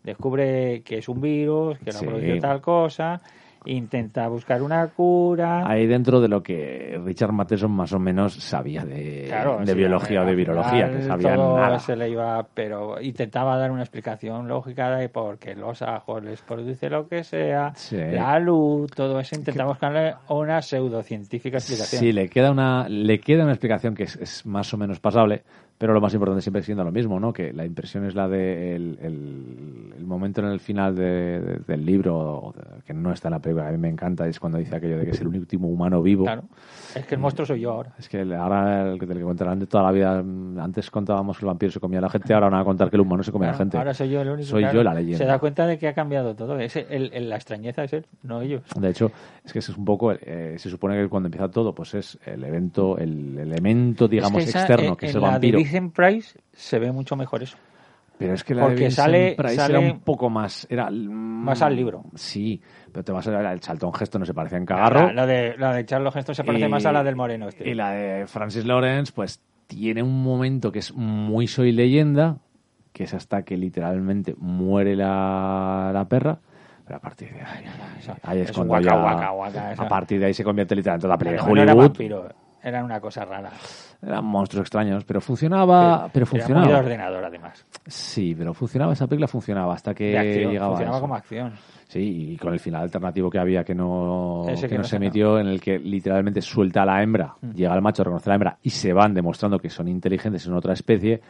B: Descubre que es un virus, que lo
A: Sí.
B: produce tal cosa, e intenta buscar una cura.
A: Ahí dentro de lo que Richard Matheson más o menos sabía de,
B: Claro,
A: de
B: sí,
A: biología o de
B: al
A: virología,
B: final
A: que sabía
B: todo
A: nada.
B: Se le iba, pero intentaba dar una explicación lógica de por qué los ajos les produce lo que sea,
A: Sí.
B: la luz, todo eso. Intentaba buscarle una pseudocientífica explicación.
A: Sí, le queda una, le queda una explicación que es, es más o menos pasable, pero lo más importante siempre siendo lo mismo, ¿no? Que la impresión es la de el, el- el momento en el final de- de- del libro, que no está en la película, que a mí me encanta, es cuando dice aquello de que es el último humano vivo.
B: Claro. Es que el monstruo soy yo ahora.
A: Es que el- ahora el que- del que contarán de toda la vida, mm, antes contábamos que el vampiro se comía a la gente, ahora van a contar que el humano se comía a la
B: Claro,
A: gente.
B: Ahora soy yo el único.
A: Soy
B: claro.
A: yo la leyenda.
B: Se da cuenta de que ha cambiado todo. Es el- el- la extrañeza es él, no ellos.
A: De hecho, es que ese es un poco, eh, se supone que cuando empieza todo, pues es el evento, el elemento, digamos,
B: Es que esa-
A: externo,
B: en-
A: que es
B: en
A: el
B: la de
A: vampiro.
B: Vincent Price se ve mucho mejor eso.
A: Pero es que la
B: Porque
A: de Vincent
B: sale-
A: Price
B: sale-
A: era un poco más. Era, más
B: al libro.
A: Sí, pero te vas a ver, el saltón gesto no se parecía en cagarro.
B: La, la de, la de Charles Heston se parece
A: Y-
B: más a la del Moreno. Este.
A: Y la de Francis Lawrence, pues tiene un momento que es muy soy leyenda, que es hasta que literalmente muere la, la perra. Pero a partir de ahí,
B: Eso-
A: ahí es,
B: es
A: cuando
B: un
A: ya.
B: guaca, guaca, guaca, eso.
A: a partir de ahí se convierte literalmente en toda pelea de
B: No era
A: Hollywood.
B: vampiro, era una cosa rara.
A: Eran monstruos extraños, pero funcionaba. Ah, pero funcionaba.
B: Era muy de ordenador, además.
A: Sí, pero funcionaba, esa película funcionaba hasta que
B: De acción,
A: Eh, llegaba.
B: funcionaba
A: eso.
B: como acción.
A: Sí, y con el final alternativo que había que no,
B: Ese
A: que
B: que
A: no
B: no
A: se Mm.
B: se
A: emitió, en el que literalmente suelta a la hembra, llega el macho, reconoce a la hembra y se van demostrando que son inteligentes en otra especie,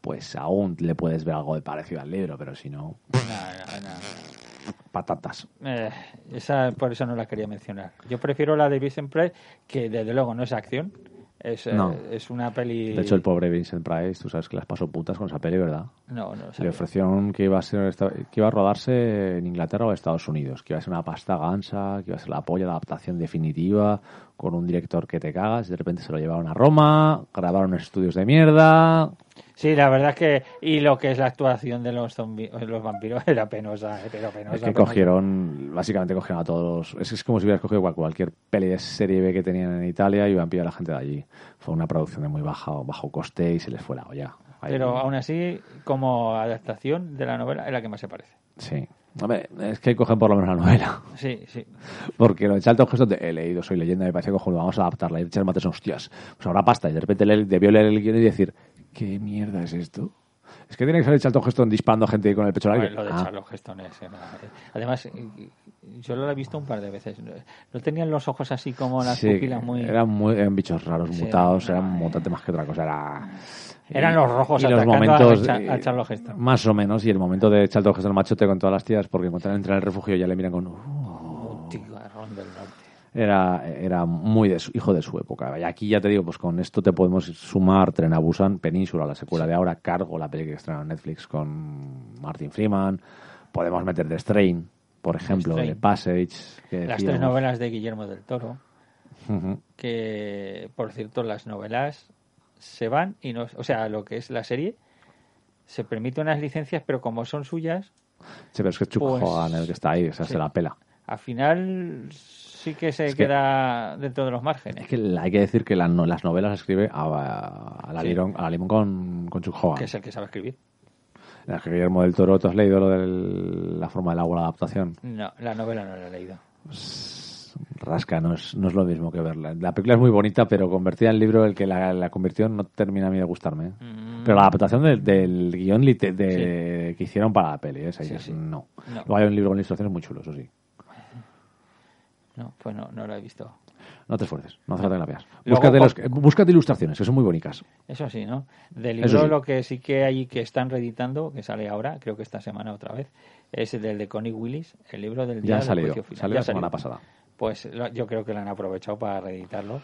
A: pues aún le puedes ver algo de parecido al libro, pero si no,
B: No, no,
A: patatas.
B: no. Eh, esa por eso no la quería mencionar. Yo prefiero la de Vincent Price, que desde luego no es acción. Es, eh,
A: No.
B: es una peli.
A: De hecho, el pobre Vincent Price, tú sabes que las pasó putas con esa peli, ¿verdad?
B: No, no,
A: Le
B: sabía.
A: ofrecieron que iba, a ser, esta- que iba a rodarse en Inglaterra o Estados Unidos, que iba a ser una pasta gansa, que iba a ser la polla de adaptación definitiva, con un director que te cagas, y de repente se lo llevaron a Roma, grabaron en estudios de mierda.
B: Sí, la verdad es que. Y lo que es la actuación de los zombi- eh, los vampiros era penosa, eh, pero penosa.
A: Es que
B: penosa.
A: cogieron, básicamente cogieron a todos los... Es, es como si hubieras cogido cual- cualquier peli de serie B que tenían en Italia y hubieran pillado a la gente de allí. Fue una producción de muy baja, bajo coste y se les fue la olla. Ahí-
B: Pero aún así, como adaptación de la novela, es la que más se parece.
A: Sí. Hombre, es que cogen por lo menos la novela.
B: Sí, sí.
A: Porque lo de Charlton Heston, de- he leído, soy leyenda, me parece cojonudo, vamos a adaptarla. Y Richard Matheson, hostias, pues habrá pasta. Y de repente le, debió leer el guión y decir, ¿qué mierda es esto? Es que tiene que salir Charlton Heston disparando a gente con el pecho al aire.
B: Lo de
A: Ah,
B: Charles Heston es, eh, nada, eh. Además, eh, yo lo he visto un par de veces. No- No tenían los ojos así como las
A: sí,
B: pupilas muy.
A: eran, muy- eran bichos raros,
B: Sí,
A: mutados,
B: no,
A: eran
B: eh.
A: mutantes más que otra cosa. Era...
B: Eran los rojos
A: y los
B: atacando
A: momentos,
B: a, Cha- a
A: eh,
B: Charles Heston.
A: Más o menos, y el momento de Charlton Heston machote con todas las tías, porque cuando entran en el refugio ya le miran con... "Uh".
B: Un tigarrón del norte.
A: Era, era muy de su, hijo de su época. Y aquí ya te digo, pues con esto te podemos sumar Tren a Busan, Península, la secuela de ahora, Cargo, la peli que estrenó en Netflix con Martin Freeman. Podemos meter The Strain, por ejemplo,
B: Strain.
A: The Passage. que
B: Las
A: decíamos.
B: tres novelas de Guillermo del Toro,
A: Ujú.
B: que por cierto, las novelas se van y no. O sea, lo que es la serie, se permite unas licencias, pero como son suyas,
A: Sí, pero es que Chuck
B: Pues-
A: Hogan el que está ahí, o sea,
B: sí.
A: se la pela.
B: al final sí que se
A: Es que-
B: queda dentro de los
A: Es
B: márgenes,
A: que la- hay que decir que la no- las novelas las escribe a, a la,
B: Sí.
A: Liron- a la Limón con, con Chuck Hogan.
B: que es el que sabe escribir.
A: Es que Guillermo del Toro, ¿tú has leído lo de la forma del agua, la adaptación?
B: No, la novela no la he leído.
A: Rasca, no es, no es lo mismo que verla. La película es muy bonita, pero convertida en libro, el que la, la convirtió no termina a mí de gustarme. ¿eh?
B: Mm,
A: Pero la adaptación del, del guión lite- de, que hicieron para la peli, ¿eh? esa ya es-
B: sí.
A: no.
B: No.
A: Luego hay un libro con ilustraciones muy chulo, eso sí.
B: No, pues no, no la he visto.
A: No te esfuerces, no hace falta que la veas.
B: Luego,
A: Búscate,
B: con-
A: los, eh, búscate ilustraciones, que son muy bonitas.
B: Eso sí, ¿no? Del
A: Eso
B: libro
A: sí.
B: lo que sí que hay que están reeditando, que sale ahora, creo que esta semana otra vez, es el del de Connie Willis, el libro del día
A: Ya ha
B: del
A: salido,
B: juicio final.
A: salió
B: Ya
A: la semana
B: salió.
A: pasada.
B: Pues lo- yo creo que lo han aprovechado para reeditarlo.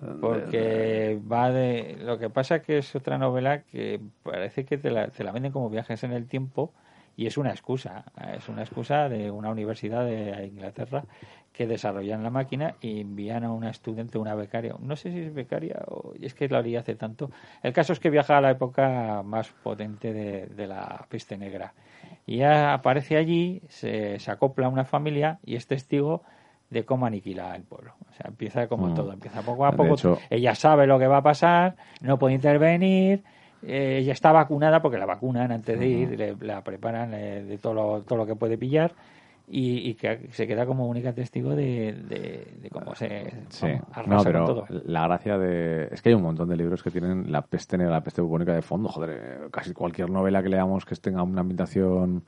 A: Eh,
B: Porque va de. Lo que pasa que es otra novela que parece que te la, te la venden como viajes en el tiempo y es una excusa. Es una excusa de una universidad de Inglaterra que desarrollan la máquina y envían a una estudiante, una becaria. No sé si es becaria o. y Es que la leí hace tanto. El caso es que viaja a la época más potente de, de la peste negra. Y ya aparece allí, se, se acopla a una familia y es testigo de cómo aniquila el pueblo. O sea, empieza como
A: Mm.
B: todo, empieza poco Pues a
A: De
B: poco.
A: hecho-
B: ella sabe lo que va a pasar, no puede intervenir, eh, ella está vacunada porque la vacunan antes de ir, le- la preparan eh, de todo lo, todo lo que puede pillar y, y que se queda como única testigo de, de- de cómo se
A: Sí,
B: vamos, arrasa
A: no,
B: con
A: pero
B: todo.
A: la gracia de. Es que hay un montón de libros que tienen la peste negra, la peste bubónica de fondo. Joder, eh, casi cualquier novela que leamos que tenga una ambientación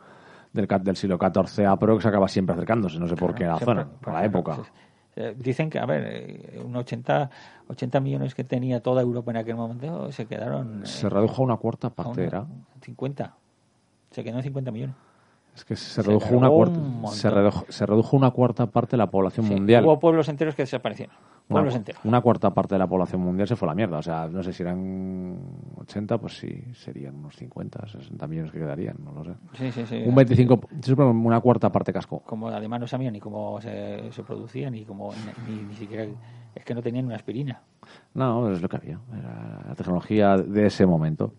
A: del, cat- del siglo XIV a Prox acaba siempre acercándose, no sé por qué a la
B: Siempre,
A: zona,
B: por
A: por la
B: ejemplo,
A: época.
B: sí, sí. Eh, Dicen que, a ver, eh, un 80, 80 millones que tenía toda Europa en aquel momento se quedaron. eh,
A: Se redujo a una cuarta
B: a
A: parte,
B: una-
A: era.
B: 50. Se quedó en 50 millones.
A: Es que se redujo,
B: cargó
A: una,
B: un
A: cuarta,
B: montón.
A: se, redujo, se redujo una cuarta parte de la población
B: Sí,
A: mundial.
B: Hubo pueblos enteros que desaparecieron.
A: Una,
B: Pueblos enteros.
A: una cuarta parte de la población mundial se fue a la mierda. O sea, no sé si eran 80, pues sí, serían unos 50, 60 millones que quedarían, no lo sé.
B: Sí, sí, sí.
A: Un 25, se supone una cuarta parte casco.
B: Como además no sabían ni cómo se, se producía, ni, cómo, ni, ni siquiera. Es que no tenían una aspirina.
A: No, es lo que había, era la tecnología de ese momento.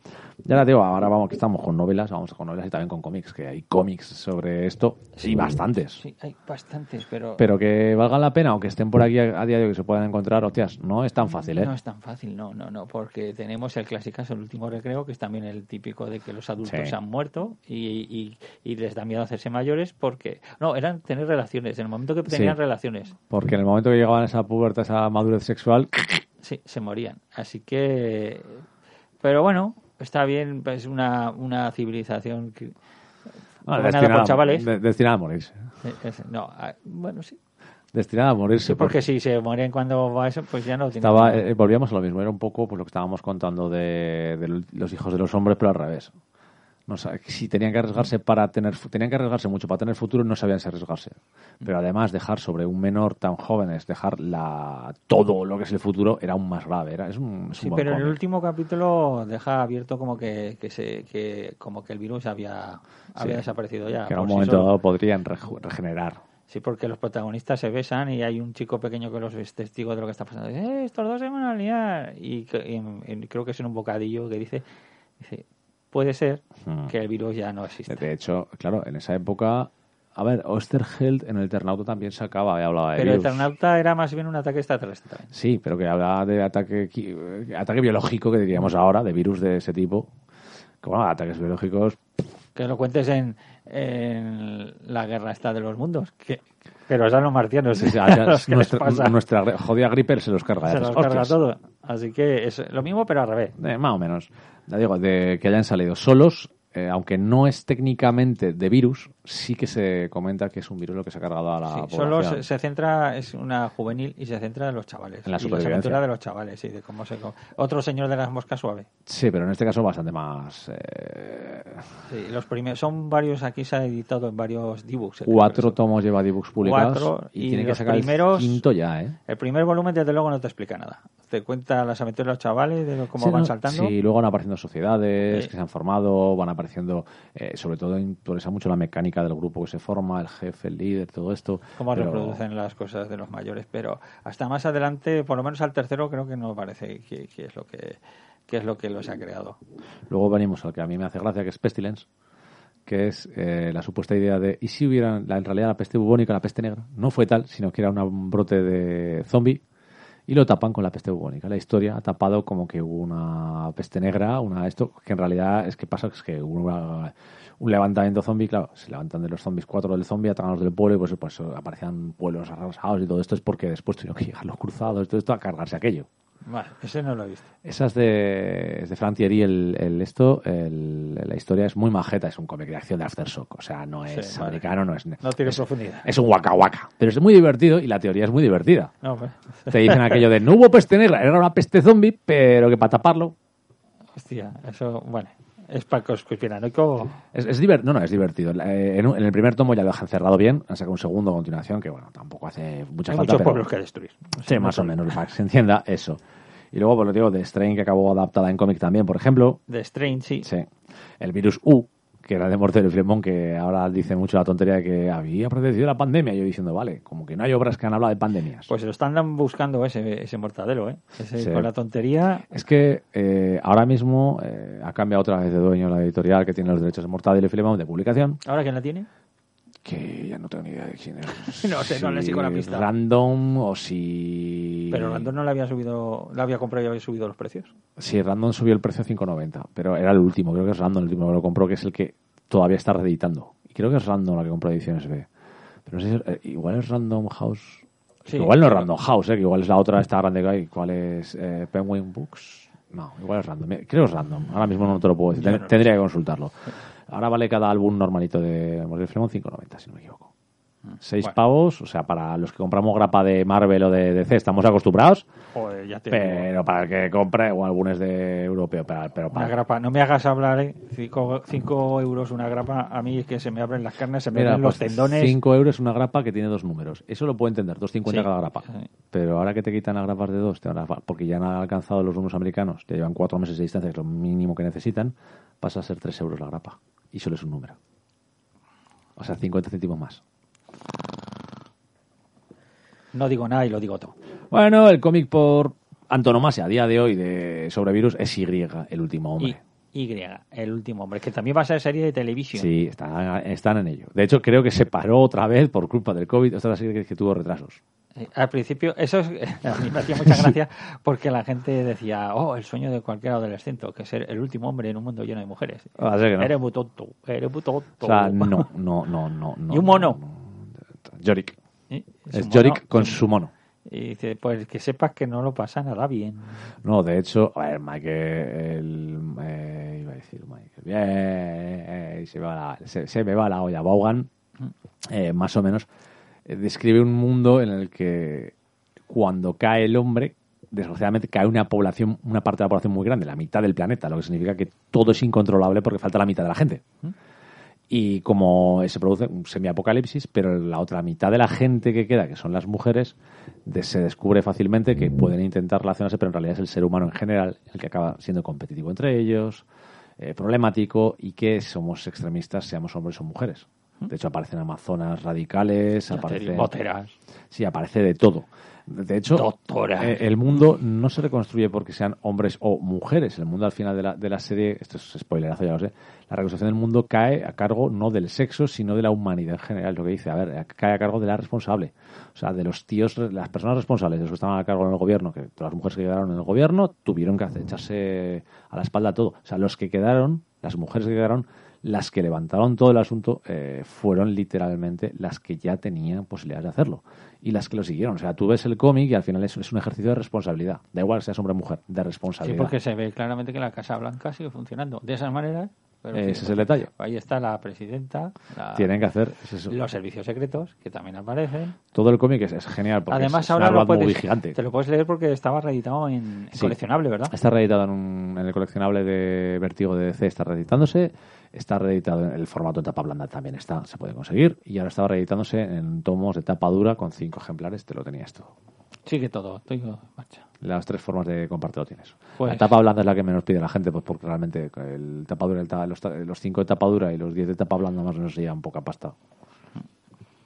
A: Ya la digo, ahora vamos que estamos con novelas, vamos con novelas y también con cómics, que hay cómics sobre esto y bastantes.
B: Sí, hay bastantes, pero.
A: Pero que valgan la pena o que estén por aquí a, a día de hoy que se puedan encontrar, hostias, no es tan fácil, ¿eh?
B: No es tan fácil, no, no, no, porque tenemos el clásicazo, el último recreo, que es también el típico de que los adultos
A: Sí.
B: han muerto y, y- y les da miedo hacerse mayores porque... No, eran tener relaciones, en el momento que tenían
A: Sí.
B: relaciones,
A: Porque en el momento que llegaban a esa pubertad, a esa madurez sexual,
B: Pues sí, se morían. Así que... Pero bueno, está bien, es una, una civilización que...
A: Ah,
B: gobernada por pues, chavales.
A: de- destinada a morirse.
B: Eh, es- no, ah, bueno, sí.
A: Destinada a morirse.
B: Sí, porque si se mueren cuando va eso, pues ya no tienen...
A: Estaba, eh, volvíamos a lo mismo, era un poco pues, lo que estábamos contando de, de los hijos de los hombres, pero al revés. No, sa- si tenían que arriesgarse para tener fu- tenían que arriesgarse mucho para tener futuro no sabían si arriesgarse pero además dejar sobre un menor tan joven es dejar la todo lo que es el futuro era aún más grave era es un, es un ¿eh?
B: Sí,
A: buen
B: pero en el
A: cómic.
B: último capítulo deja abierto como que, que se que como que el virus había había
A: Sí.
B: desaparecido ya.
A: que en un
B: por sí
A: momento
B: solo.
A: dado podrían reju- regenerar
B: Sí, porque los protagonistas se besan y hay un chico pequeño que los es testigo de lo que está pasando. Dice, "Eh, estos dos se van a liar. Y, que- y en- en- creo que es en un bocadillo que dice, dice puede ser
A: Hmm. Este
B: que el virus ya no exista.
A: de hecho claro en esa época a ver Osterheld en el Eternauto también sacaba había hablaba de
B: Pero el
A: virus.
B: Eternauta era más bien un ataque extraterrestre también.
A: Sí, pero que hablaba de ataque, qui- eh, ataque biológico, que diríamos ahora, de virus de ese tipo. Que bueno, ataques biológicos.
B: Que lo cuentes en, en la guerra esta de los mundos. Que, pero eran los marcianos.
A: o sea, Ah, ya
B: los que les pasa.
A: nuestra, nuestra gri- jodida gripe se los carga.
B: se
A: Dices,
B: los carga
A: "Hostias".
B: todo. Así que es lo mismo, pero al revés.
A: Eh, más o menos. Ya digo, de que hayan salido solos, eh, aunque no es técnicamente de virus, sí que se comenta que es un virus lo que se ha cargado a la
B: Sí,
A: población.
B: solo se, se centra, es una juvenil y se centra en los
A: En
B: chavales.
A: la
B: y las
A: supervivencia.
B: aventuras de los chavales y de cómo se. co- Otro señor de las moscas suave.
A: Sí, pero en este caso bastante más... eh,
B: Sí, los primeros, son varios, aquí se ha editado en varios dibujos.
A: cuatro tomos lleva Dibux publicados
B: Cuatro,
A: y,
B: y
A: tiene que
B: los
A: sacar
B: primeros-
A: el quinto ya, ¿eh?
B: El primer volumen, desde luego, no te explica nada. Te cuenta las aventuras de los chavales, de lo- cómo
A: Sí,
B: van
A: ¿no?
B: saltando.
A: Sí, luego van apareciendo sociedades
B: Sí.
A: que se han formado, van apareciendo, eh, sobre todo interesa mucho la mecánica del grupo que se forma, el jefe, el líder, todo esto.
B: cómo
A: pero-
B: reproducen las cosas de los mayores, pero hasta más adelante, por lo menos al tercero, creo que no parece que, que es lo que, que es lo que los ha creado.
A: Luego venimos al que a mí me hace gracia, que es Pestilence, que es eh, la supuesta idea de, ¿y si hubieran la- en realidad la peste bubónica, la peste negra? No fue tal, sino que era una- un brote de zombie y lo tapan con la peste bubónica. La historia ha tapado como que hubo una peste negra, una esto, que en realidad es que pasa es que hubo una- un levantamiento zombie, claro, se levantan de los zombies cuatro del zombie, atacan a los del pueblo y pues, pues aparecían pueblos arrasados y todo esto es porque después tuvieron que llegar los cruzados, todo esto a cargarse aquello.
B: Vale, ese no lo he visto.
A: Esas de, es de Frank Thierry, el, el esto, el- la historia es muy majeta, es un cómic de acción de Aftershock, o sea, no es
B: Sí, vale.
A: americano, no es...
B: No tiene
A: es-
B: profundidad.
A: Es un waka waka, pero es muy divertido y la teoría es muy divertida.
B: No, pues, hombre.
A: Te dicen aquello de no hubo peste negra, era una peste zombie, pero que para taparlo.
B: Hostia, eso, bueno, es para conspiranoico.
A: Es, es diver- no, no, es divertido. La- eh, En, un- en el primer tomo ya lo han cerrado bien, han sacado un segundo a continuación, que bueno, tampoco hace mucha
B: Hay
A: falta.
B: muchos
A: pero-
B: pueblos que destruir.
A: Sí, más o menos, para que se entienda eso. Y luego, por lo digo, de Strain, que acabó adaptada en cómic también, por ejemplo.
B: De Strange, sí.
A: Sí. El virus U, que era de Mortal y Flemón, que ahora dice mucho la tontería de que había predecido la pandemia. Yo diciendo, vale, como que no hay obras que han hablado de pandemias.
B: Pues lo están buscando ese, ese mortadelo, ¿eh? Ese,
A: Sí.
B: Con la tontería.
A: Es que eh, ahora mismo eh, ha cambiado otra vez de dueño la editorial que tiene los derechos de Mortadelo y Filemón de publicación,
B: ¿Ahora quién la tiene?
A: que ya no tengo ni idea de quién es.
B: No sé, no le
A: Si
B: sigo la pista.
A: Random o si...
B: Pero Random no la había subido, la había comprado y había subido los precios.
A: Sí, Random subió el precio a 5.90, pero era el último, creo que es Random el último que lo compró, que es el que todavía está reeditando. Y creo que es Random la que compró ediciones B. Pero no sé, si- eh, igual es Random House...
B: Sí.
A: igual no es Random House, eh, que igual es la otra, esta grande que hay. ¿Cuál es? Eh, Penguin Books. No, igual es random. Me- Creo que es random. Ahora mismo no te lo puedo decir.
B: Yo
A: Ten-
B: no lo
A: Tendría que consultarlo. Ahora vale cada álbum normalito de Mortal Fremont 5.90, si no me equivoco. Seis
B: Ah, bueno.
A: pavos, o sea, para los que compramos grapa de Marvel o de DC estamos acostumbrados,
B: Joder, eh, ya te digo.
A: pero para el que compre, o algunos de europeo, pero, pero
B: Una
A: para
B: grapa, no me hagas hablar, ¿eh? Cinco, cinco euros una grapa, a mí es que se me abren las carnes, se me
A: Mira,
B: abren los
A: pues,
B: tendones.
A: cinco euros una grapa que tiene dos números. Eso lo puedo entender, 2,50
B: Sí.
A: cada grapa.
B: Sí.
A: Pero ahora que te quitan las grapas de dos, te van a- porque ya han alcanzado los números americanos, ya llevan cuatro meses de distancia, que es lo mínimo que necesitan, pasa a ser tres euros la grapa. Y solo es un número. O sea, 50 céntimos más.
B: No digo nada y lo digo todo.
A: Bueno, el cómic por antonomasia a día de hoy de sobre virus es Y, el último hombre.
B: Y, y, el último hombre, que también va a ser serie de televisión.
A: Sí, están, están en ello. De hecho, creo que se paró otra vez por culpa del COVID. Esta es la serie que- que tuvo retrasos.
B: Eh, Al principio, eso es, a mí me hacía mucha gracia porque la gente decía, oh, el sueño de cualquier adolescente, que es ser el último hombre en un mundo lleno de mujeres.
A: Ah, sí que no.
B: Eres muy tonto, eres muy tonto.
A: O sea, no, no, no, no. no
B: Y un mono.
A: no, no. Yorick.
B: ¿Eh?
A: Es
B: un
A: Yorick
B: mono.
A: con su mono.
B: Y dice, pues que sepas que no lo pasa nada bien.
A: No, de hecho, a ver, Michael. eh, iba a decir Michael. Bien, eh, eh, se, me va la, se- se me va la olla. Vaughan, eh, más o menos, eh, describe un mundo en el que cuando cae el hombre, desgraciadamente cae una población, una parte de la población muy grande, la mitad del planeta, lo que significa que todo es incontrolable porque falta la mitad de la gente. y como se produce un semiapocalipsis, pero la otra mitad de la gente que queda, que son las mujeres, de- se descubre fácilmente que pueden intentar relacionarse, pero en realidad es el ser humano en general el que acaba siendo competitivo entre ellos, eh, problemático y que somos extremistas, seamos hombres o mujeres. De hecho, aparecen amazonas radicales, aparecen...
B: Boteras.
A: Sí, aparece de todo. De hecho,
B: Doctora.
A: eh, el mundo no se reconstruye porque sean hombres o mujeres. El mundo al final de la, de la serie, esto es spoilerazo, ya lo sé, la reconstrucción del mundo cae a cargo no del sexo, sino de la humanidad en general, lo que dice. A ver, cae a cargo de la responsable. O sea, de los tíos, las personas responsables, de los que estaban a cargo en el gobierno, que todas las mujeres que quedaron en el gobierno tuvieron que hacer- echarse a la espalda todo. O sea, los que quedaron, las mujeres que quedaron, las que levantaron todo el asunto eh, fueron literalmente las que ya tenían posibilidades de hacerlo y las que lo siguieron. O sea, tú ves el cómic y al final es, es un ejercicio de responsabilidad. Da igual seas hombre o mujer, de
B: Sí,
A: responsabilidad.
B: porque se ve claramente que la Casa Blanca sigue funcionando de esas maneras. pero
A: Ese
B: sí,
A: es el detalle.
B: Ahí está la presidenta, la-
A: Tienen que hacer es eso.
B: los servicios secretos, que también aparecen.
A: todo el cómic es, es genial. Porque
B: Además,
A: es- es
B: ahora
A: una
B: lo
A: Batman
B: puedes,
A: movie gigante.
B: te lo puedes leer porque estaba reeditado en, en
A: Sí.
B: coleccionable, ¿verdad?
A: Está reeditado en, un- en el coleccionable de Vertigo de DC, está reeditándose. Está reeditado en el formato de tapa blanda también está, se puede conseguir. Y ahora estaba reeditándose en tomos de tapa dura con cinco ejemplares, te lo tenías todo.
B: Sí, que todo, estoy en marcha.
A: Las tres formas de compartirlo tienes.
B: Pues-
A: la tapa blanda es la que menos pide la gente, pues porque realmente el tapa dura, el ta- los, ta- los cinco de tapa dura y los 10 de tapa blanda más o menos se llevan poca pasta.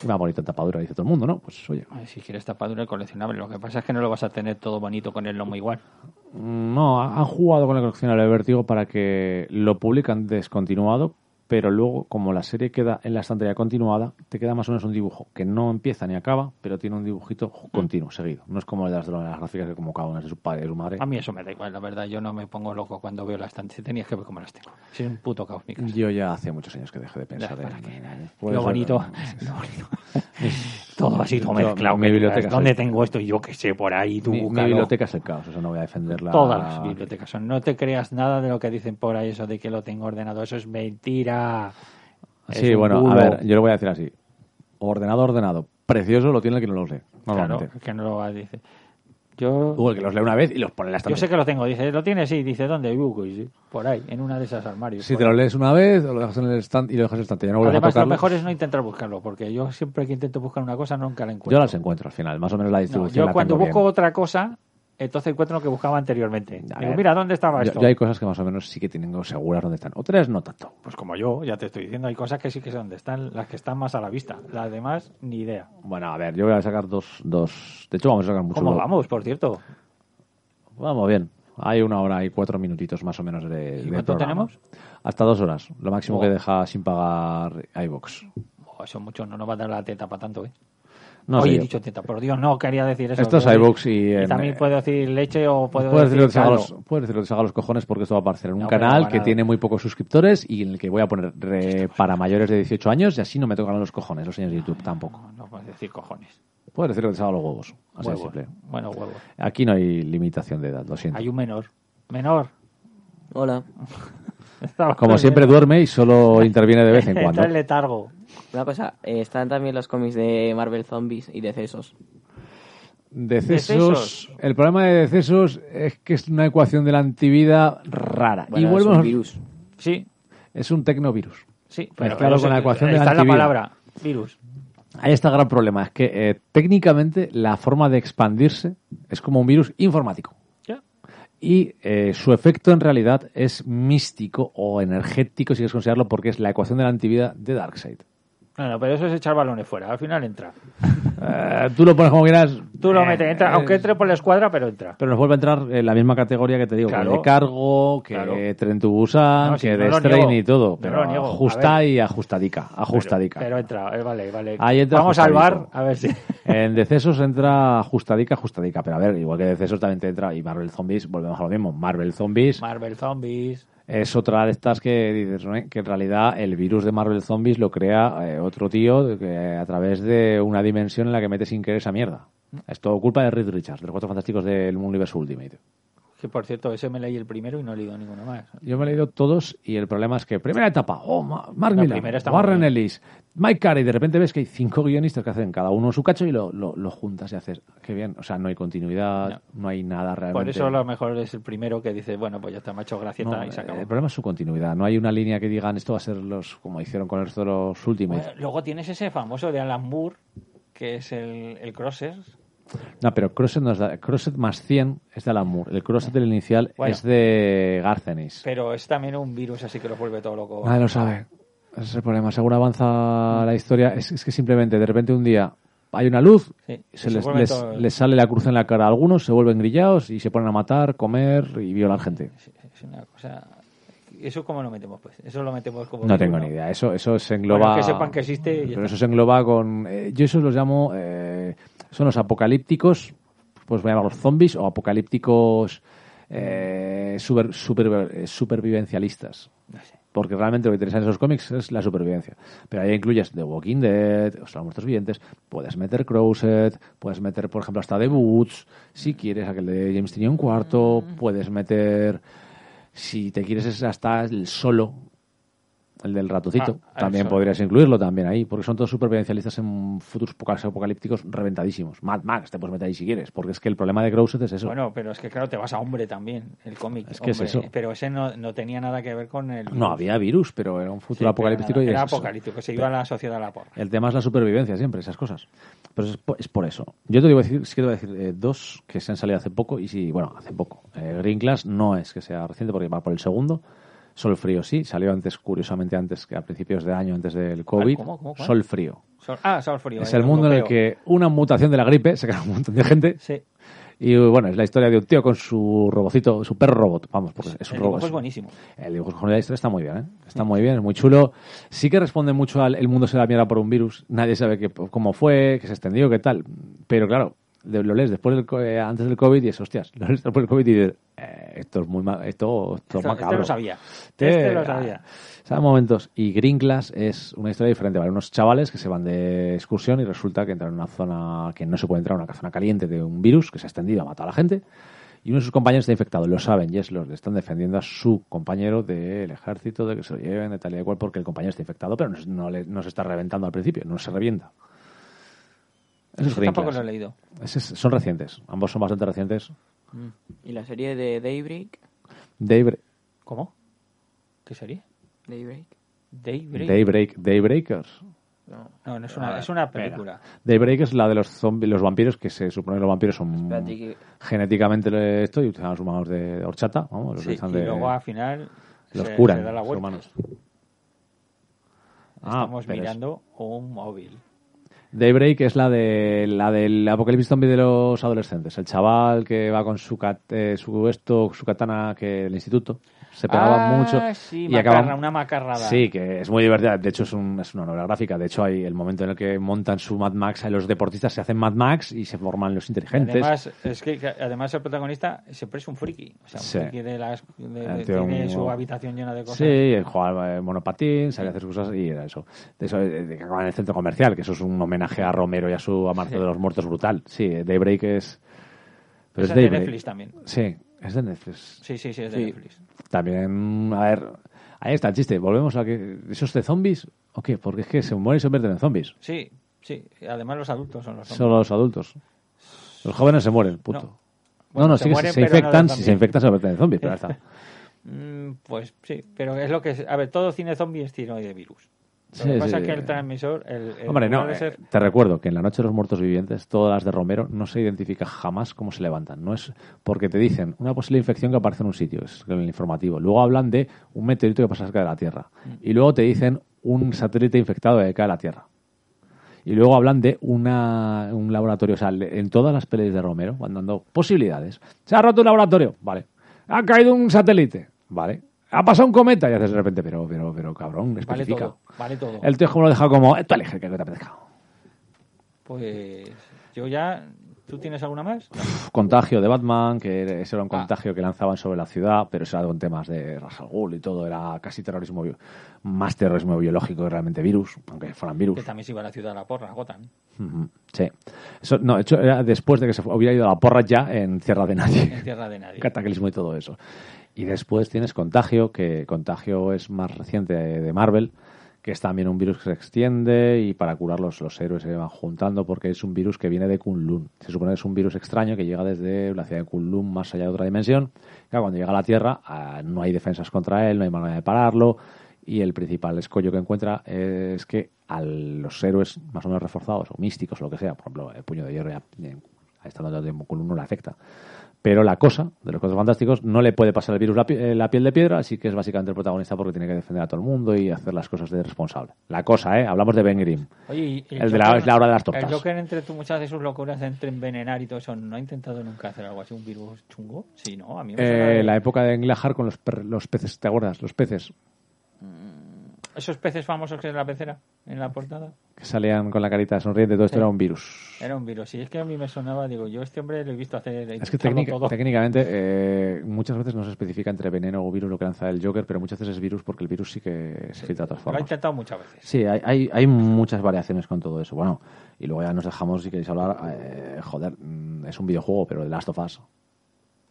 A: Una bonita tapa dura, dice todo el mundo, ¿no? Pues oye.
B: Ay, Si quieres tapadura coleccionable, lo que pasa es que no lo vas a tener todo bonito con el lomo igual.
A: Mm, No, ha- han jugado con la colección de Vertigo para que lo publican descontinuado pero luego, como la serie queda en la estantería continuada, te queda más o menos un dibujo que no empieza ni acaba, pero tiene un dibujito continuo, seguido. No es como el de las novelas gráficas que como cada una es de su padre y su madre.
B: Mm. A mí eso me da igual, la verdad. Yo no me pongo loco cuando veo las tantas. Tenías que ver cómo las tengo. Es un puto caos, mi casa.
A: Yo ya hace muchos años que dejé de pensar
B: Ya,
A: en...
B: para qué,
A: en- puede
B: Lo
A: ser-
B: bonito, lo bonito. Todo así, todo
A: Yo-
B: mezclado.
A: mi
B: que digas,
A: biblioteca es
B: ¿Dónde
A: el-
B: tengo esto? Y yo qué sé, por ahí, tú
A: Mi, mi
B: búscalo.
A: biblioteca es el caos, eso no voy a defenderla.
B: Todas las bibliotecas son. No te creas nada de lo que dicen por ahí, eso de que lo tengo ordenado. Eso es mentira. Es
A: Sí,
B: un
A: bueno,
B: bulo.
A: a ver, yo lo voy a decir así. Ordenado, ordenado. Precioso lo tiene el que no los lee.
B: Claro,
A: Normalmente.
B: que no lo dice. Yo,
A: O el que los lee una vez y los pone en la
B: yo
A: estantería.
B: sé que lo tengo. Dice, ¿lo tienes? Sí. Dice, ¿dónde? Y busco, y sí, por ahí, en una de esas armarios.
A: Si
B: por
A: te
B: ahí.
A: lo lees una vez, lo dejas en el stand y lo dejas en el estante. Ya no vuelves a
B: Además, lo
A: tocarlo.
B: mejor es no intentar buscarlo, porque yo siempre que intento buscar una cosa nunca la encuentro.
A: Yo las encuentro al final, más o menos la
B: No,
A: distribución.
B: yo
A: la
B: cuando
A: tengo
B: busco
A: bien.
B: otra cosa, entonces encuentro lo que buscaba anteriormente.
A: A
B: Digo,
A: ver,
B: mira, ¿dónde estaba
A: yo-
B: esto?
A: yo hay cosas que más o menos sí que tengo seguras dónde están. Otras no tanto.
B: Pues como yo, ya te estoy diciendo, hay cosas que sí que sé dónde están, las que están más a la vista. Las demás, ni idea.
A: Bueno, a ver, yo voy a sacar dos. dos... De hecho, vamos a sacar mucho.
B: ¿Cómo vamos, por cierto?
A: Vamos bien. Hay una hora y cuatro minutitos más o menos de. de
B: cuánto
A: programa.
B: tenemos?
A: Hasta dos horas. Lo máximo
B: Oh.
A: que deja sin pagar iBox.
B: Oh, eso mucho, no nos va a dar la teta para tanto, ¿eh?
A: No sé
B: Oye, he
A: yo.
B: dicho teta, por Dios, no quería decir eso.
A: Esto es
B: Puedo
A: iVoox
B: decir-
A: y en- eh,
B: también puedo decir leche o puedo
A: Puedes decir,
B: decir
A: lo que se haga
B: caldo.
A: los, puedes decir lo que se haga los cojones porque esto va a aparecer en un
B: No, pero
A: canal
B: para
A: que
B: nada.
A: tiene muy pocos suscriptores y en el que voy a poner re- para mayores de 18 años y así no me tocan los cojones los señores de YouTube tampoco.
B: No, no puedes decir cojones.
A: Puedes decir lo que se haga los huevos. Así de
B: Huevos.
A: simple.
B: Bueno, huevos.
A: Aquí no hay limitación de edad, lo siento.
B: Hay un menor. Menor.
C: Hola,
B: Estaba
A: Como
B: con
A: siempre
B: el-
A: duerme y solo interviene de vez en cuando.
B: Está el letargo.
C: una cosa, eh, están también los cómics de Marvel Zombies y decesos.
A: Decesos. El problema de decesos es que es una ecuación de la antivida rara.
C: Bueno,
A: y
C: es
A: vuelvo
C: un virus.
B: Sí,
A: Es un tecnovirus.
B: sí.
A: Mezclado
B: no sé,
A: con la ecuación
B: ahí
A: de la
B: Está la
A: antivida.
B: palabra, virus.
A: Ahí está el este gran problema. Es que eh, técnicamente la forma de expandirse es como un virus informático.
B: Ya.
A: Y eh, su efecto en realidad es místico o energético, si quieres considerarlo, porque es la ecuación de la antivida de Darkseid.
B: No, no, pero eso es echar balones fuera. Al final entra.
A: Eh, tú lo pones como quieras.
B: Tú lo
A: eh,
B: metes, entra,
A: eh,
B: aunque entre por la escuadra, pero entra.
A: Pero nos vuelve a entrar en la misma categoría que te digo,
B: Claro.
A: que de cargo, que
B: Claro.
A: de tren to Busan,
B: No, sí,
A: que
B: no
A: de
B: lo
A: Strain
B: niego.
A: y todo.
B: No
A: Pero
B: lo niego. A
A: ajusta
B: ver.
A: y ajustadica, ajustadica.
B: Pero, pero entra, eh, vale, vale.
A: Ahí entra
B: Vamos al bar,
A: ajustadito.
B: a ver si.
A: En decesos entra ajustadica, ajustadica. Pero a ver, igual que decesos también te entra. Y Marvel Zombies, volvemos a lo mismo. Marvel Zombies
B: Marvel Zombies.
A: es otra de estas que dices, ¿no? que en realidad el virus de Marvel Zombies lo crea eh, otro tío de que, a través de una dimensión en la que mete sin querer esa mierda.
B: Mm.
A: Es todo culpa de Reed Richards, de los cuatro fantásticos del universo Ultimate.
B: Que por cierto, ese me leí el primero y no he leído ninguno más.
A: Yo me he leído todos y el problema es que primera etapa, oh, Ma- Mark
B: La
A: Millar,
B: primera está muy
A: Warren
B: bien.
A: Ellis, Mike Carey, de repente ves que hay cinco guionistas que hacen cada uno su cacho y lo, lo- lo juntas y haces, qué bien, o sea, no hay continuidad, no, hay nada realmente.
B: Por eso lo mejor es el primero que dice, bueno, pues ya está, macho, gracias
A: No,
B: y se acabó.
A: el problema es su continuidad, no hay una línea que digan esto va a ser los, como hicieron con el resto de los Ultimate.
B: Bueno, luego tienes ese famoso de Alan Moore, que es el, el Crosser.
A: No, pero Crosset, no es de- Crosset más 100 es de Alan Moore, el Crosset del inicial
B: Bueno.
A: es de Garcenis.
B: Pero es también un virus, así que lo vuelve todo loco.
A: Nadie lo sabe. Ese es el problema. Según avanza la historia, es, es que simplemente de repente un día hay una luz,
B: Sí,
A: se
B: y se
A: les,
B: vuelve
A: les-
B: todo-
A: les sale la cruz en la cara a algunos, se vuelven grillados y se ponen a matar, comer y violar gente.
B: Es una cosa. ¿Eso cómo lo metemos, pues? Eso lo metemos como.
A: No tengo
B: uno.
A: ni idea. Eso, eso se engloba.
B: Bueno, que sepan que existe. y ya
A: Pero
B: está.
A: eso se engloba con. eh, yo esos los llamo. eh, son los apocalípticos. Pues voy a llamarlos zombies o apocalípticos eh, super- super- eh, supervivencialistas. Porque realmente lo que interesa en esos cómics es la supervivencia. Pero ahí incluyes The Walking Dead, o sea, los muertos vivientes, puedes meter Crowset, puedes meter, por ejemplo, hasta The Boots,
B: Mm.
A: si quieres, aquel de James tenía un cuarto, puedes meter, si te quieres, es hasta el solo, el del ratoncito,
B: Ah, el
A: también
B: Solo.
A: podrías incluirlo también ahí, porque son todos supervivencialistas en futuros apocal- apocalípticos reventadísimos. Mad Max, te puedes meter ahí si quieres, porque es que el problema de Crowset es eso.
B: Bueno, pero es que claro, te vas a hombre también, el cómic.
A: Es que es
B: Hombre.
A: eso.
B: Pero ese no, no tenía nada que ver con el.
A: no había virus, pero era un
B: Sí,
A: futuro
B: pero
A: apocalíptico
B: nada,
A: y
B: Era
A: es eso.
B: apocalíptico, se iba a la sociedad a la porra.
A: El tema es la supervivencia siempre, esas cosas. Pero es por, es por eso. Yo te voy a decir, sí que te voy a decir eh, dos que se han salido hace poco y sí, bueno, hace poco. Eh, Green Class no es que sea reciente porque va por el segundo. Sol Frío sí, salió antes, curiosamente antes que a principios de año, antes del COVID.
B: ¿Cómo? ¿Cómo? ¿Cuál?
A: Sol Frío.
B: Sol- ah, Sol Frío.
A: es el mundo en el
B: europeo.
A: que una mutación de la gripe se cae un montón de gente
B: Sí.
A: Y bueno, es la historia de un tío con su robocito, su perro robot, vamos, porque es un
B: El
A: robot.
B: dibujo es buenísimo.
A: El dibujo japonés de la historia está muy bien, ¿eh? Está muy bien, es muy chulo. Sí que responde mucho al el mundo se da mierda por un virus. Nadie sabe qué- cómo fue, qué se extendió, qué tal. Pero claro, de- lo lees después del, co- eh, antes del COVID y es, hostias, lo lees después del COVID y dices, eh, esto es muy ma- esto, esto es
B: Esto- Este
A: macabro.
B: lo sabía.
A: Te- ah,
B: Este lo sabía.
A: O sea, momentos. Y Green Class es una historia diferente, ¿vale? Unos chavales que se van de excursión y resulta que entran en una zona que no se puede entrar, una zona caliente de un virus que se ha extendido, ha matado a la gente. Y uno de sus compañeros está infectado, lo saben, y es los le están defendiendo a su compañero del ejército, de que se lo lleven, de tal y de cual, porque el compañero está infectado, pero no, se- no le- no se está reventando al principio, no se revienta. Eso es
B: Ese
A: Green
B: Este tampoco
A: Class.
B: lo he leído.
A: Ese es- son recientes, ambos son bastante recientes.
C: Mm. Y la serie de Daybreak.
A: Daybreak,
B: ¿Cómo? ¿Qué sería?
C: Daybreak.
B: Daybreak.
A: Daybreak, Ah, Daybreakers.
C: No.
B: no, no es una, es una película.
A: Daybreak es la de los zombi- los vampiros, que se supone que los vampiros son
C: Espérate que-
A: genéticamente le- esto y utilizan los humanos de horchata, vamos, los
B: Sí,
A: utilizan
B: y
A: de-
B: luego al final
A: los
B: se,
A: curan
B: se da la
A: los
B: vuelta.
A: humanos. Ah,
B: Estamos
A: pero es-
B: mirando un móvil.
A: Daybreak es la de la del apocalipsis zombie de los adolescentes, el chaval que va con su cat- eh, su esto, su katana que el instituto se pegaba
B: Ah,
A: mucho
B: sí,
A: y
B: macarra,
A: acaba-
B: una macarrada.
A: Sí, que es muy divertida. De hecho, es, un- es una novela gráfica. De hecho, hay el momento en el que montan su Mad Max, eh, los deportistas se hacen Mad Max y se forman los inteligentes.
B: Además, es que que además el protagonista siempre es un friki. O sea, un
A: Sí.
B: friki de las, de- de-
A: Eh, tío,
B: tiene
A: un-
B: su habitación llena de cosas.
A: Sí, él jugaba eh, monopatín, sabía hacer sus cosas y era eso. De eso, eh, de que acababa en el centro comercial, que eso es un homenaje a Romero y a su a Marzo de los Muertos brutal. Sí, eh, Daybreak es. Pero es
B: Esa es de
A: Daybreak.
B: Netflix también.
A: Sí, es de Netflix.
B: Sí, sí, sí, es de
C: Sí.
B: Netflix.
A: También, a ver. Ahí está el chiste. Volvemos a que. ¿Esos de zombies? ¿O qué? Porque es que se mueren y se convierten en zombies.
B: Sí, sí. Además los adultos son los zombies.
A: Solo los adultos. Los jóvenes se mueren, punto.
B: No.
A: No,
B: Bueno,
A: no,
B: se
A: sí que se,
B: mueren,
A: se
B: pero no
A: infectan.
B: los
A: si
B: zombies.
A: se infectan, se convierten en zombies, pero ya está.
B: Mm, pues sí, pero es lo que... es- A ver, todo cine zombie es cine de virus. Lo
A: Sí,
B: que
A: sí,
B: pasa es
A: sí.
B: que el transmisor... El, el
A: Hombre, no,
B: puede ser-
A: eh, te recuerdo que en La Noche de los Muertos Vivientes, todas las de Romero, no se identifica jamás cómo se levantan. No es porque te dicen una posible infección que aparece en un sitio, es el informativo. Luego hablan de un meteorito que pasa cerca de la Tierra.
B: Mm.
A: Y luego te dicen un satélite infectado que cae a la Tierra. Y luego hablan de una, un laboratorio. O sea, le- en todas las pelis de Romero van dando posibilidades. Se ha roto un laboratorio, vale. Ha caído un satélite, vale. Ha pasado un cometa y haces de repente, pero, pero, pero, cabrón,
B: Vale
A: especifica.
B: todo, vale todo.
A: El tío es como lo deja como, eh, tú elige el que te apetezca.
B: Pues yo ya... ¿Tú tienes alguna más?
A: Pff, Contagio de Batman, que era- ese era un contagio que lanzaban sobre la ciudad, pero eso era con temas de Rajal Ghul y todo, era casi terrorismo, bio- más terrorismo biológico que realmente virus, aunque fueran virus.
B: Que también se iba a la ciudad a la porra, a Gotham.
A: Ujú, Sí. Eso, no, de hecho, era después de que se fu- hubiera ido a la porra ya en Tierra de Nadie.
B: En tierra de nadie.
A: cataclismo y todo eso. Y después tienes Contagio, que Contagio es más reciente de de Marvel, que es también un virus que se extiende y para curarlos los héroes se van juntando porque es un virus que viene de Kunlun. Se supone que es un virus extraño que llega desde la ciudad de Kunlun más allá de otra dimensión. Claro, cuando llega a la Tierra ah, no hay defensas contra él, no hay manera de pararlo y el principal escollo que encuentra es que a los héroes más o menos reforzados o místicos o lo que sea, por ejemplo, el puño de hierro ya, eh, estando tanto tiempo en Kunlun no le afecta. Pero la cosa de los cuatro fantásticos no le puede pasar el virus la, pi- eh, la piel de piedra, así que es básicamente el protagonista porque tiene que defender a todo el mundo y hacer las cosas de responsable. La cosa, ¿eh? Hablamos de Ben Grimm.
B: Oye, y- y
A: El de la- es la hora de las tortas.
B: El Joker, entre tú, muchas de sus locuras, entre envenenar y todo eso, ¿no ha intentado nunca hacer algo así? ¿Un virus chungo? Sí, no, a mí me suena
A: Eh,
B: de-
A: la época de Englehart con los, per- los peces, ¿te acuerdas? Los peces
B: Esos peces famosos que es la pecera en la portada.
A: que salían con la carita sonriente, todo esto
B: Sí. Eh,
A: era un virus.
B: Era un virus. Y es que a mí me sonaba, digo, yo este hombre lo he visto hacer.
A: Es que
B: intentarlo
A: técnica-
B: todo.
A: técnicamente eh, muchas veces no se especifica entre veneno o virus lo que lanza el Joker, pero muchas veces es virus porque el virus sí que se filtra de todas
B: Lo ha
A: formas.
B: intentado muchas veces.
A: Sí, hay, hay, hay muchas variaciones con todo eso. Bueno, y luego ya nos dejamos, si queréis hablar, eh, joder, mm, es un videojuego, pero el Last of Us.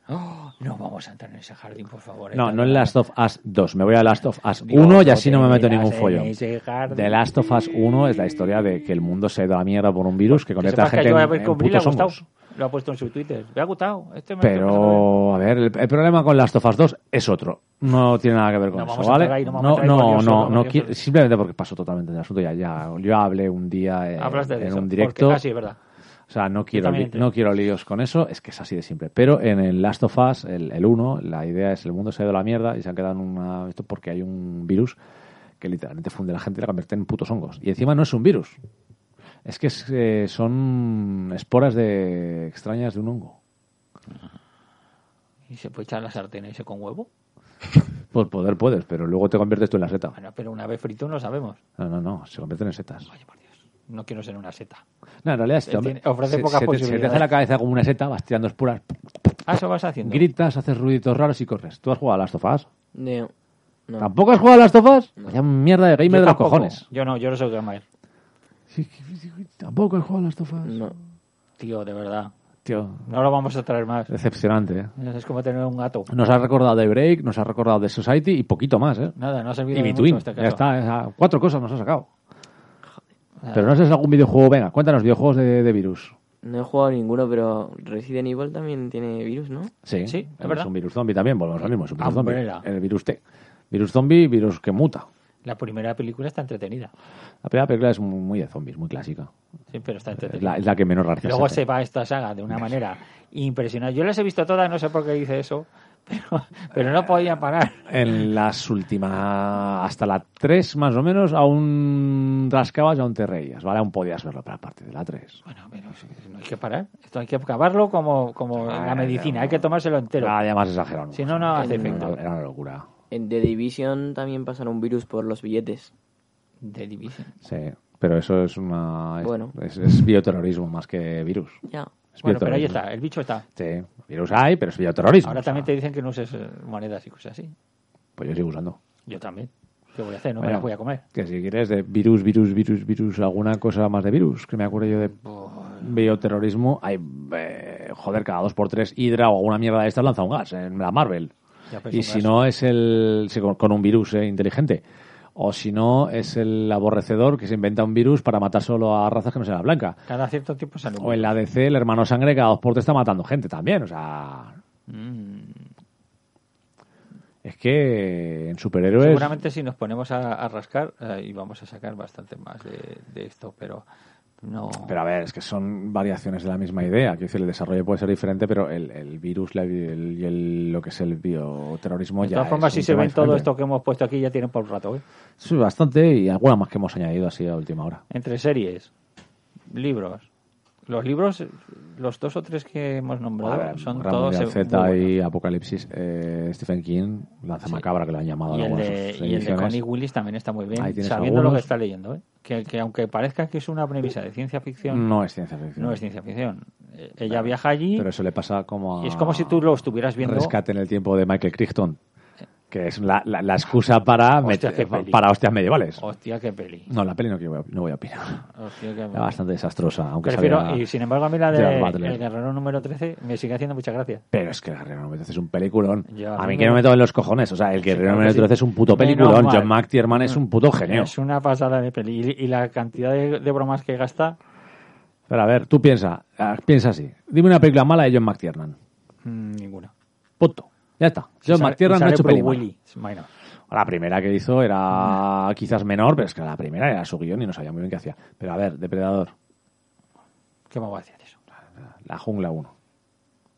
B: ¡Oh! no vamos a entrar en ese jardín, por favor.
A: No,
B: eh,
A: no el Last of Us 2, me voy a Last of Us
B: Digo,
A: 1 y así no me meto en
B: te
A: ningún
B: metas
A: follón.
B: en ese jardín.
A: The Last of Us 1 es la historia de que el mundo se ha ido a la mierda por un virus que
B: Que
A: conecta a
B: sepas que a
A: gente
B: Joe
A: en,
B: Abercrombie
A: en
B: le ha
A: putos
B: gustado.
A: hongos.
B: Lo ha puesto en su Twitter. Me ha gustado. Este me lo estoy pasando bien.
A: Pero, a ver, el, el problema con Last of Us 2 es otro. No tiene nada que ver con
B: No
A: eso,
B: vamos a
A: ¿vale?
B: entrar ahí, no vamos a
A: no,
B: entrar ahí, por
A: no,
B: Dios,
A: no,
B: por
A: no
B: Dios.
A: quiero- simplemente porque pasó totalmente del asunto. Ya, ya, yo hablé un día eh,
B: Hablaste de
A: en
B: eso.
A: un
B: porque-
A: directo.
B: ah, sí, es verdad.
A: O sea, no quiero,
B: también
A: li-
B: entré.
A: no quiero líos con eso, es que es así de simple. Pero en el Last of Us, el, el 1, la idea es el mundo se ha ido a la mierda y se han quedado en una... Esto porque hay un virus que literalmente funde a la gente y la convierte en putos hongos. Y encima no es un virus. Es que es, eh, son esporas de extrañas de un hongo.
B: Y se puede echar la sartén ese con huevo.
A: Pues poder puedes, pero luego te conviertes tú en la seta.
B: Bueno, pero una vez frito no sabemos.
A: No, no, no, se convierten en setas.
B: Vaya por Dios. No quiero ser una seta.
A: No, en realidad si te-
B: Tiene- ofrece
A: se-
B: pocas
A: se te- Se te
B: posibilidades.
A: hace la cabeza como una seta, vas tirando espuras,
B: Ah, eso vas haciendo.
A: gritas, haces ruiditos raros y corres. ¿Tú has jugado a las tofás?
C: No, no.
A: ¿Tampoco has jugado a las tofás? Vaya mierda de
B: Yo
A: gamer de los
B: tampoco.
A: cojones.
B: Yo no, yo no soy gamer.
A: Sí, Tampoco has jugado a las tofás.
C: no.
B: Tío, de verdad.
A: Tío,
B: No lo vamos a traer más.
A: decepcionante, ¿eh?
B: Es como tener un gato.
A: Nos ha recordado de Break, nos ha recordado de Society y poquito más, ¿eh?
B: Nada, no ha servido
A: Y
B: de
A: Between,
B: mucho este
A: ya
B: caso.
A: está, esa- cuatro cosas nos ha sacado. Pero no sé si es algún videojuego, venga, cuéntanos, videojuegos de, de virus.
C: No he jugado ninguno, pero Resident Evil también tiene virus, ¿no?
A: Sí,
B: Sí, es verdad.
A: un virus zombie también, volvemos al mismo, es un virus zombie.
B: Umbrella.
A: El virus T. Virus zombie, virus que muta.
B: La primera película está entretenida.
A: La primera película es muy muy de zombies, muy clásica.
B: Sí, pero está
A: Es
B: entretenida.
A: la, es la que menos gracia
B: Luego
A: se
B: se
A: hace.
B: va esta saga de una manera impresionante. Yo las he visto todas, no sé por qué dice eso, pero, pero no podía parar.
A: En las últimas, hasta la 3 más o menos, aún rascabas y aún te reías, ¿vale? Aún podías verlo, pero a partir de la 3.
B: Bueno, pero sí, no hay que parar. Esto hay que acabarlo como, como
A: Ah,
B: la medicina,
A: no.
B: hay que tomárselo entero.
A: Nada ya más exagerado.
B: Si no, no hace
A: Era una-
B: efecto.
A: Era una locura.
C: En The Division también pasan un virus por los billetes.
B: The Division.
A: Sí, pero eso es una. es-
C: Bueno.
A: Es, es bioterrorismo más que virus.
C: Ya.
A: Es
B: Bueno, pero ahí
A: bioterrorismo.
B: está, el bicho está.
A: Sí, virus hay, pero es bioterrorismo.
B: Ahora
A: o sea,
B: también te dicen que no uses eh, monedas y cosas así.
A: Pues yo sigo usando.
B: Yo también. ¿Qué voy a hacer? No me
A: Bueno,
B: las voy a comer.
A: Que si quieres de virus, virus, virus, virus, alguna cosa más de virus, que me acuerdo yo de bioterrorismo, hay, eh, joder, cada dos por tres Hydra o alguna mierda de estas lanza un gas en la Marvel.
B: Ya, pues,
A: Y
B: un
A: si
B: gas.
A: no es el, sí, con, con un virus eh, inteligente. O si no, es el aborrecedor que se inventa un virus para matar solo a razas que no sean la blanca.
B: Cada cierto tiempo sale un
A: O en la DC, el hermano sangre cada dos por tres está matando gente también. O sea,
B: Mm.
A: es que en superhéroes...
B: Seguramente si nos ponemos a, a rascar eh, y vamos a sacar bastante más de, de esto, pero no.
A: Pero a ver, es que son variaciones de la misma idea. Quiero decir, el desarrollo puede ser diferente, pero el, el virus la- el- y el- lo que es el bioterrorismo
B: de
A: ya.
B: todas formas,
A: es un
B: si se
A: tema
B: ven todo
A: diferente.
B: esto que hemos puesto aquí, ya tienen por un rato. ¿eh?
A: Sí, bastante y alguna más que hemos añadido así a última hora.
B: Entre series, libros. Los libros, los dos o tres que hemos nombrado,
A: A ver,
B: son
A: Guerra
B: todos.
A: Mundial
B: eh, muy
A: Z
B: buenos.
A: y Apocalipsis, eh, Stephen King, Lanza Macabra, que lo han llamado
B: Y
A: en
B: el,
A: algunas
B: de,
A: sus
B: y el de
A: ediciones.
B: Connie Willis también está muy bien,
A: Ahí tienes
B: sabiendo lo que
A: algunos.
B: está leyendo. ¿eh? Que, que aunque parezca que es una premisa de ciencia ficción,
A: No es ciencia ficción.
B: no es ciencia ficción. Eh, Ella viaja allí
A: Mm. Pero eso le pasa como a.
B: y es como si tú lo estuvieras viendo.
A: Rescate en el tiempo de Michael Crichton, que es la, la- la excusa para,
B: Hostia,
A: met-
B: qué peli.
A: para hostias medievales.
B: Hostia, qué peli.
A: No, la peli no, que voy a- no voy a opinar.
B: Hostia, qué
A: Era bastante desastrosa, aunque
B: Prefiero,
A: sabía-
B: y sin embargo a mí la de
A: Gerard Butler.
B: El Guerrero número 13 me sigue haciendo mucha gracia.
A: Pero es que el Guerrero número 13 es un peliculón.
B: Ya,
A: a
B: no
A: mí
B: me-
A: que no me tomen los cojones. O sea, el Guerrero
B: claro que
A: número
B: sí.
A: 13 es un puto
B: Menos
A: peliculón.
B: mal. Mm.
A: John McTiernan es un puto genio.
B: Es una pasada de peli. Y, y la cantidad de, de bromas que gasta,
A: Pero a ver, tú piensa, ah, piensa así. Dime una película mala de John McTiernan.
B: mm, ninguna.
A: Punto. Ya está. John
B: Sale-
A: McTiernan no ha
B: sale
A: hecho
B: Bruce
A: peli mala.
B: Willis. Mm. Bueno,
A: La primera que hizo era quizás menor, pero es que la primera era su guión y no sabía muy bien qué hacía. Pero a ver, Depredador,
B: ¿qué me voy a decir eso?
A: La Jungla 1,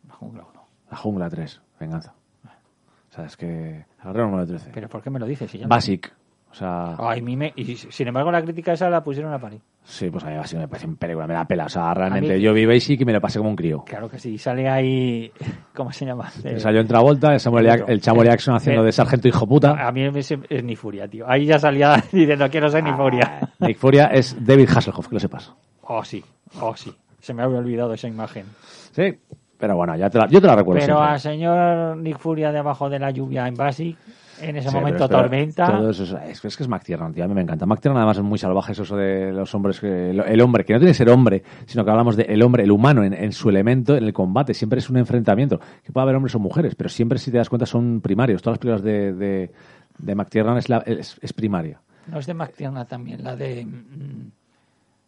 B: La jungla uno.
A: La Jungla 3, Venganza. O sea, es que el Guerrero número 13.
B: Pero ¿por qué me lo dices? Si ya- Ah.
A: Basic. O sea,
B: Ay, mi me- y sin embargo la crítica esa la pusieron a parir.
A: Sí, pues a mí así me parece un película, me da pela. O sea, realmente
B: A mí-
A: yo vi Basic y me lo pasé como un crío.
B: Claro que sí, sale ahí... ¿Cómo se llama? Eh,
A: O sea, yo en Travolta, el, Samuel
B: otro.
A: Jack- el Samuel Jackson haciendo
B: Eh,
A: de sargento hijo puta.
B: a mí me- es ni furia, tío. Ahí ya salía diciendo quiero ser ni furia.
A: Ah, Nick Furia es David Hasselhoff, que lo sepas.
B: Oh, sí, oh, sí. Se me había olvidado esa imagen.
A: Sí, pero bueno, ya te la, yo te la recuerdo.
B: Pero
A: siempre.
B: al señor Nick Furia debajo de la lluvia en Basic, en ese
A: Sí,
B: momento
A: pero es que-
B: tormenta.
A: todo eso es, es que- es que es McTiernan, tío, a mí me encanta. McTiernan además es muy salvaje es eso de los hombres, que, el, el hombre, que no tiene que ser hombre, sino que hablamos del hombre, el humano, en, en su elemento, en el combate, siempre es un enfrentamiento. Que puede haber hombres o mujeres, pero siempre si te das cuenta son primarios. Todas las películas de, de, de McTiernan es, la- es- es primaria.
B: No es de McTiernan también, la de. mm,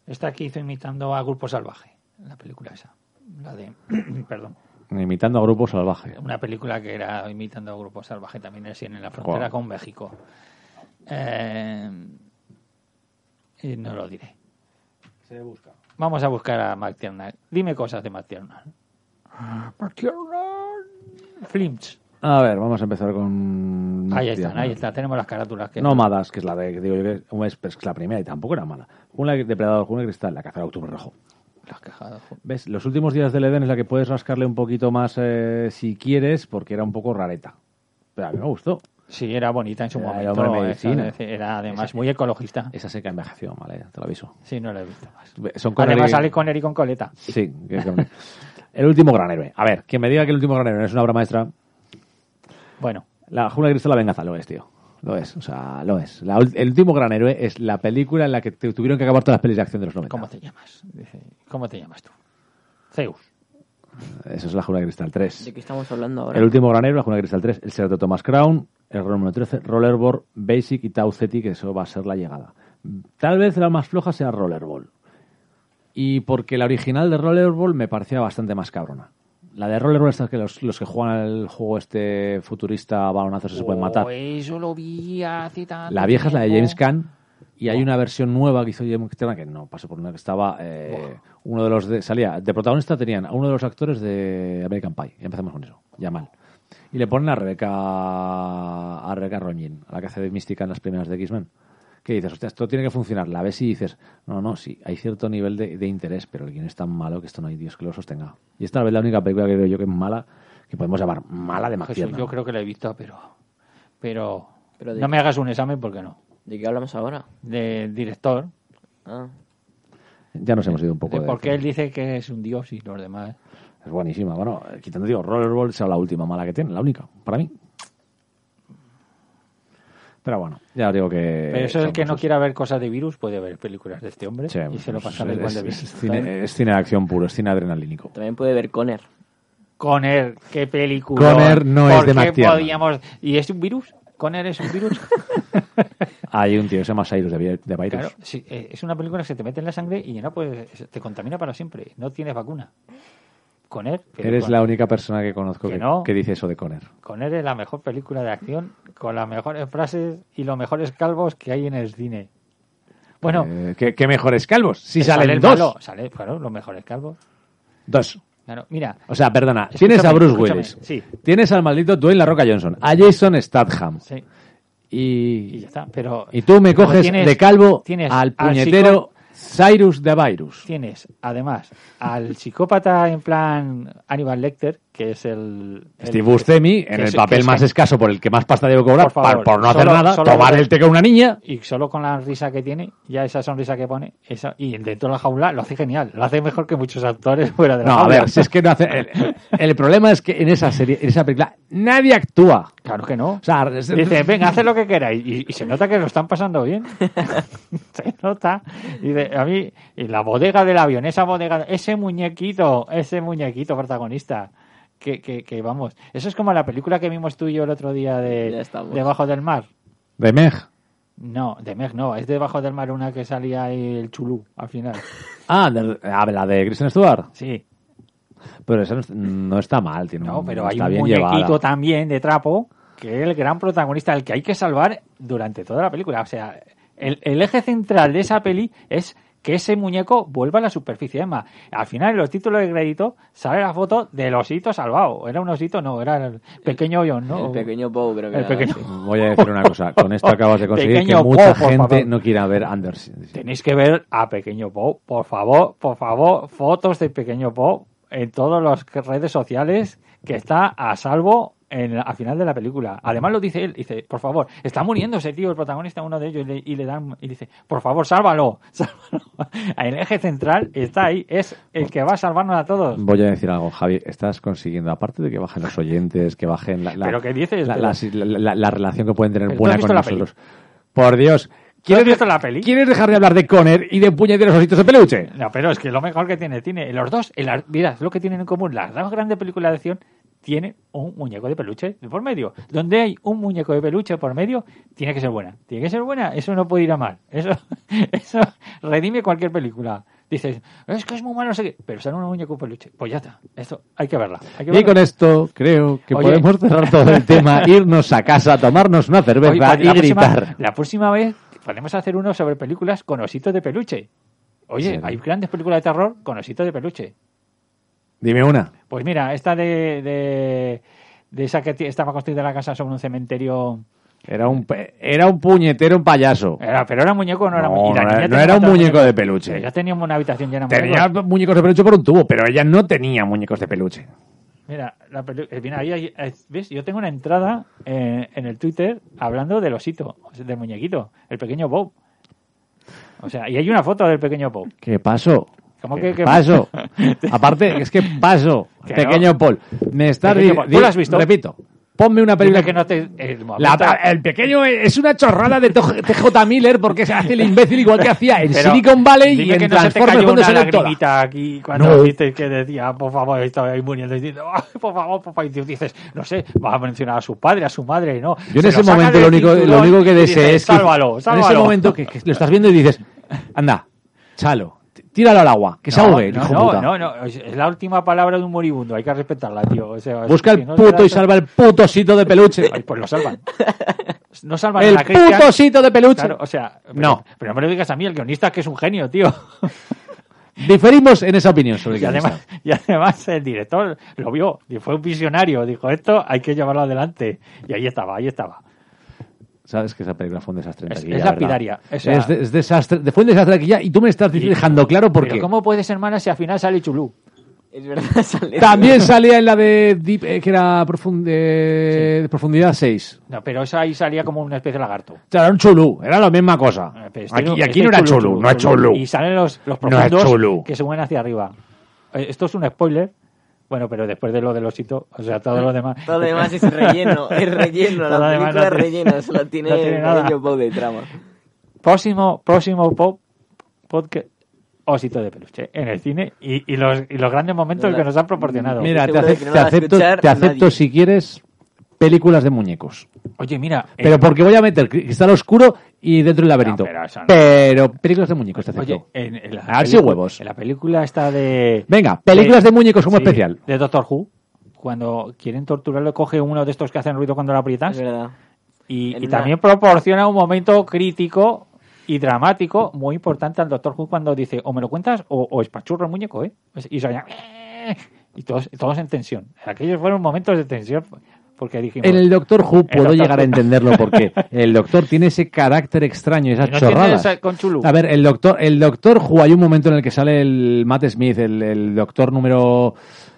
B: Esta que hizo imitando a Grupo Salvaje, la película esa. La de. perdón.
A: Imitando a grupos salvaje.
B: Una película que era imitando a Grupo Salvaje también, así en la frontera
A: Guau.
B: con México. Eh, y no lo diré. Vamos a buscar a McTiernan. Dime cosas de McTiernan.
A: Ah,
B: McTiernan. Flimch.
A: A ver, vamos a empezar con.
B: Ahí
A: McTiernan.
B: están, ahí están. Tenemos las carátulas que.
A: Nómadas, que es la de, que digo yo que es, pero es que la primera y tampoco era mala. Una de Depredador, una de Cristal, la caza del octubre rojo.
B: Lo has cagado, jo.
A: ¿Ves? Los últimos días del Edén es la que puedes rascarle un poquito más eh, si quieres, porque era un poco rareta. Pero a mí me gustó.
B: Sí, era bonita en su
A: Era
B: momento.
A: hombre
B: esa,
A: medicina.
B: era además
A: Esa-
B: muy ecologista.
A: Esa seca envejeció mal, eh, te lo aviso.
B: Sí, no la he visto más.
A: Son con
B: Además
A: el-
B: sale con Eric con coleta.
A: Sí. que- que- el último gran héroe. A ver, quien me diga que el último gran héroe es una obra maestra,
B: Bueno,
A: La Jungla de Cristal, la venganza, lo es, tío. Lo es, o sea, lo es. La ul- el último gran héroe es la película en la que te- tuvieron que acabar todas las pelis de acción de los 90.
B: ¿cómo te llamas? Dice, ¿Cómo te llamas tú? Zeus.
A: Eso es la Jungla de Cristal 3.
C: ¿De qué estamos hablando ahora?
A: El último granero, la Jungla de Cristal 3, el Cerrato Thomas Crown, el número 13, Rollerball, Basic y Tau Ceti, que eso va a ser la llegada. Tal vez la más floja sea Rollerball. Y porque la original de Rollerball me parecía bastante más cabrona. La de Rollerball es que los, los que juegan al juego este futurista a balonazos se pueden matar.
B: Oh, eso lo vi hace tanto
A: La vieja es la de
B: tiempo.
A: James Caan y hay una versión nueva que hizo James Caan que no pasó por una que estaba eh, uno de los de, salía de protagonista tenían a uno de los actores de American Pie ya empezamos con eso ya mal y le ponen a Rebecca a Rebecca Ronin a la que hace de Mística en las primeras de X-Men que dices hostia esto tiene que funcionar la ves y dices no no sí hay cierto nivel de, de interés pero el guion es tan malo que esto no hay Dios que lo sostenga y esta vez la única película que creo yo que es mala que podemos llamar mala de
B: Jesús,
A: McTiernan
B: yo creo que la he visto, pero. Pero.
C: Pero de-
B: no me hagas un examen porque no.
C: ¿De qué hablamos ahora?
B: De director.
C: Ah,
A: ya nos hemos ido un poco
B: De
A: de Eh,
B: por qué él dice que es un dios y los demás.
A: Es buenísima. Bueno, eh, quitando, digo, Rollerball sea la última mala que tiene, la única, para mí. Pero bueno, ya os digo que.
B: Pero eso es el
A: son
B: que no
A: cosas-
B: quiera ver cosas de virus, puede ver películas de este hombre
A: Sí,
B: y se lo
A: pues,
B: pasa de
A: es,
B: igual de
A: es-
B: bien.
A: es cine, es cine de acción puro, es cine adrenalínico.
C: también puede ver Conner.
B: Conner, qué película.
A: Conner no es de
B: ¿Por qué
A: McTiernan.
B: podíamos... ¿Y es un virus? ¿Conner es un virus?
A: Hay un tío que se llama Cyrus de, Vi- de Virus.
B: claro, sí, eh, es una película que se te mete en la sangre y ya no puedes, te contamina para siempre. No tienes vacuna. Conner,
A: Eres la única persona que conozco
B: Que
A: que,
B: no.
A: que dice eso de Conner.
B: Conner es la mejor película de acción con las mejores frases y los mejores calvos que hay en el cine. Bueno,
A: Eh, ¿qué, qué mejores calvos? Si
B: que
A: salen
B: sale el
A: dos.
B: malo, sale, claro, los mejores calvos.
A: Dos.
B: Claro, mira,
A: O sea, perdona, tienes a
B: Escúchame,
A: Bruce
B: escúchame,
A: Willis.
B: sí.
A: Tienes al maldito Dwayne La Roca Johnson. A Jason Statham.
B: sí, y
A: Y,
B: ya está. Pero
A: Y tú me
B: pero
A: coges
B: tienes-
A: de calvo
B: tienes
A: al
B: al
A: puñetero Cyrus de Virus.
B: tienes además al psicópata en plan Hannibal Lecter, que es el. el-
A: Steve Buscemi, en
B: que
A: el
B: es-
A: papel
B: que es-
A: más escaso por el que más pasta debo cobrar,
B: Por
A: pa-
B: favor,
A: por no hacer
B: solo-
A: nada,
B: solo-
A: tomar el té con una niña.
B: Y solo con la risa que tiene, ya esa sonrisa que pone, esa, y el dentro de la jaula lo hace genial, lo hace mejor que muchos actores fuera de la
A: No, a
B: jaula.
A: ver, si es que no hace. El, el problema es que en esa serie, en esa película, nadie actúa.
B: Claro que no.
A: O sea, es-
B: Dice, venga, haced lo que queráis. Y, y se nota que lo están pasando bien. se nota. Dice, a mí, y la bodega del avión, esa bodega, ese muñequito, ese muñequito protagonista. Que, que, que vamos, eso es como la película que vimos tú y yo el otro día
C: Ya
B: de
C: estamos.
B: Debajo del Mar.
A: de Meg.
B: No, de Meg no, es Debajo del Mar una que salía ahí el chulú al final.
A: Ah, de- ah, la de Kristen Stewart.
B: Sí,
A: Pero esa no, es- no está mal, tiene
B: no,
A: un-
B: pero hay
A: está
B: un
A: bien
B: muñequito
A: llevada.
B: también de trapo que es el gran protagonista, el que hay que salvar durante toda la película. O sea, el, el eje central de esa peli es que ese muñeco vuelva a la superficie. Emma, al final en los títulos de crédito sale la foto del osito salvado. Era un osito, no, era el pequeño John, ¿no?
C: El pequeño Poe, creo que
B: El
C: era,
B: pequeño-
C: sí.
A: Voy a decir una cosa, con esto acabas de conseguir que
B: Pequeño
A: mucha
B: po, por
A: gente
B: favor.
A: no quiera ver Anderson.
B: Tenéis que ver a Pequeño Poe, por favor, por favor, fotos de Pequeño Poe en todas las redes sociales que está a salvo en la- al final de la película. Además lo dice él, dice, por favor, está muriendo ese tío, el protagonista, uno de ellos, y le, y le dan, y dice, por favor, sálvalo, sálvalo. El eje central está ahí, es el que va a salvarnos a todos.
A: Voy a decir algo, Javi. Estás consiguiendo, aparte de que bajen los oyentes, que bajen la, la-
B: ¿Pero qué dices?
A: la,
B: Pero-
A: la- la- la- la relación que pueden tener
B: ¿Pero tú
A: buena
B: has
A: con
B: visto la
A: nosotros. Por Dios. ¿Quieres,
B: visto la peli?
A: ¿Quieres dejar de hablar de Conner y de puñeteros ositos de peluche?
B: No, pero es que lo mejor que tiene, tiene los dos, el ar- mira, es lo que tienen en común, las dos grandes películas de acción tienen un muñeco de peluche por medio. Donde hay un muñeco de peluche por medio, tiene que ser buena. Tiene que ser buena, eso no puede ir a mal. Eso, eso redime cualquier película. Dices, es que es muy malo, no sé qué, pero sale un muñeco de peluche. Pues ya está, esto hay que verla. hay que
A: Y con
B: verla.
A: esto creo que
B: Oye.
A: podemos cerrar todo el tema, irnos a casa, tomarnos una cerveza
B: Oye, pues,
A: y
B: la próxima-
A: gritar.
B: la próxima vez podemos hacer uno sobre películas con ositos de peluche. Oye,
A: Sí.
B: hay grandes películas de terror con ositos de peluche.
A: Dime una.
B: Pues mira, esta de, de, de esa que ti- estaba construida la casa sobre un cementerio
A: Era un, pe- era un puñetero un payaso.
B: Era- pero era muñeco, no era
A: No,
B: muñeco.
A: no era- no era un muñeco de peluche.
B: Ya teníamos una habitación llena de
A: Tenía
B: muñecos.
A: muñecos de peluche por un tubo, pero ella no tenía muñecos de peluche.
B: Mira, la pelu- eh, mira, ahí, hay- eh, ¿ves? Yo tengo una entrada eh, en el Twitter hablando del osito, o sea, del muñequito, el pequeño Bob. O sea, y hay una foto del pequeño Bob.
A: ¿Qué pasó?
B: ¿Cómo
A: ¿Qué
B: que- que-
A: paso? Aparte, es que paso,
B: Que
A: pequeño
B: no.
A: Paul. Me estás
B: Pequeño
A: di-
B: Paul.
A: di-
B: ¿Tú lo has visto?
A: Repito, ponme una película
B: Dime que no te- eh, el momento-
A: La- el pequeño es una chorrada de Toj- TJ Miller porque se hace el imbécil igual que hacía en
B: Pero
A: Silicon Valley y
B: dime
A: en
B: que no se te
A: Transformers
B: cayó
A: cuando
B: una
A: se le toda.
B: lagrimita aquí cuando
A: No.
B: viste que decía, "Ah, por favor, estaba ahí muriendo diciendo, "Ah, por favor, por favor, y tú dices, no sé, vas a mencionar a su padre, a su madre, no.
A: Yo en
B: Se
A: ese
B: lo saca
A: momento
B: del
A: lo único, lo
B: cinturón
A: único que
B: y dices,
A: deseé es que...
B: Sálvalo, sálvalo.
A: En ese momento que, que lo estás viendo y dices, anda, chalo, t- tíralo al agua, que se
B: No,
A: ahogue, el
B: no,
A: hijo
B: no,
A: puta.
B: no, no, es es la última palabra de un moribundo, hay que respetarla, tío. o sea,
A: Busca
B: si
A: el
B: no te
A: puto
B: la-
A: y salva el puto osito de peluche.
B: Ay, pues lo salvan. No salvan a
A: El
B: la Christian.
A: puto osito de peluche.
B: Claro, o sea, pero-
A: No.
B: Pero no me lo digas a mí, el guionista que es un genio, tío.
A: Diferimos en esa opinión sobre el
B: Y además,
A: guionista.
B: y además el director lo vio y fue un visionario. Dijo, esto hay que llevarlo adelante. Y ahí estaba, ahí estaba.
A: Sabes que esa película fue un desastre en
B: Es-
A: taquilla,
B: es
A: ¿verdad?
B: lapidaria, o sea-
A: es, de- es desastre, fue un desastre en taquilla y tú me estás dejando claro por
B: Pero
A: qué.
B: ¿cómo puede ser mala si al final sale Chulú?
C: Es verdad, sale.
A: También salía en la de Deep, eh, que era profund- eh, de profundidad 6.
B: No, pero esa ahí salía como una especie de lagarto.
A: O sea, era un chulú, era la misma cosa.
B: Eh, pero este
A: Aquí, y aquí
B: este
A: no era
B: Chulú,
A: chulú,
B: Chulú,
A: no es chulú.
B: Y salen los, los
A: No es
B: profundos
A: Chulú.
B: que se mueven hacia arriba. Eh, Esto es un spoiler. Bueno, pero después de lo del osito, o sea, todo lo demás.
C: Todo lo demás es relleno, es relleno,
B: Todo lo
C: la
B: demás
C: película es
B: no tiene-
C: relleno, solo tiene,
B: no
C: el
B: tiene nada.
C: pequeño Bob de trama.
B: próximo, próximo pop, podcast, osito de peluche en el cine y, y los, y los grandes momentos
C: Hola.
B: que nos han proporcionado.
A: Mira, te,
C: Estoy seguro de
A: acep-
C: que no
A: te
C: la
A: acepto,
C: va a escuchar
A: te acepto
C: nadie.
A: si quieres películas de muñecos.
B: Oye, mira, eh,
A: Pero porque voy a meter cristal oscuro y dentro del laberinto.
B: pero eso no.
A: pero películas de muñecos te acepto.
B: oye, en, en la
A: A ver si
B: pelicu-
A: huevos.
B: En la película está de.
A: Venga, películas de muñecos como
B: eh, sí,
A: especial.
B: De Doctor Who. Cuando quieren torturarlo, coge uno de estos que hacen ruido cuando lo aprietas.
C: Es verdad.
B: Y,
C: En
B: y
C: una-
B: también proporciona un momento crítico y dramático muy importante al Doctor Who cuando dice o me lo cuentas o, o espachurro el muñeco, ¿eh? Pues- Y suena, y todos, todos en tensión. Aquellos fueron momentos de tensión porque dijimos...
A: En el Doctor Who puedo
B: Doctor
A: llegar a
B: Who.
A: entenderlo porque el Doctor tiene ese carácter extraño, esas
B: Que no tiene
A: chorradas.
B: esa- con Chulu.
A: A ver, el Doctor, el Doctor Who hay un momento en el que sale el Matt Smith, el, el Doctor número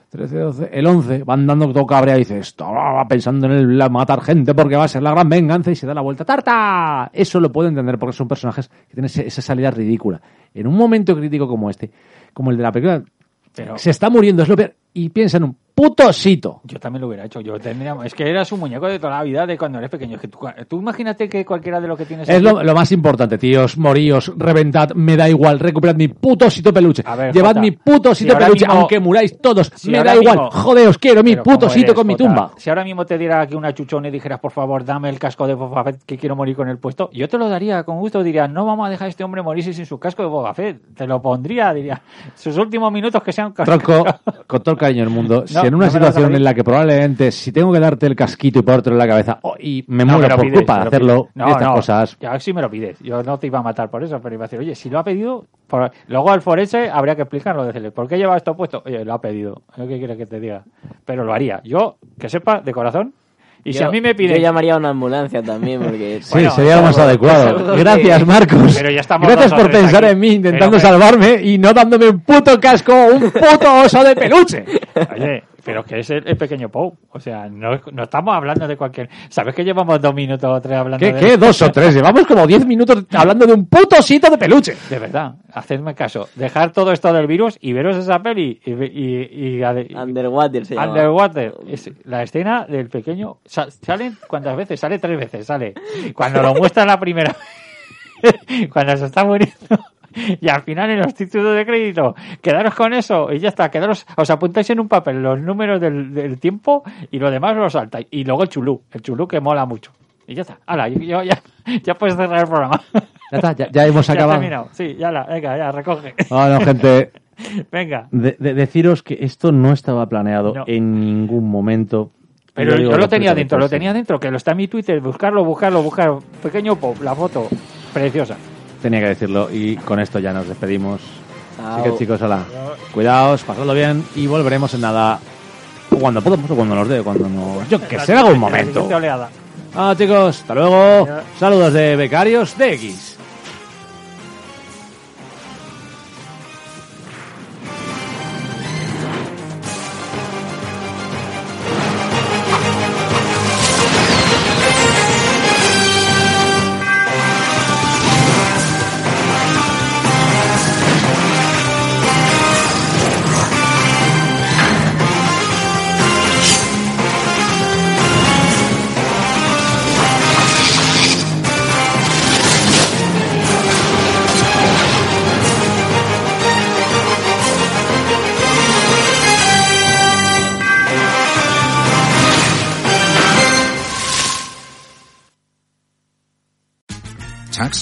A: 13, 12, el 11, va andando todo cabrea y dice, estaba pensando en el, la- matar gente porque va a ser la gran venganza y se da la vuelta. ¡Tarta! Eso lo puedo entender porque son personajes que tienen ese- esa salida ridícula. En un momento crítico como este, como el de la película,
B: Pero-
A: se está muriendo, es lo peor, y piensa en un putosito.
B: Yo también lo hubiera hecho. Yo tendría, es que eras un muñeco de toda la vida de cuando eres pequeño. Es que tú, tú imagínate que cualquiera de los que tienes...
A: Es
B: aquí-
A: lo, lo más importante, tíos. Moríos, reventad, me da igual. Recuperad mi puto osito peluche.
B: A ver,
A: Llevad
B: Jota,
A: mi puto
B: si
A: osito
B: ahora
A: peluche,
B: mismo-
A: aunque muráis todos.
B: Si
A: me
B: ahora
A: da igual.
B: mismo-
A: Jodeos, quiero mi
B: Pero
A: puto
B: ¿cómo
A: osito
B: eres,
A: con mi
B: Jota?
A: tumba.
B: Si ahora mismo te diera aquí una chuchona y dijeras, por favor, dame el casco de Boba Fett que quiero morir con el puesto, yo te lo daría con gusto. Diría, no vamos a dejar a este hombre morirse sin su casco de Boba Fett. Te lo pondría, diría, sus últimos minutos que sean con-
A: Tronco, con todo el cariño del mundo, si en una
B: no me lo
A: situación
B: sabéis.
A: en la que probablemente si tengo que darte el casquito y ponértelo en la cabeza oh, y me
B: No,
A: muero
B: me lo
A: por
B: pides,
A: culpa
B: me
A: de
B: lo
A: hacerlo,
B: pides. No,
A: estas
B: no,
A: cosas.
B: Ya si me lo pides. Yo no te iba a matar por eso, pero iba a decir, oye, si lo ha pedido, por- luego al forense habría que explicarlo, decirle, ¿por qué lleva esto puesto? Oye, lo ha pedido. ¿Qué quieres que te diga? Pero lo haría. Yo, que sepa, de corazón. Y si
C: Yo-
B: a mí me piden...
C: Yo llamaría a una ambulancia también, porque.
A: Sí,
B: bueno,
A: sería lo más
C: seguro,
A: adecuado.
C: seguro que-
A: Gracias, Marcos.
B: Pero ya estamos
A: Gracias
B: nosotros
A: por pensar
B: aquí.
A: en mí intentando
B: Pero,
A: salvarme y no dándome un puto casco o un puto oso de peluche.
B: Oye, pero que es el, el pequeño Pou. O sea, no, es- no estamos hablando de cualquier. ¿Sabes que llevamos dos minutos o tres hablando
A: ¿Qué,
B: de.?
A: qué? Dos o tres. Llevamos como diez minutos hablando de un puto osito de peluche.
B: De verdad, hacedme caso. Dejar todo esto del virus y veros esa peli. Y, y- y- y-
C: Underwater se llama.
B: Underwater. Es la escena del pequeño. sa- ¿Salen cuántas veces? Sale tres veces, sale. Cuando lo muestra la primera vez, cuando se está muriendo. Y al final en los títulos de crédito, quedaros con eso y ya está, quedaros, os apuntáis en un papel los números del, del tiempo y lo demás lo saltáis. Y luego el chulú, el chulú que mola mucho. Y ya está, hala, yo- ya, ya puedes cerrar el programa.
A: Ya está, ya, ya hemos
B: Ya ha
A: acabado.
B: terminado, sí, ya la, venga, ya recoge.
A: Ah, no, gente.
B: Venga.
D: De- de- deciros que esto no estaba planeado
B: No.
D: en ningún momento.
B: Pero
D: Yo
B: yo,
D: digo
B: lo tenía
D: respeto de
B: dentro, lo
D: todos.
B: tenía dentro, que lo está en mi Twitter, buscarlo, buscarlo, buscarlo. Pequeño pop, la foto, preciosa.
D: Tenía que decirlo y con esto ya nos despedimos. Así
C: Chao.
D: que chicos, hola.
A: Cuidaos, pasadlo bien y volveremos en nada. Cuando podamos o cuando nos dé, cuando nos. Yo que sé, en algún
B: La
A: momento.
B: siguiente oleada.
A: Ah, chicos, hasta luego.
B: Ya.
A: Saludos de Becarios de X.
E: Tax